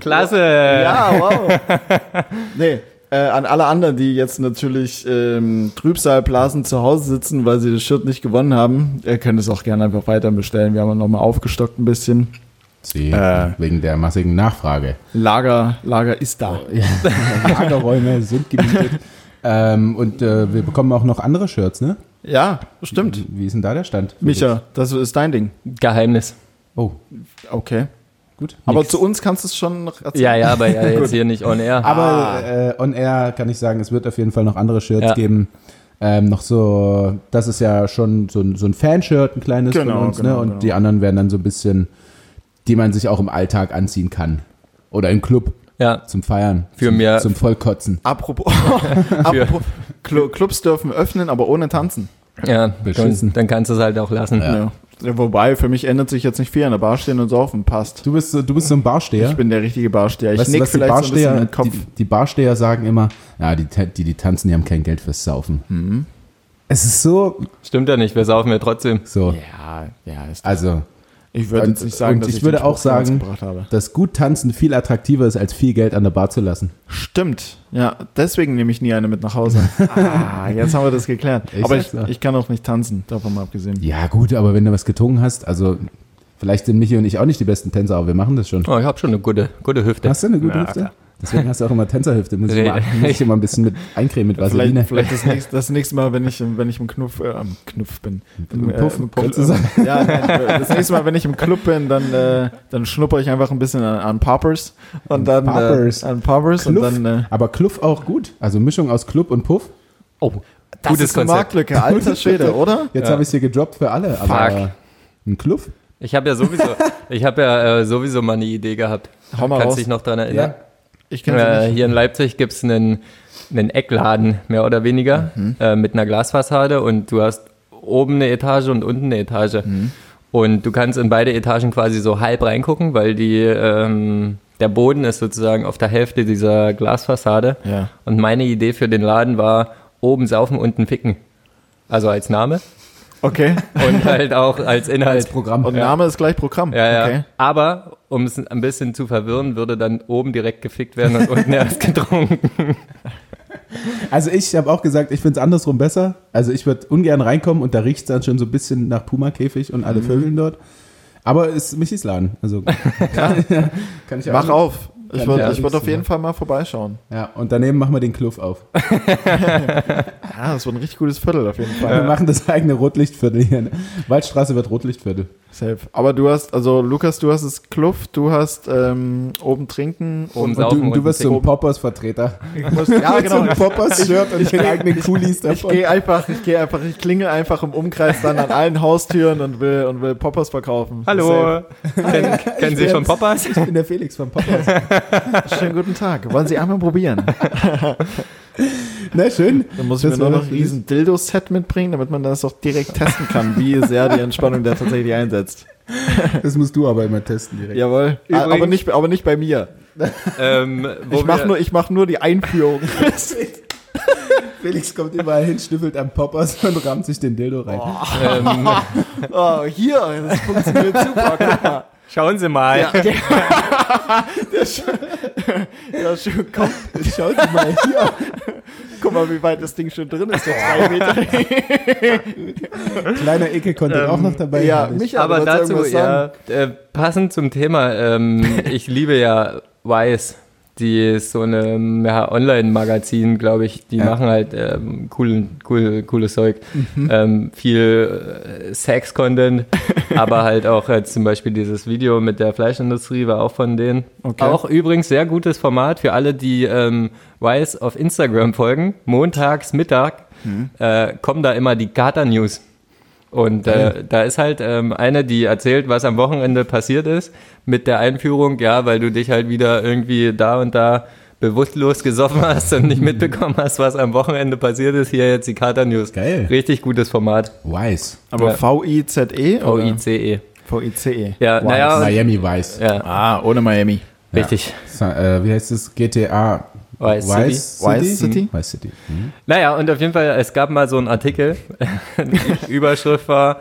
[SPEAKER 3] klasse.
[SPEAKER 1] Ja, wow. Äh. <laughs> nee, äh, an alle anderen, die jetzt natürlich ähm, Trübsalblasen zu Hause sitzen, weil sie das Shirt nicht gewonnen haben, ihr könnt es auch gerne einfach weiter bestellen. Wir haben nochmal aufgestockt ein bisschen.
[SPEAKER 2] Sie,
[SPEAKER 1] Äh.
[SPEAKER 2] wegen der massigen Nachfrage.
[SPEAKER 1] Lager, Lager ist da.
[SPEAKER 2] <laughs> Lagerräume sind gemietet. ähm, und äh, wir bekommen auch noch andere Shirts, ne?
[SPEAKER 1] Ja, stimmt.
[SPEAKER 2] Wie ist denn da der Stand?
[SPEAKER 1] Micha, das ist dein Ding.
[SPEAKER 3] Geheimnis.
[SPEAKER 2] Oh,
[SPEAKER 1] Okay.
[SPEAKER 2] gut.
[SPEAKER 1] Aber
[SPEAKER 2] Nix.
[SPEAKER 1] zu uns kannst du es schon erzählen.
[SPEAKER 3] Ja, ja, aber ja,
[SPEAKER 1] <laughs>
[SPEAKER 3] jetzt hier nicht on air.
[SPEAKER 2] Aber
[SPEAKER 1] Ah.
[SPEAKER 2] äh, on air kann ich sagen, es wird auf jeden Fall noch andere Shirts
[SPEAKER 3] Ja.
[SPEAKER 2] geben. Ähm, noch so, das ist ja schon so ein, so ein Fanshirt, ein kleines
[SPEAKER 1] Genau,
[SPEAKER 2] von uns, ne?
[SPEAKER 1] genau,
[SPEAKER 2] Und
[SPEAKER 1] genau.
[SPEAKER 2] die anderen werden dann so ein bisschen, die man sich auch im Alltag anziehen kann. Oder im Club
[SPEAKER 3] ja,
[SPEAKER 2] zum Feiern.
[SPEAKER 3] Für
[SPEAKER 2] zum,
[SPEAKER 3] mehr-
[SPEAKER 2] Zum Vollkotzen.
[SPEAKER 1] <laughs> Apropos, apropos Clu- Clubs dürfen öffnen, aber ohne tanzen.
[SPEAKER 3] ja
[SPEAKER 2] Beschissen.
[SPEAKER 3] dann, dann kannst du es halt auch lassen.
[SPEAKER 1] Ja. Wobei, für mich ändert sich jetzt nicht viel. An der Bar stehen und saufen passt.
[SPEAKER 2] Du bist so, du bist so ein Barsteher.
[SPEAKER 1] Ich bin der richtige Barsteher. Ich
[SPEAKER 2] Weißt du,
[SPEAKER 1] nick
[SPEAKER 2] was die
[SPEAKER 1] vielleicht so ein bisschen
[SPEAKER 2] Barsteher,
[SPEAKER 1] mit dem Kopf.
[SPEAKER 2] die, die Barsteher sagen immer, ja, die, ta- die, die tanzen, die haben kein Geld fürs Saufen.
[SPEAKER 1] Mhm.
[SPEAKER 2] Es ist so,
[SPEAKER 3] Stimmt ja nicht, wir saufen ja trotzdem.
[SPEAKER 2] so,
[SPEAKER 1] ja, ja, ist
[SPEAKER 2] also,
[SPEAKER 1] Ich würde
[SPEAKER 4] Und-
[SPEAKER 1] jetzt nicht sagen,
[SPEAKER 4] und
[SPEAKER 1] dass
[SPEAKER 4] ich
[SPEAKER 1] ich,
[SPEAKER 4] würde
[SPEAKER 1] den
[SPEAKER 4] auch
[SPEAKER 1] Spruch ganz
[SPEAKER 4] sagen-
[SPEAKER 1] gebracht habe.
[SPEAKER 4] dass gut tanzen viel attraktiver ist, als viel Geld an der Bar zu lassen.
[SPEAKER 1] Stimmt. Ja, deswegen nehme ich nie eine mit nach Hause. ah, jetzt haben wir das geklärt.
[SPEAKER 4] Ich
[SPEAKER 1] Aber
[SPEAKER 4] sag's
[SPEAKER 1] ich,
[SPEAKER 4] doch.
[SPEAKER 1] ich kann auch nicht tanzen, davon mal abgesehen.
[SPEAKER 2] Ja, gut, aber wenn du was getrunken hast, also vielleicht sind Michi und ich auch nicht die besten Tänzer, aber wir machen das schon.
[SPEAKER 3] Oh, ich habe schon eine gute, gute Hüfte.
[SPEAKER 2] Hast du eine gute
[SPEAKER 3] Ja,
[SPEAKER 2] Hüfte?
[SPEAKER 3] klar.
[SPEAKER 2] Deswegen hast du auch immer Tänzerhüfte. Muss ich,
[SPEAKER 3] Nee.
[SPEAKER 2] mal, muss ich immer ein bisschen mit eincremen mit Vaseline.
[SPEAKER 1] Vielleicht, vielleicht das, nächste, das nächste Mal, wenn ich, im- wenn ich im Knuff, äh, am Knuff bin. Im,
[SPEAKER 2] Puff,
[SPEAKER 1] im
[SPEAKER 2] Puff
[SPEAKER 1] Club-
[SPEAKER 2] zusammen.
[SPEAKER 1] ja, nein, das nächste Mal, wenn ich im Club bin, dann, äh, dann schnupper ich einfach ein bisschen an, an Poppers und dann
[SPEAKER 2] Poppers.
[SPEAKER 1] Äh, an Poppers
[SPEAKER 2] Kluff,
[SPEAKER 1] und dann äh,
[SPEAKER 2] aber Kluff auch gut. Also Mischung aus Club und Puff.
[SPEAKER 3] Oh,
[SPEAKER 1] das
[SPEAKER 3] gutes
[SPEAKER 1] ist eine
[SPEAKER 3] Konzept.
[SPEAKER 1] Marktlücke, alter Schwede, oder?
[SPEAKER 2] Jetzt
[SPEAKER 3] Ja.
[SPEAKER 2] habe ich es hier gedroppt für alle. Aber
[SPEAKER 3] Fuck.
[SPEAKER 2] ein Kluff?
[SPEAKER 3] Ich habe ja sowieso, ich habe ja äh, sowieso mal eine Idee gehabt.
[SPEAKER 1] Hau mal
[SPEAKER 3] Kannst
[SPEAKER 1] raus.
[SPEAKER 3] dich noch dran erinnern?
[SPEAKER 1] Ich kenne sie
[SPEAKER 3] Äh,
[SPEAKER 1] nicht.
[SPEAKER 3] hier in Leipzig gibt es einen, einen Eckladen, mehr oder weniger,
[SPEAKER 1] Mhm.
[SPEAKER 3] äh, mit einer Glasfassade und du hast oben eine Etage und unten eine Etage.
[SPEAKER 1] Mhm.
[SPEAKER 3] Und du kannst in beide Etagen quasi so halb reingucken, weil die, ähm, der Boden ist sozusagen auf der Hälfte dieser Glasfassade.
[SPEAKER 1] Ja.
[SPEAKER 3] Und meine Idee für den Laden war, oben saufen, unten ficken. Also als Name
[SPEAKER 1] Okay.
[SPEAKER 3] und halt auch als Inhalt.
[SPEAKER 2] Das
[SPEAKER 1] <laughs>
[SPEAKER 2] Programm.
[SPEAKER 1] Und Name ist gleich Programm.
[SPEAKER 3] Ja, ja.
[SPEAKER 1] Okay.
[SPEAKER 3] Aber, um es ein bisschen zu verwirren, würde dann oben direkt gefickt werden und
[SPEAKER 1] <laughs>
[SPEAKER 3] unten erst getrunken.
[SPEAKER 2] Also ich habe auch gesagt, ich finde es andersrum besser. Also ich würde ungern reinkommen und da riecht es dann schon so ein bisschen nach Puma-Käfig und alle Vögeln dort. Aber es ist Michis Laden. Also kann, <laughs> kann ich auch.
[SPEAKER 1] Mach auf. Ich
[SPEAKER 2] Ja,
[SPEAKER 1] würde
[SPEAKER 2] ja,
[SPEAKER 1] ich würd
[SPEAKER 2] das-
[SPEAKER 1] auf jeden Fall mal vorbeischauen.
[SPEAKER 2] Ja, und daneben machen wir den Kluff auf.
[SPEAKER 1] Ah, das wird ein richtig gutes Viertel auf jeden Fall.
[SPEAKER 2] Wir machen das eigene Rotlichtviertel hier. ne? Waldstraße wird Rotlichtviertel.
[SPEAKER 1] Safe. Aber du hast, also Lukas, du hast das Kluft, du hast ähm, oben trinken
[SPEAKER 3] Oben
[SPEAKER 1] und
[SPEAKER 3] saufen.
[SPEAKER 2] Und du, du
[SPEAKER 3] und
[SPEAKER 2] wirst so ein
[SPEAKER 3] Ficken.
[SPEAKER 2] Poppers-Vertreter.
[SPEAKER 1] ich muss, ja <laughs>
[SPEAKER 2] So
[SPEAKER 1] genau.
[SPEAKER 2] ein Poppers-Shirt und den eigenen Kulis
[SPEAKER 1] Ich
[SPEAKER 2] davon.
[SPEAKER 1] gehe einfach, ich gehe einfach, ich klingel einfach im Umkreis dann an allen Haustüren und will und will Poppers verkaufen.
[SPEAKER 3] Hallo, <laughs> kennen, kennen Sie schon <laughs> Poppers?
[SPEAKER 2] Ich bin der Felix von Poppers.
[SPEAKER 1] Safe. Schönen guten Tag. Wollen Sie einmal probieren?
[SPEAKER 2] <laughs> Na schön.
[SPEAKER 1] Dann muss ich
[SPEAKER 2] Das
[SPEAKER 1] mir
[SPEAKER 2] war
[SPEAKER 1] nur noch
[SPEAKER 2] doch
[SPEAKER 1] ein riesen Dildo-Set mitbringen, damit man das auch direkt testen kann, wie sehr die Entspannung da tatsächlich einsetzt.
[SPEAKER 2] Das musst du aber immer testen direkt.
[SPEAKER 1] Jawohl. Ah,
[SPEAKER 3] Übrigens-
[SPEAKER 1] aber nicht, aber nicht bei mir.
[SPEAKER 3] ähm, wo
[SPEAKER 1] Ich mach
[SPEAKER 3] wir-
[SPEAKER 1] nur, ich mach nur die Einführung.
[SPEAKER 2] Felix kommt überall hin, schnüffelt am Poppers und rammt sich den Dildo rein.
[SPEAKER 3] ähm,
[SPEAKER 1] Oh, hier, das funktioniert <laughs> super. Guck mal.
[SPEAKER 3] <laughs> schauen Sie mal.
[SPEAKER 1] Ja, der, der, Sch- der Sch- komm,
[SPEAKER 2] Schaut mal hier.
[SPEAKER 1] guck mal, wie weit das Ding schon drin ist. So drei Meter.
[SPEAKER 2] Kleiner Ekel-Content auch noch dabei.
[SPEAKER 1] Ja,
[SPEAKER 2] Herrlich.
[SPEAKER 1] mich
[SPEAKER 3] Aber dazu, ja, äh, passend zum Thema, ähm, ich liebe ja Weiß. Die ist so eine ja, Online-Magazin, glaube ich. Die
[SPEAKER 2] Ja.
[SPEAKER 3] machen halt ähm, cool, cool, cooles Zeug. Ähm, viel äh, Sex-Content, aber halt auch äh, zum Beispiel dieses Video mit der Fleischindustrie war auch von denen.
[SPEAKER 1] Okay.
[SPEAKER 3] Auch übrigens sehr gutes Format für alle, die ähm, Weiß auf Instagram folgen. Montags, Mittag äh, kommen da immer die Kater-News. Und äh, da ist halt ähm, eine, die erzählt, was am Wochenende passiert ist, mit der Einführung, ja, weil du dich halt wieder irgendwie da und da bewusstlos gesoffen hast und nicht mitbekommen hast, was am Wochenende passiert ist. Hier jetzt die Kater News.
[SPEAKER 2] Geil.
[SPEAKER 3] Richtig gutes Format.
[SPEAKER 2] Weiß.
[SPEAKER 1] Aber
[SPEAKER 3] Ja.
[SPEAKER 1] V-I-Z-E? E oder?
[SPEAKER 3] OICE.
[SPEAKER 1] V-I-C-E.
[SPEAKER 3] E. Ja, naja,
[SPEAKER 2] Miami Weiß.
[SPEAKER 3] ja,
[SPEAKER 1] Ah, ohne Miami.
[SPEAKER 3] richtig.
[SPEAKER 2] Sa- äh, wie heißt es? GTA Vice
[SPEAKER 3] Vice
[SPEAKER 1] City?
[SPEAKER 2] City?
[SPEAKER 1] Vice City?
[SPEAKER 2] Vice City. Mhm.
[SPEAKER 3] Naja, und auf jeden Fall, es gab mal so einen Artikel, <laughs> die Überschrift war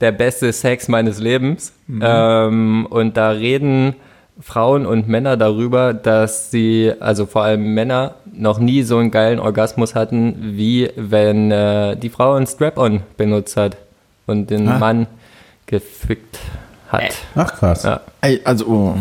[SPEAKER 3] Der beste Sex meines Lebens. Ähm, und da reden Frauen und Männer darüber, dass sie, also vor allem Männer, noch nie so einen geilen Orgasmus hatten, wie wenn äh, die Frau einen Strap-on benutzt hat und den
[SPEAKER 1] Ah.
[SPEAKER 3] Mann gefickt hat.
[SPEAKER 2] Ach krass.
[SPEAKER 3] Ja.
[SPEAKER 1] Ey, also, oh.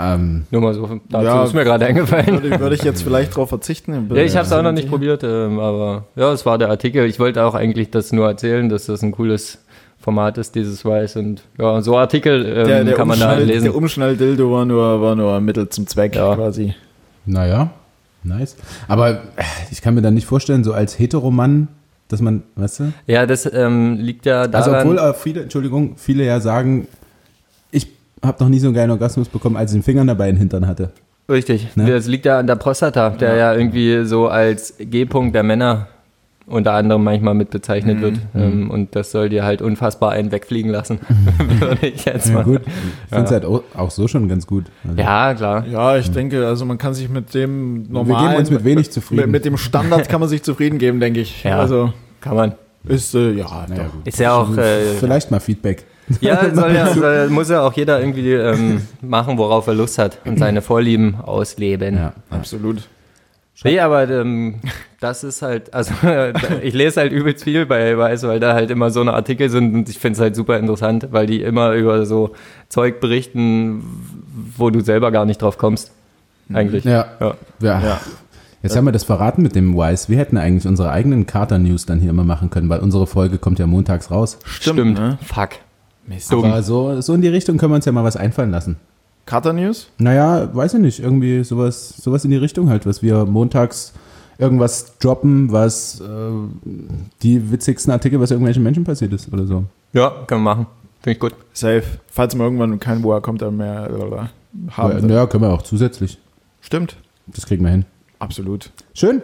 [SPEAKER 2] Ähm,
[SPEAKER 3] Nur mal so, dazu
[SPEAKER 1] Ja.
[SPEAKER 3] ist mir gerade eingefallen.
[SPEAKER 1] würde, würde ich jetzt vielleicht drauf verzichten.
[SPEAKER 3] Ja, ich habe es auch noch nicht probiert, ähm, aber ja, es war der Artikel. Ich wollte auch eigentlich das nur erzählen, dass das ein cooles Format ist, dieses Weiß. Und ja, so Artikel ähm,
[SPEAKER 1] Der, der,
[SPEAKER 3] kann man da
[SPEAKER 1] Umschnall, der Um-
[SPEAKER 3] lesen.
[SPEAKER 1] Umschnall-Dildo war nur, war nur Mittel zum Zweck
[SPEAKER 3] Ja.
[SPEAKER 1] quasi.
[SPEAKER 2] naja, nice. Aber äh, ich kann mir dann nicht vorstellen, so als Heteromann, dass man, weißt du?
[SPEAKER 3] Ja, das ähm, liegt ja
[SPEAKER 2] Also
[SPEAKER 3] daran.
[SPEAKER 2] obwohl äh, viele, Entschuldigung, viele ja sagen, ich habe noch nie so einen geilen Orgasmus bekommen, als ich den Finger dabei in den Hintern hatte.
[SPEAKER 3] richtig.
[SPEAKER 2] Ne?
[SPEAKER 3] Das liegt ja an der Prostata, der ja, irgendwie so als G-Punkt der Männer unter anderem manchmal mit
[SPEAKER 2] Mhm.
[SPEAKER 3] bezeichnet wird. Ähm, und das soll dir halt unfassbar einen wegfliegen
[SPEAKER 2] <laughs>
[SPEAKER 3] lassen. <laughs> Würde ich jetzt
[SPEAKER 2] Ja,
[SPEAKER 3] mal.
[SPEAKER 2] gut. Ich finde es halt auch, auch so schon ganz gut. Also,
[SPEAKER 3] Ja, klar.
[SPEAKER 1] Ja, ich denke, also man kann sich mit dem
[SPEAKER 2] wir
[SPEAKER 1] normalen.
[SPEAKER 2] geben uns mit wenig
[SPEAKER 1] mit,
[SPEAKER 2] zufrieden.
[SPEAKER 1] mit dem Standard kann man sich zufrieden geben, denke ich.
[SPEAKER 3] Ja.
[SPEAKER 1] Also,
[SPEAKER 3] Kann man.
[SPEAKER 1] Ist, äh, ja, naja, gut.
[SPEAKER 3] Ist ja auch. Äh,
[SPEAKER 2] Vielleicht mal Feedback. <laughs>
[SPEAKER 3] ja, soll ja soll, muss ja auch jeder irgendwie ähm, machen, worauf er Lust hat und seine Vorlieben ausleben.
[SPEAKER 1] Absolut.
[SPEAKER 3] Nee, aber ähm, das ist halt, also <laughs> ich lese halt übelst viel bei Weiß, weil da halt immer so eine Artikel sind und ich finde es halt super interessant, weil die immer über so Zeug berichten, wo du selber gar nicht drauf kommst. Eigentlich.
[SPEAKER 2] Mhm. Ja.
[SPEAKER 3] Ja.
[SPEAKER 2] Ja. Jetzt haben wir das verraten mit dem Wise. Wir hätten eigentlich unsere eigenen Carter-News dann hier immer machen können, weil unsere Folge kommt ja montags raus.
[SPEAKER 3] Stimmt.
[SPEAKER 1] ne?
[SPEAKER 3] Fuck.
[SPEAKER 1] Mist.
[SPEAKER 3] Dumm.
[SPEAKER 2] Aber so, so in die Richtung können wir uns ja mal was einfallen lassen.
[SPEAKER 1] Cutter News?
[SPEAKER 2] Naja, weiß ich nicht. Irgendwie sowas, sowas in die Richtung halt, was wir montags irgendwas droppen, was äh, die witzigsten Artikel, was irgendwelchen Menschen passiert ist oder so.
[SPEAKER 3] Ja, können wir machen. Finde ich gut.
[SPEAKER 1] Safe. Falls mal irgendwann kein Woher kommt, dann mehr äh, oder, haben.
[SPEAKER 2] Aber,
[SPEAKER 1] wir.
[SPEAKER 2] naja, können wir auch zusätzlich.
[SPEAKER 1] Stimmt.
[SPEAKER 2] Das kriegen wir hin.
[SPEAKER 1] Absolut.
[SPEAKER 2] Schön.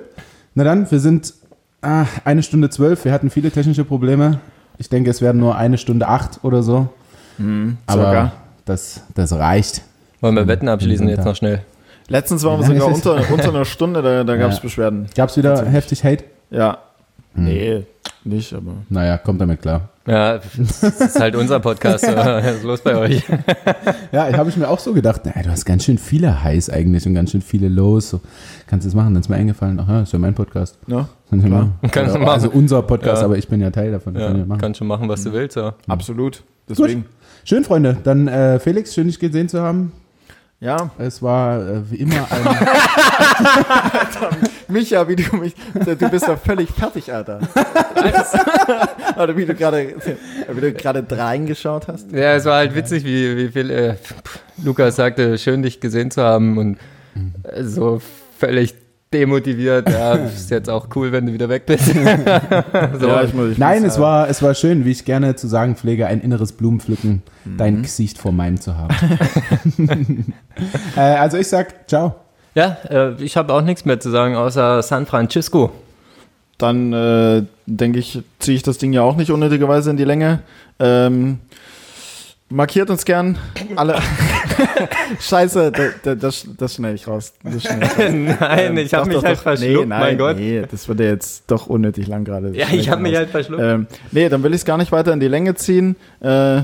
[SPEAKER 2] Na dann, wir sind ah, eine Stunde zwölf. Wir hatten viele technische Probleme. Ich denke, es werden nur eine Stunde acht oder so. Aber
[SPEAKER 1] Hm. circa.
[SPEAKER 2] das, das reicht.
[SPEAKER 3] Wollen wir Wetten abschließen jetzt noch schnell?
[SPEAKER 1] Letztens waren wir
[SPEAKER 2] Wie lange
[SPEAKER 1] sogar
[SPEAKER 2] ist
[SPEAKER 1] unter, unter einer Stunde, da, da gab es
[SPEAKER 2] Ja.
[SPEAKER 1] Beschwerden.
[SPEAKER 2] Gab es wieder heftig Hate?
[SPEAKER 1] Ja. Nee, nicht, aber.
[SPEAKER 2] Naja, kommt damit klar.
[SPEAKER 3] Ja, <laughs> das ist halt unser
[SPEAKER 2] <laughs>
[SPEAKER 3] Podcast. Was ist los bei euch?
[SPEAKER 2] Ja, habe ich mir auch so gedacht, naja, du hast ganz schön viele Highs eigentlich und ganz schön viele Lows. So, kannst du das machen? Dann ist mir eingefallen, ach ja, ist ja mein Podcast.
[SPEAKER 1] Ne?
[SPEAKER 2] Kannst du
[SPEAKER 1] Klar.
[SPEAKER 2] machen.
[SPEAKER 3] Kannst du
[SPEAKER 2] also, also
[SPEAKER 3] machen.
[SPEAKER 2] unser Podcast,
[SPEAKER 3] Ja.
[SPEAKER 2] aber ich bin ja Teil davon.
[SPEAKER 3] Ja,
[SPEAKER 2] Können wir machen.
[SPEAKER 3] kannst schon machen, was du willst. Ja.
[SPEAKER 1] Absolut. Deswegen.
[SPEAKER 2] Gut. Schön, Freunde. Dann äh, Felix, schön dich gesehen zu haben.
[SPEAKER 1] Ja.
[SPEAKER 2] Es war äh, wie immer ein...
[SPEAKER 1] Micha, wie du mich. Du bist doch völlig fertig, <laughs> Alter. Oder wie du gerade wie du gerade reingeschaut hast.
[SPEAKER 3] Ja, es war halt witzig, wie, wie viel äh, pff, Lukas sagte, schön dich gesehen zu haben und äh, so völlig demotiviert. Ja, ist jetzt auch cool, wenn du wieder weg bist. so.
[SPEAKER 1] Ja, ich muss, ich
[SPEAKER 2] Nein,
[SPEAKER 1] muss,
[SPEAKER 2] es war, es war schön, wie ich gerne zu sagen pflege, ein inneres Blumenpflücken, dein Gesicht vor meinem zu haben. <laughs> äh, also ich sag, ciao.
[SPEAKER 3] ja äh, ich habe auch nichts mehr zu sagen, außer San Francisco.
[SPEAKER 1] Dann äh, denke ich, ziehe ich das Ding ja auch nicht unnötigerweise in die Länge. Ähm, markiert uns gern <laughs> alle. Scheiße, da- da- das, das schneide ich raus. Das schneide ich raus.
[SPEAKER 3] <laughs> <laughs> nein, ich
[SPEAKER 1] Ähm, Doch,
[SPEAKER 3] habe mich
[SPEAKER 1] doch,
[SPEAKER 3] halt
[SPEAKER 1] doch.
[SPEAKER 3] verschluckt,
[SPEAKER 1] Nee, nein,
[SPEAKER 3] mein Gott.
[SPEAKER 1] Nee, das wird ja jetzt doch unnötig lang gerade.
[SPEAKER 3] Ja, ich habe mich halt verschluckt.
[SPEAKER 1] Ähm, nee, dann will ich es gar nicht weiter in die Länge ziehen. Äh,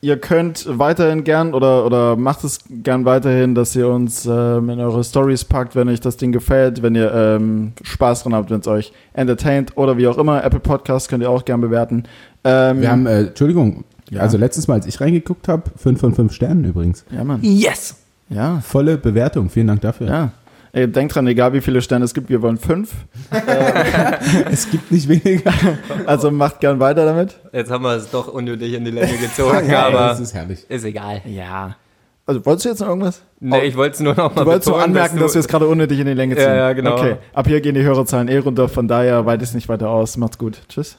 [SPEAKER 1] ihr könnt weiterhin gern oder, oder macht es gern weiterhin, dass ihr uns ähm, in eure Stories packt, wenn euch das Ding gefällt, wenn ihr ähm, Spaß dran habt, wenn es euch entertaint oder wie auch immer. Apple Podcast könnt ihr auch gern bewerten. Ähm,
[SPEAKER 2] Wir haben, äh, Entschuldigung,
[SPEAKER 1] Ja.
[SPEAKER 2] also letztes Mal, als ich reingeguckt habe, 5 von 5 Sternen übrigens.
[SPEAKER 1] ja, Mann.
[SPEAKER 3] Yes!
[SPEAKER 1] Ja,
[SPEAKER 2] Volle Bewertung, vielen Dank dafür.
[SPEAKER 1] ja. Ey, denkt dran, egal wie viele Sterne es gibt, wir wollen fünf.
[SPEAKER 2] Es gibt nicht weniger.
[SPEAKER 1] Also macht gern weiter damit.
[SPEAKER 3] Jetzt haben wir es doch unnötig in die Länge gezogen, aber
[SPEAKER 2] das ist herrlich.
[SPEAKER 3] ist egal.
[SPEAKER 1] Ja. Also wolltest du jetzt noch irgendwas?
[SPEAKER 3] Nee, ich wollte es nur noch mal
[SPEAKER 1] Du wolltest nur
[SPEAKER 3] betonen,
[SPEAKER 1] anmerken, dass, wir es gerade unnötig in die Länge ziehen.
[SPEAKER 3] Ja, ja, genau.
[SPEAKER 1] Okay, ab hier gehen die Hörerzahlen eh runter, von daher weite es nicht weiter aus. Macht's gut. Tschüss.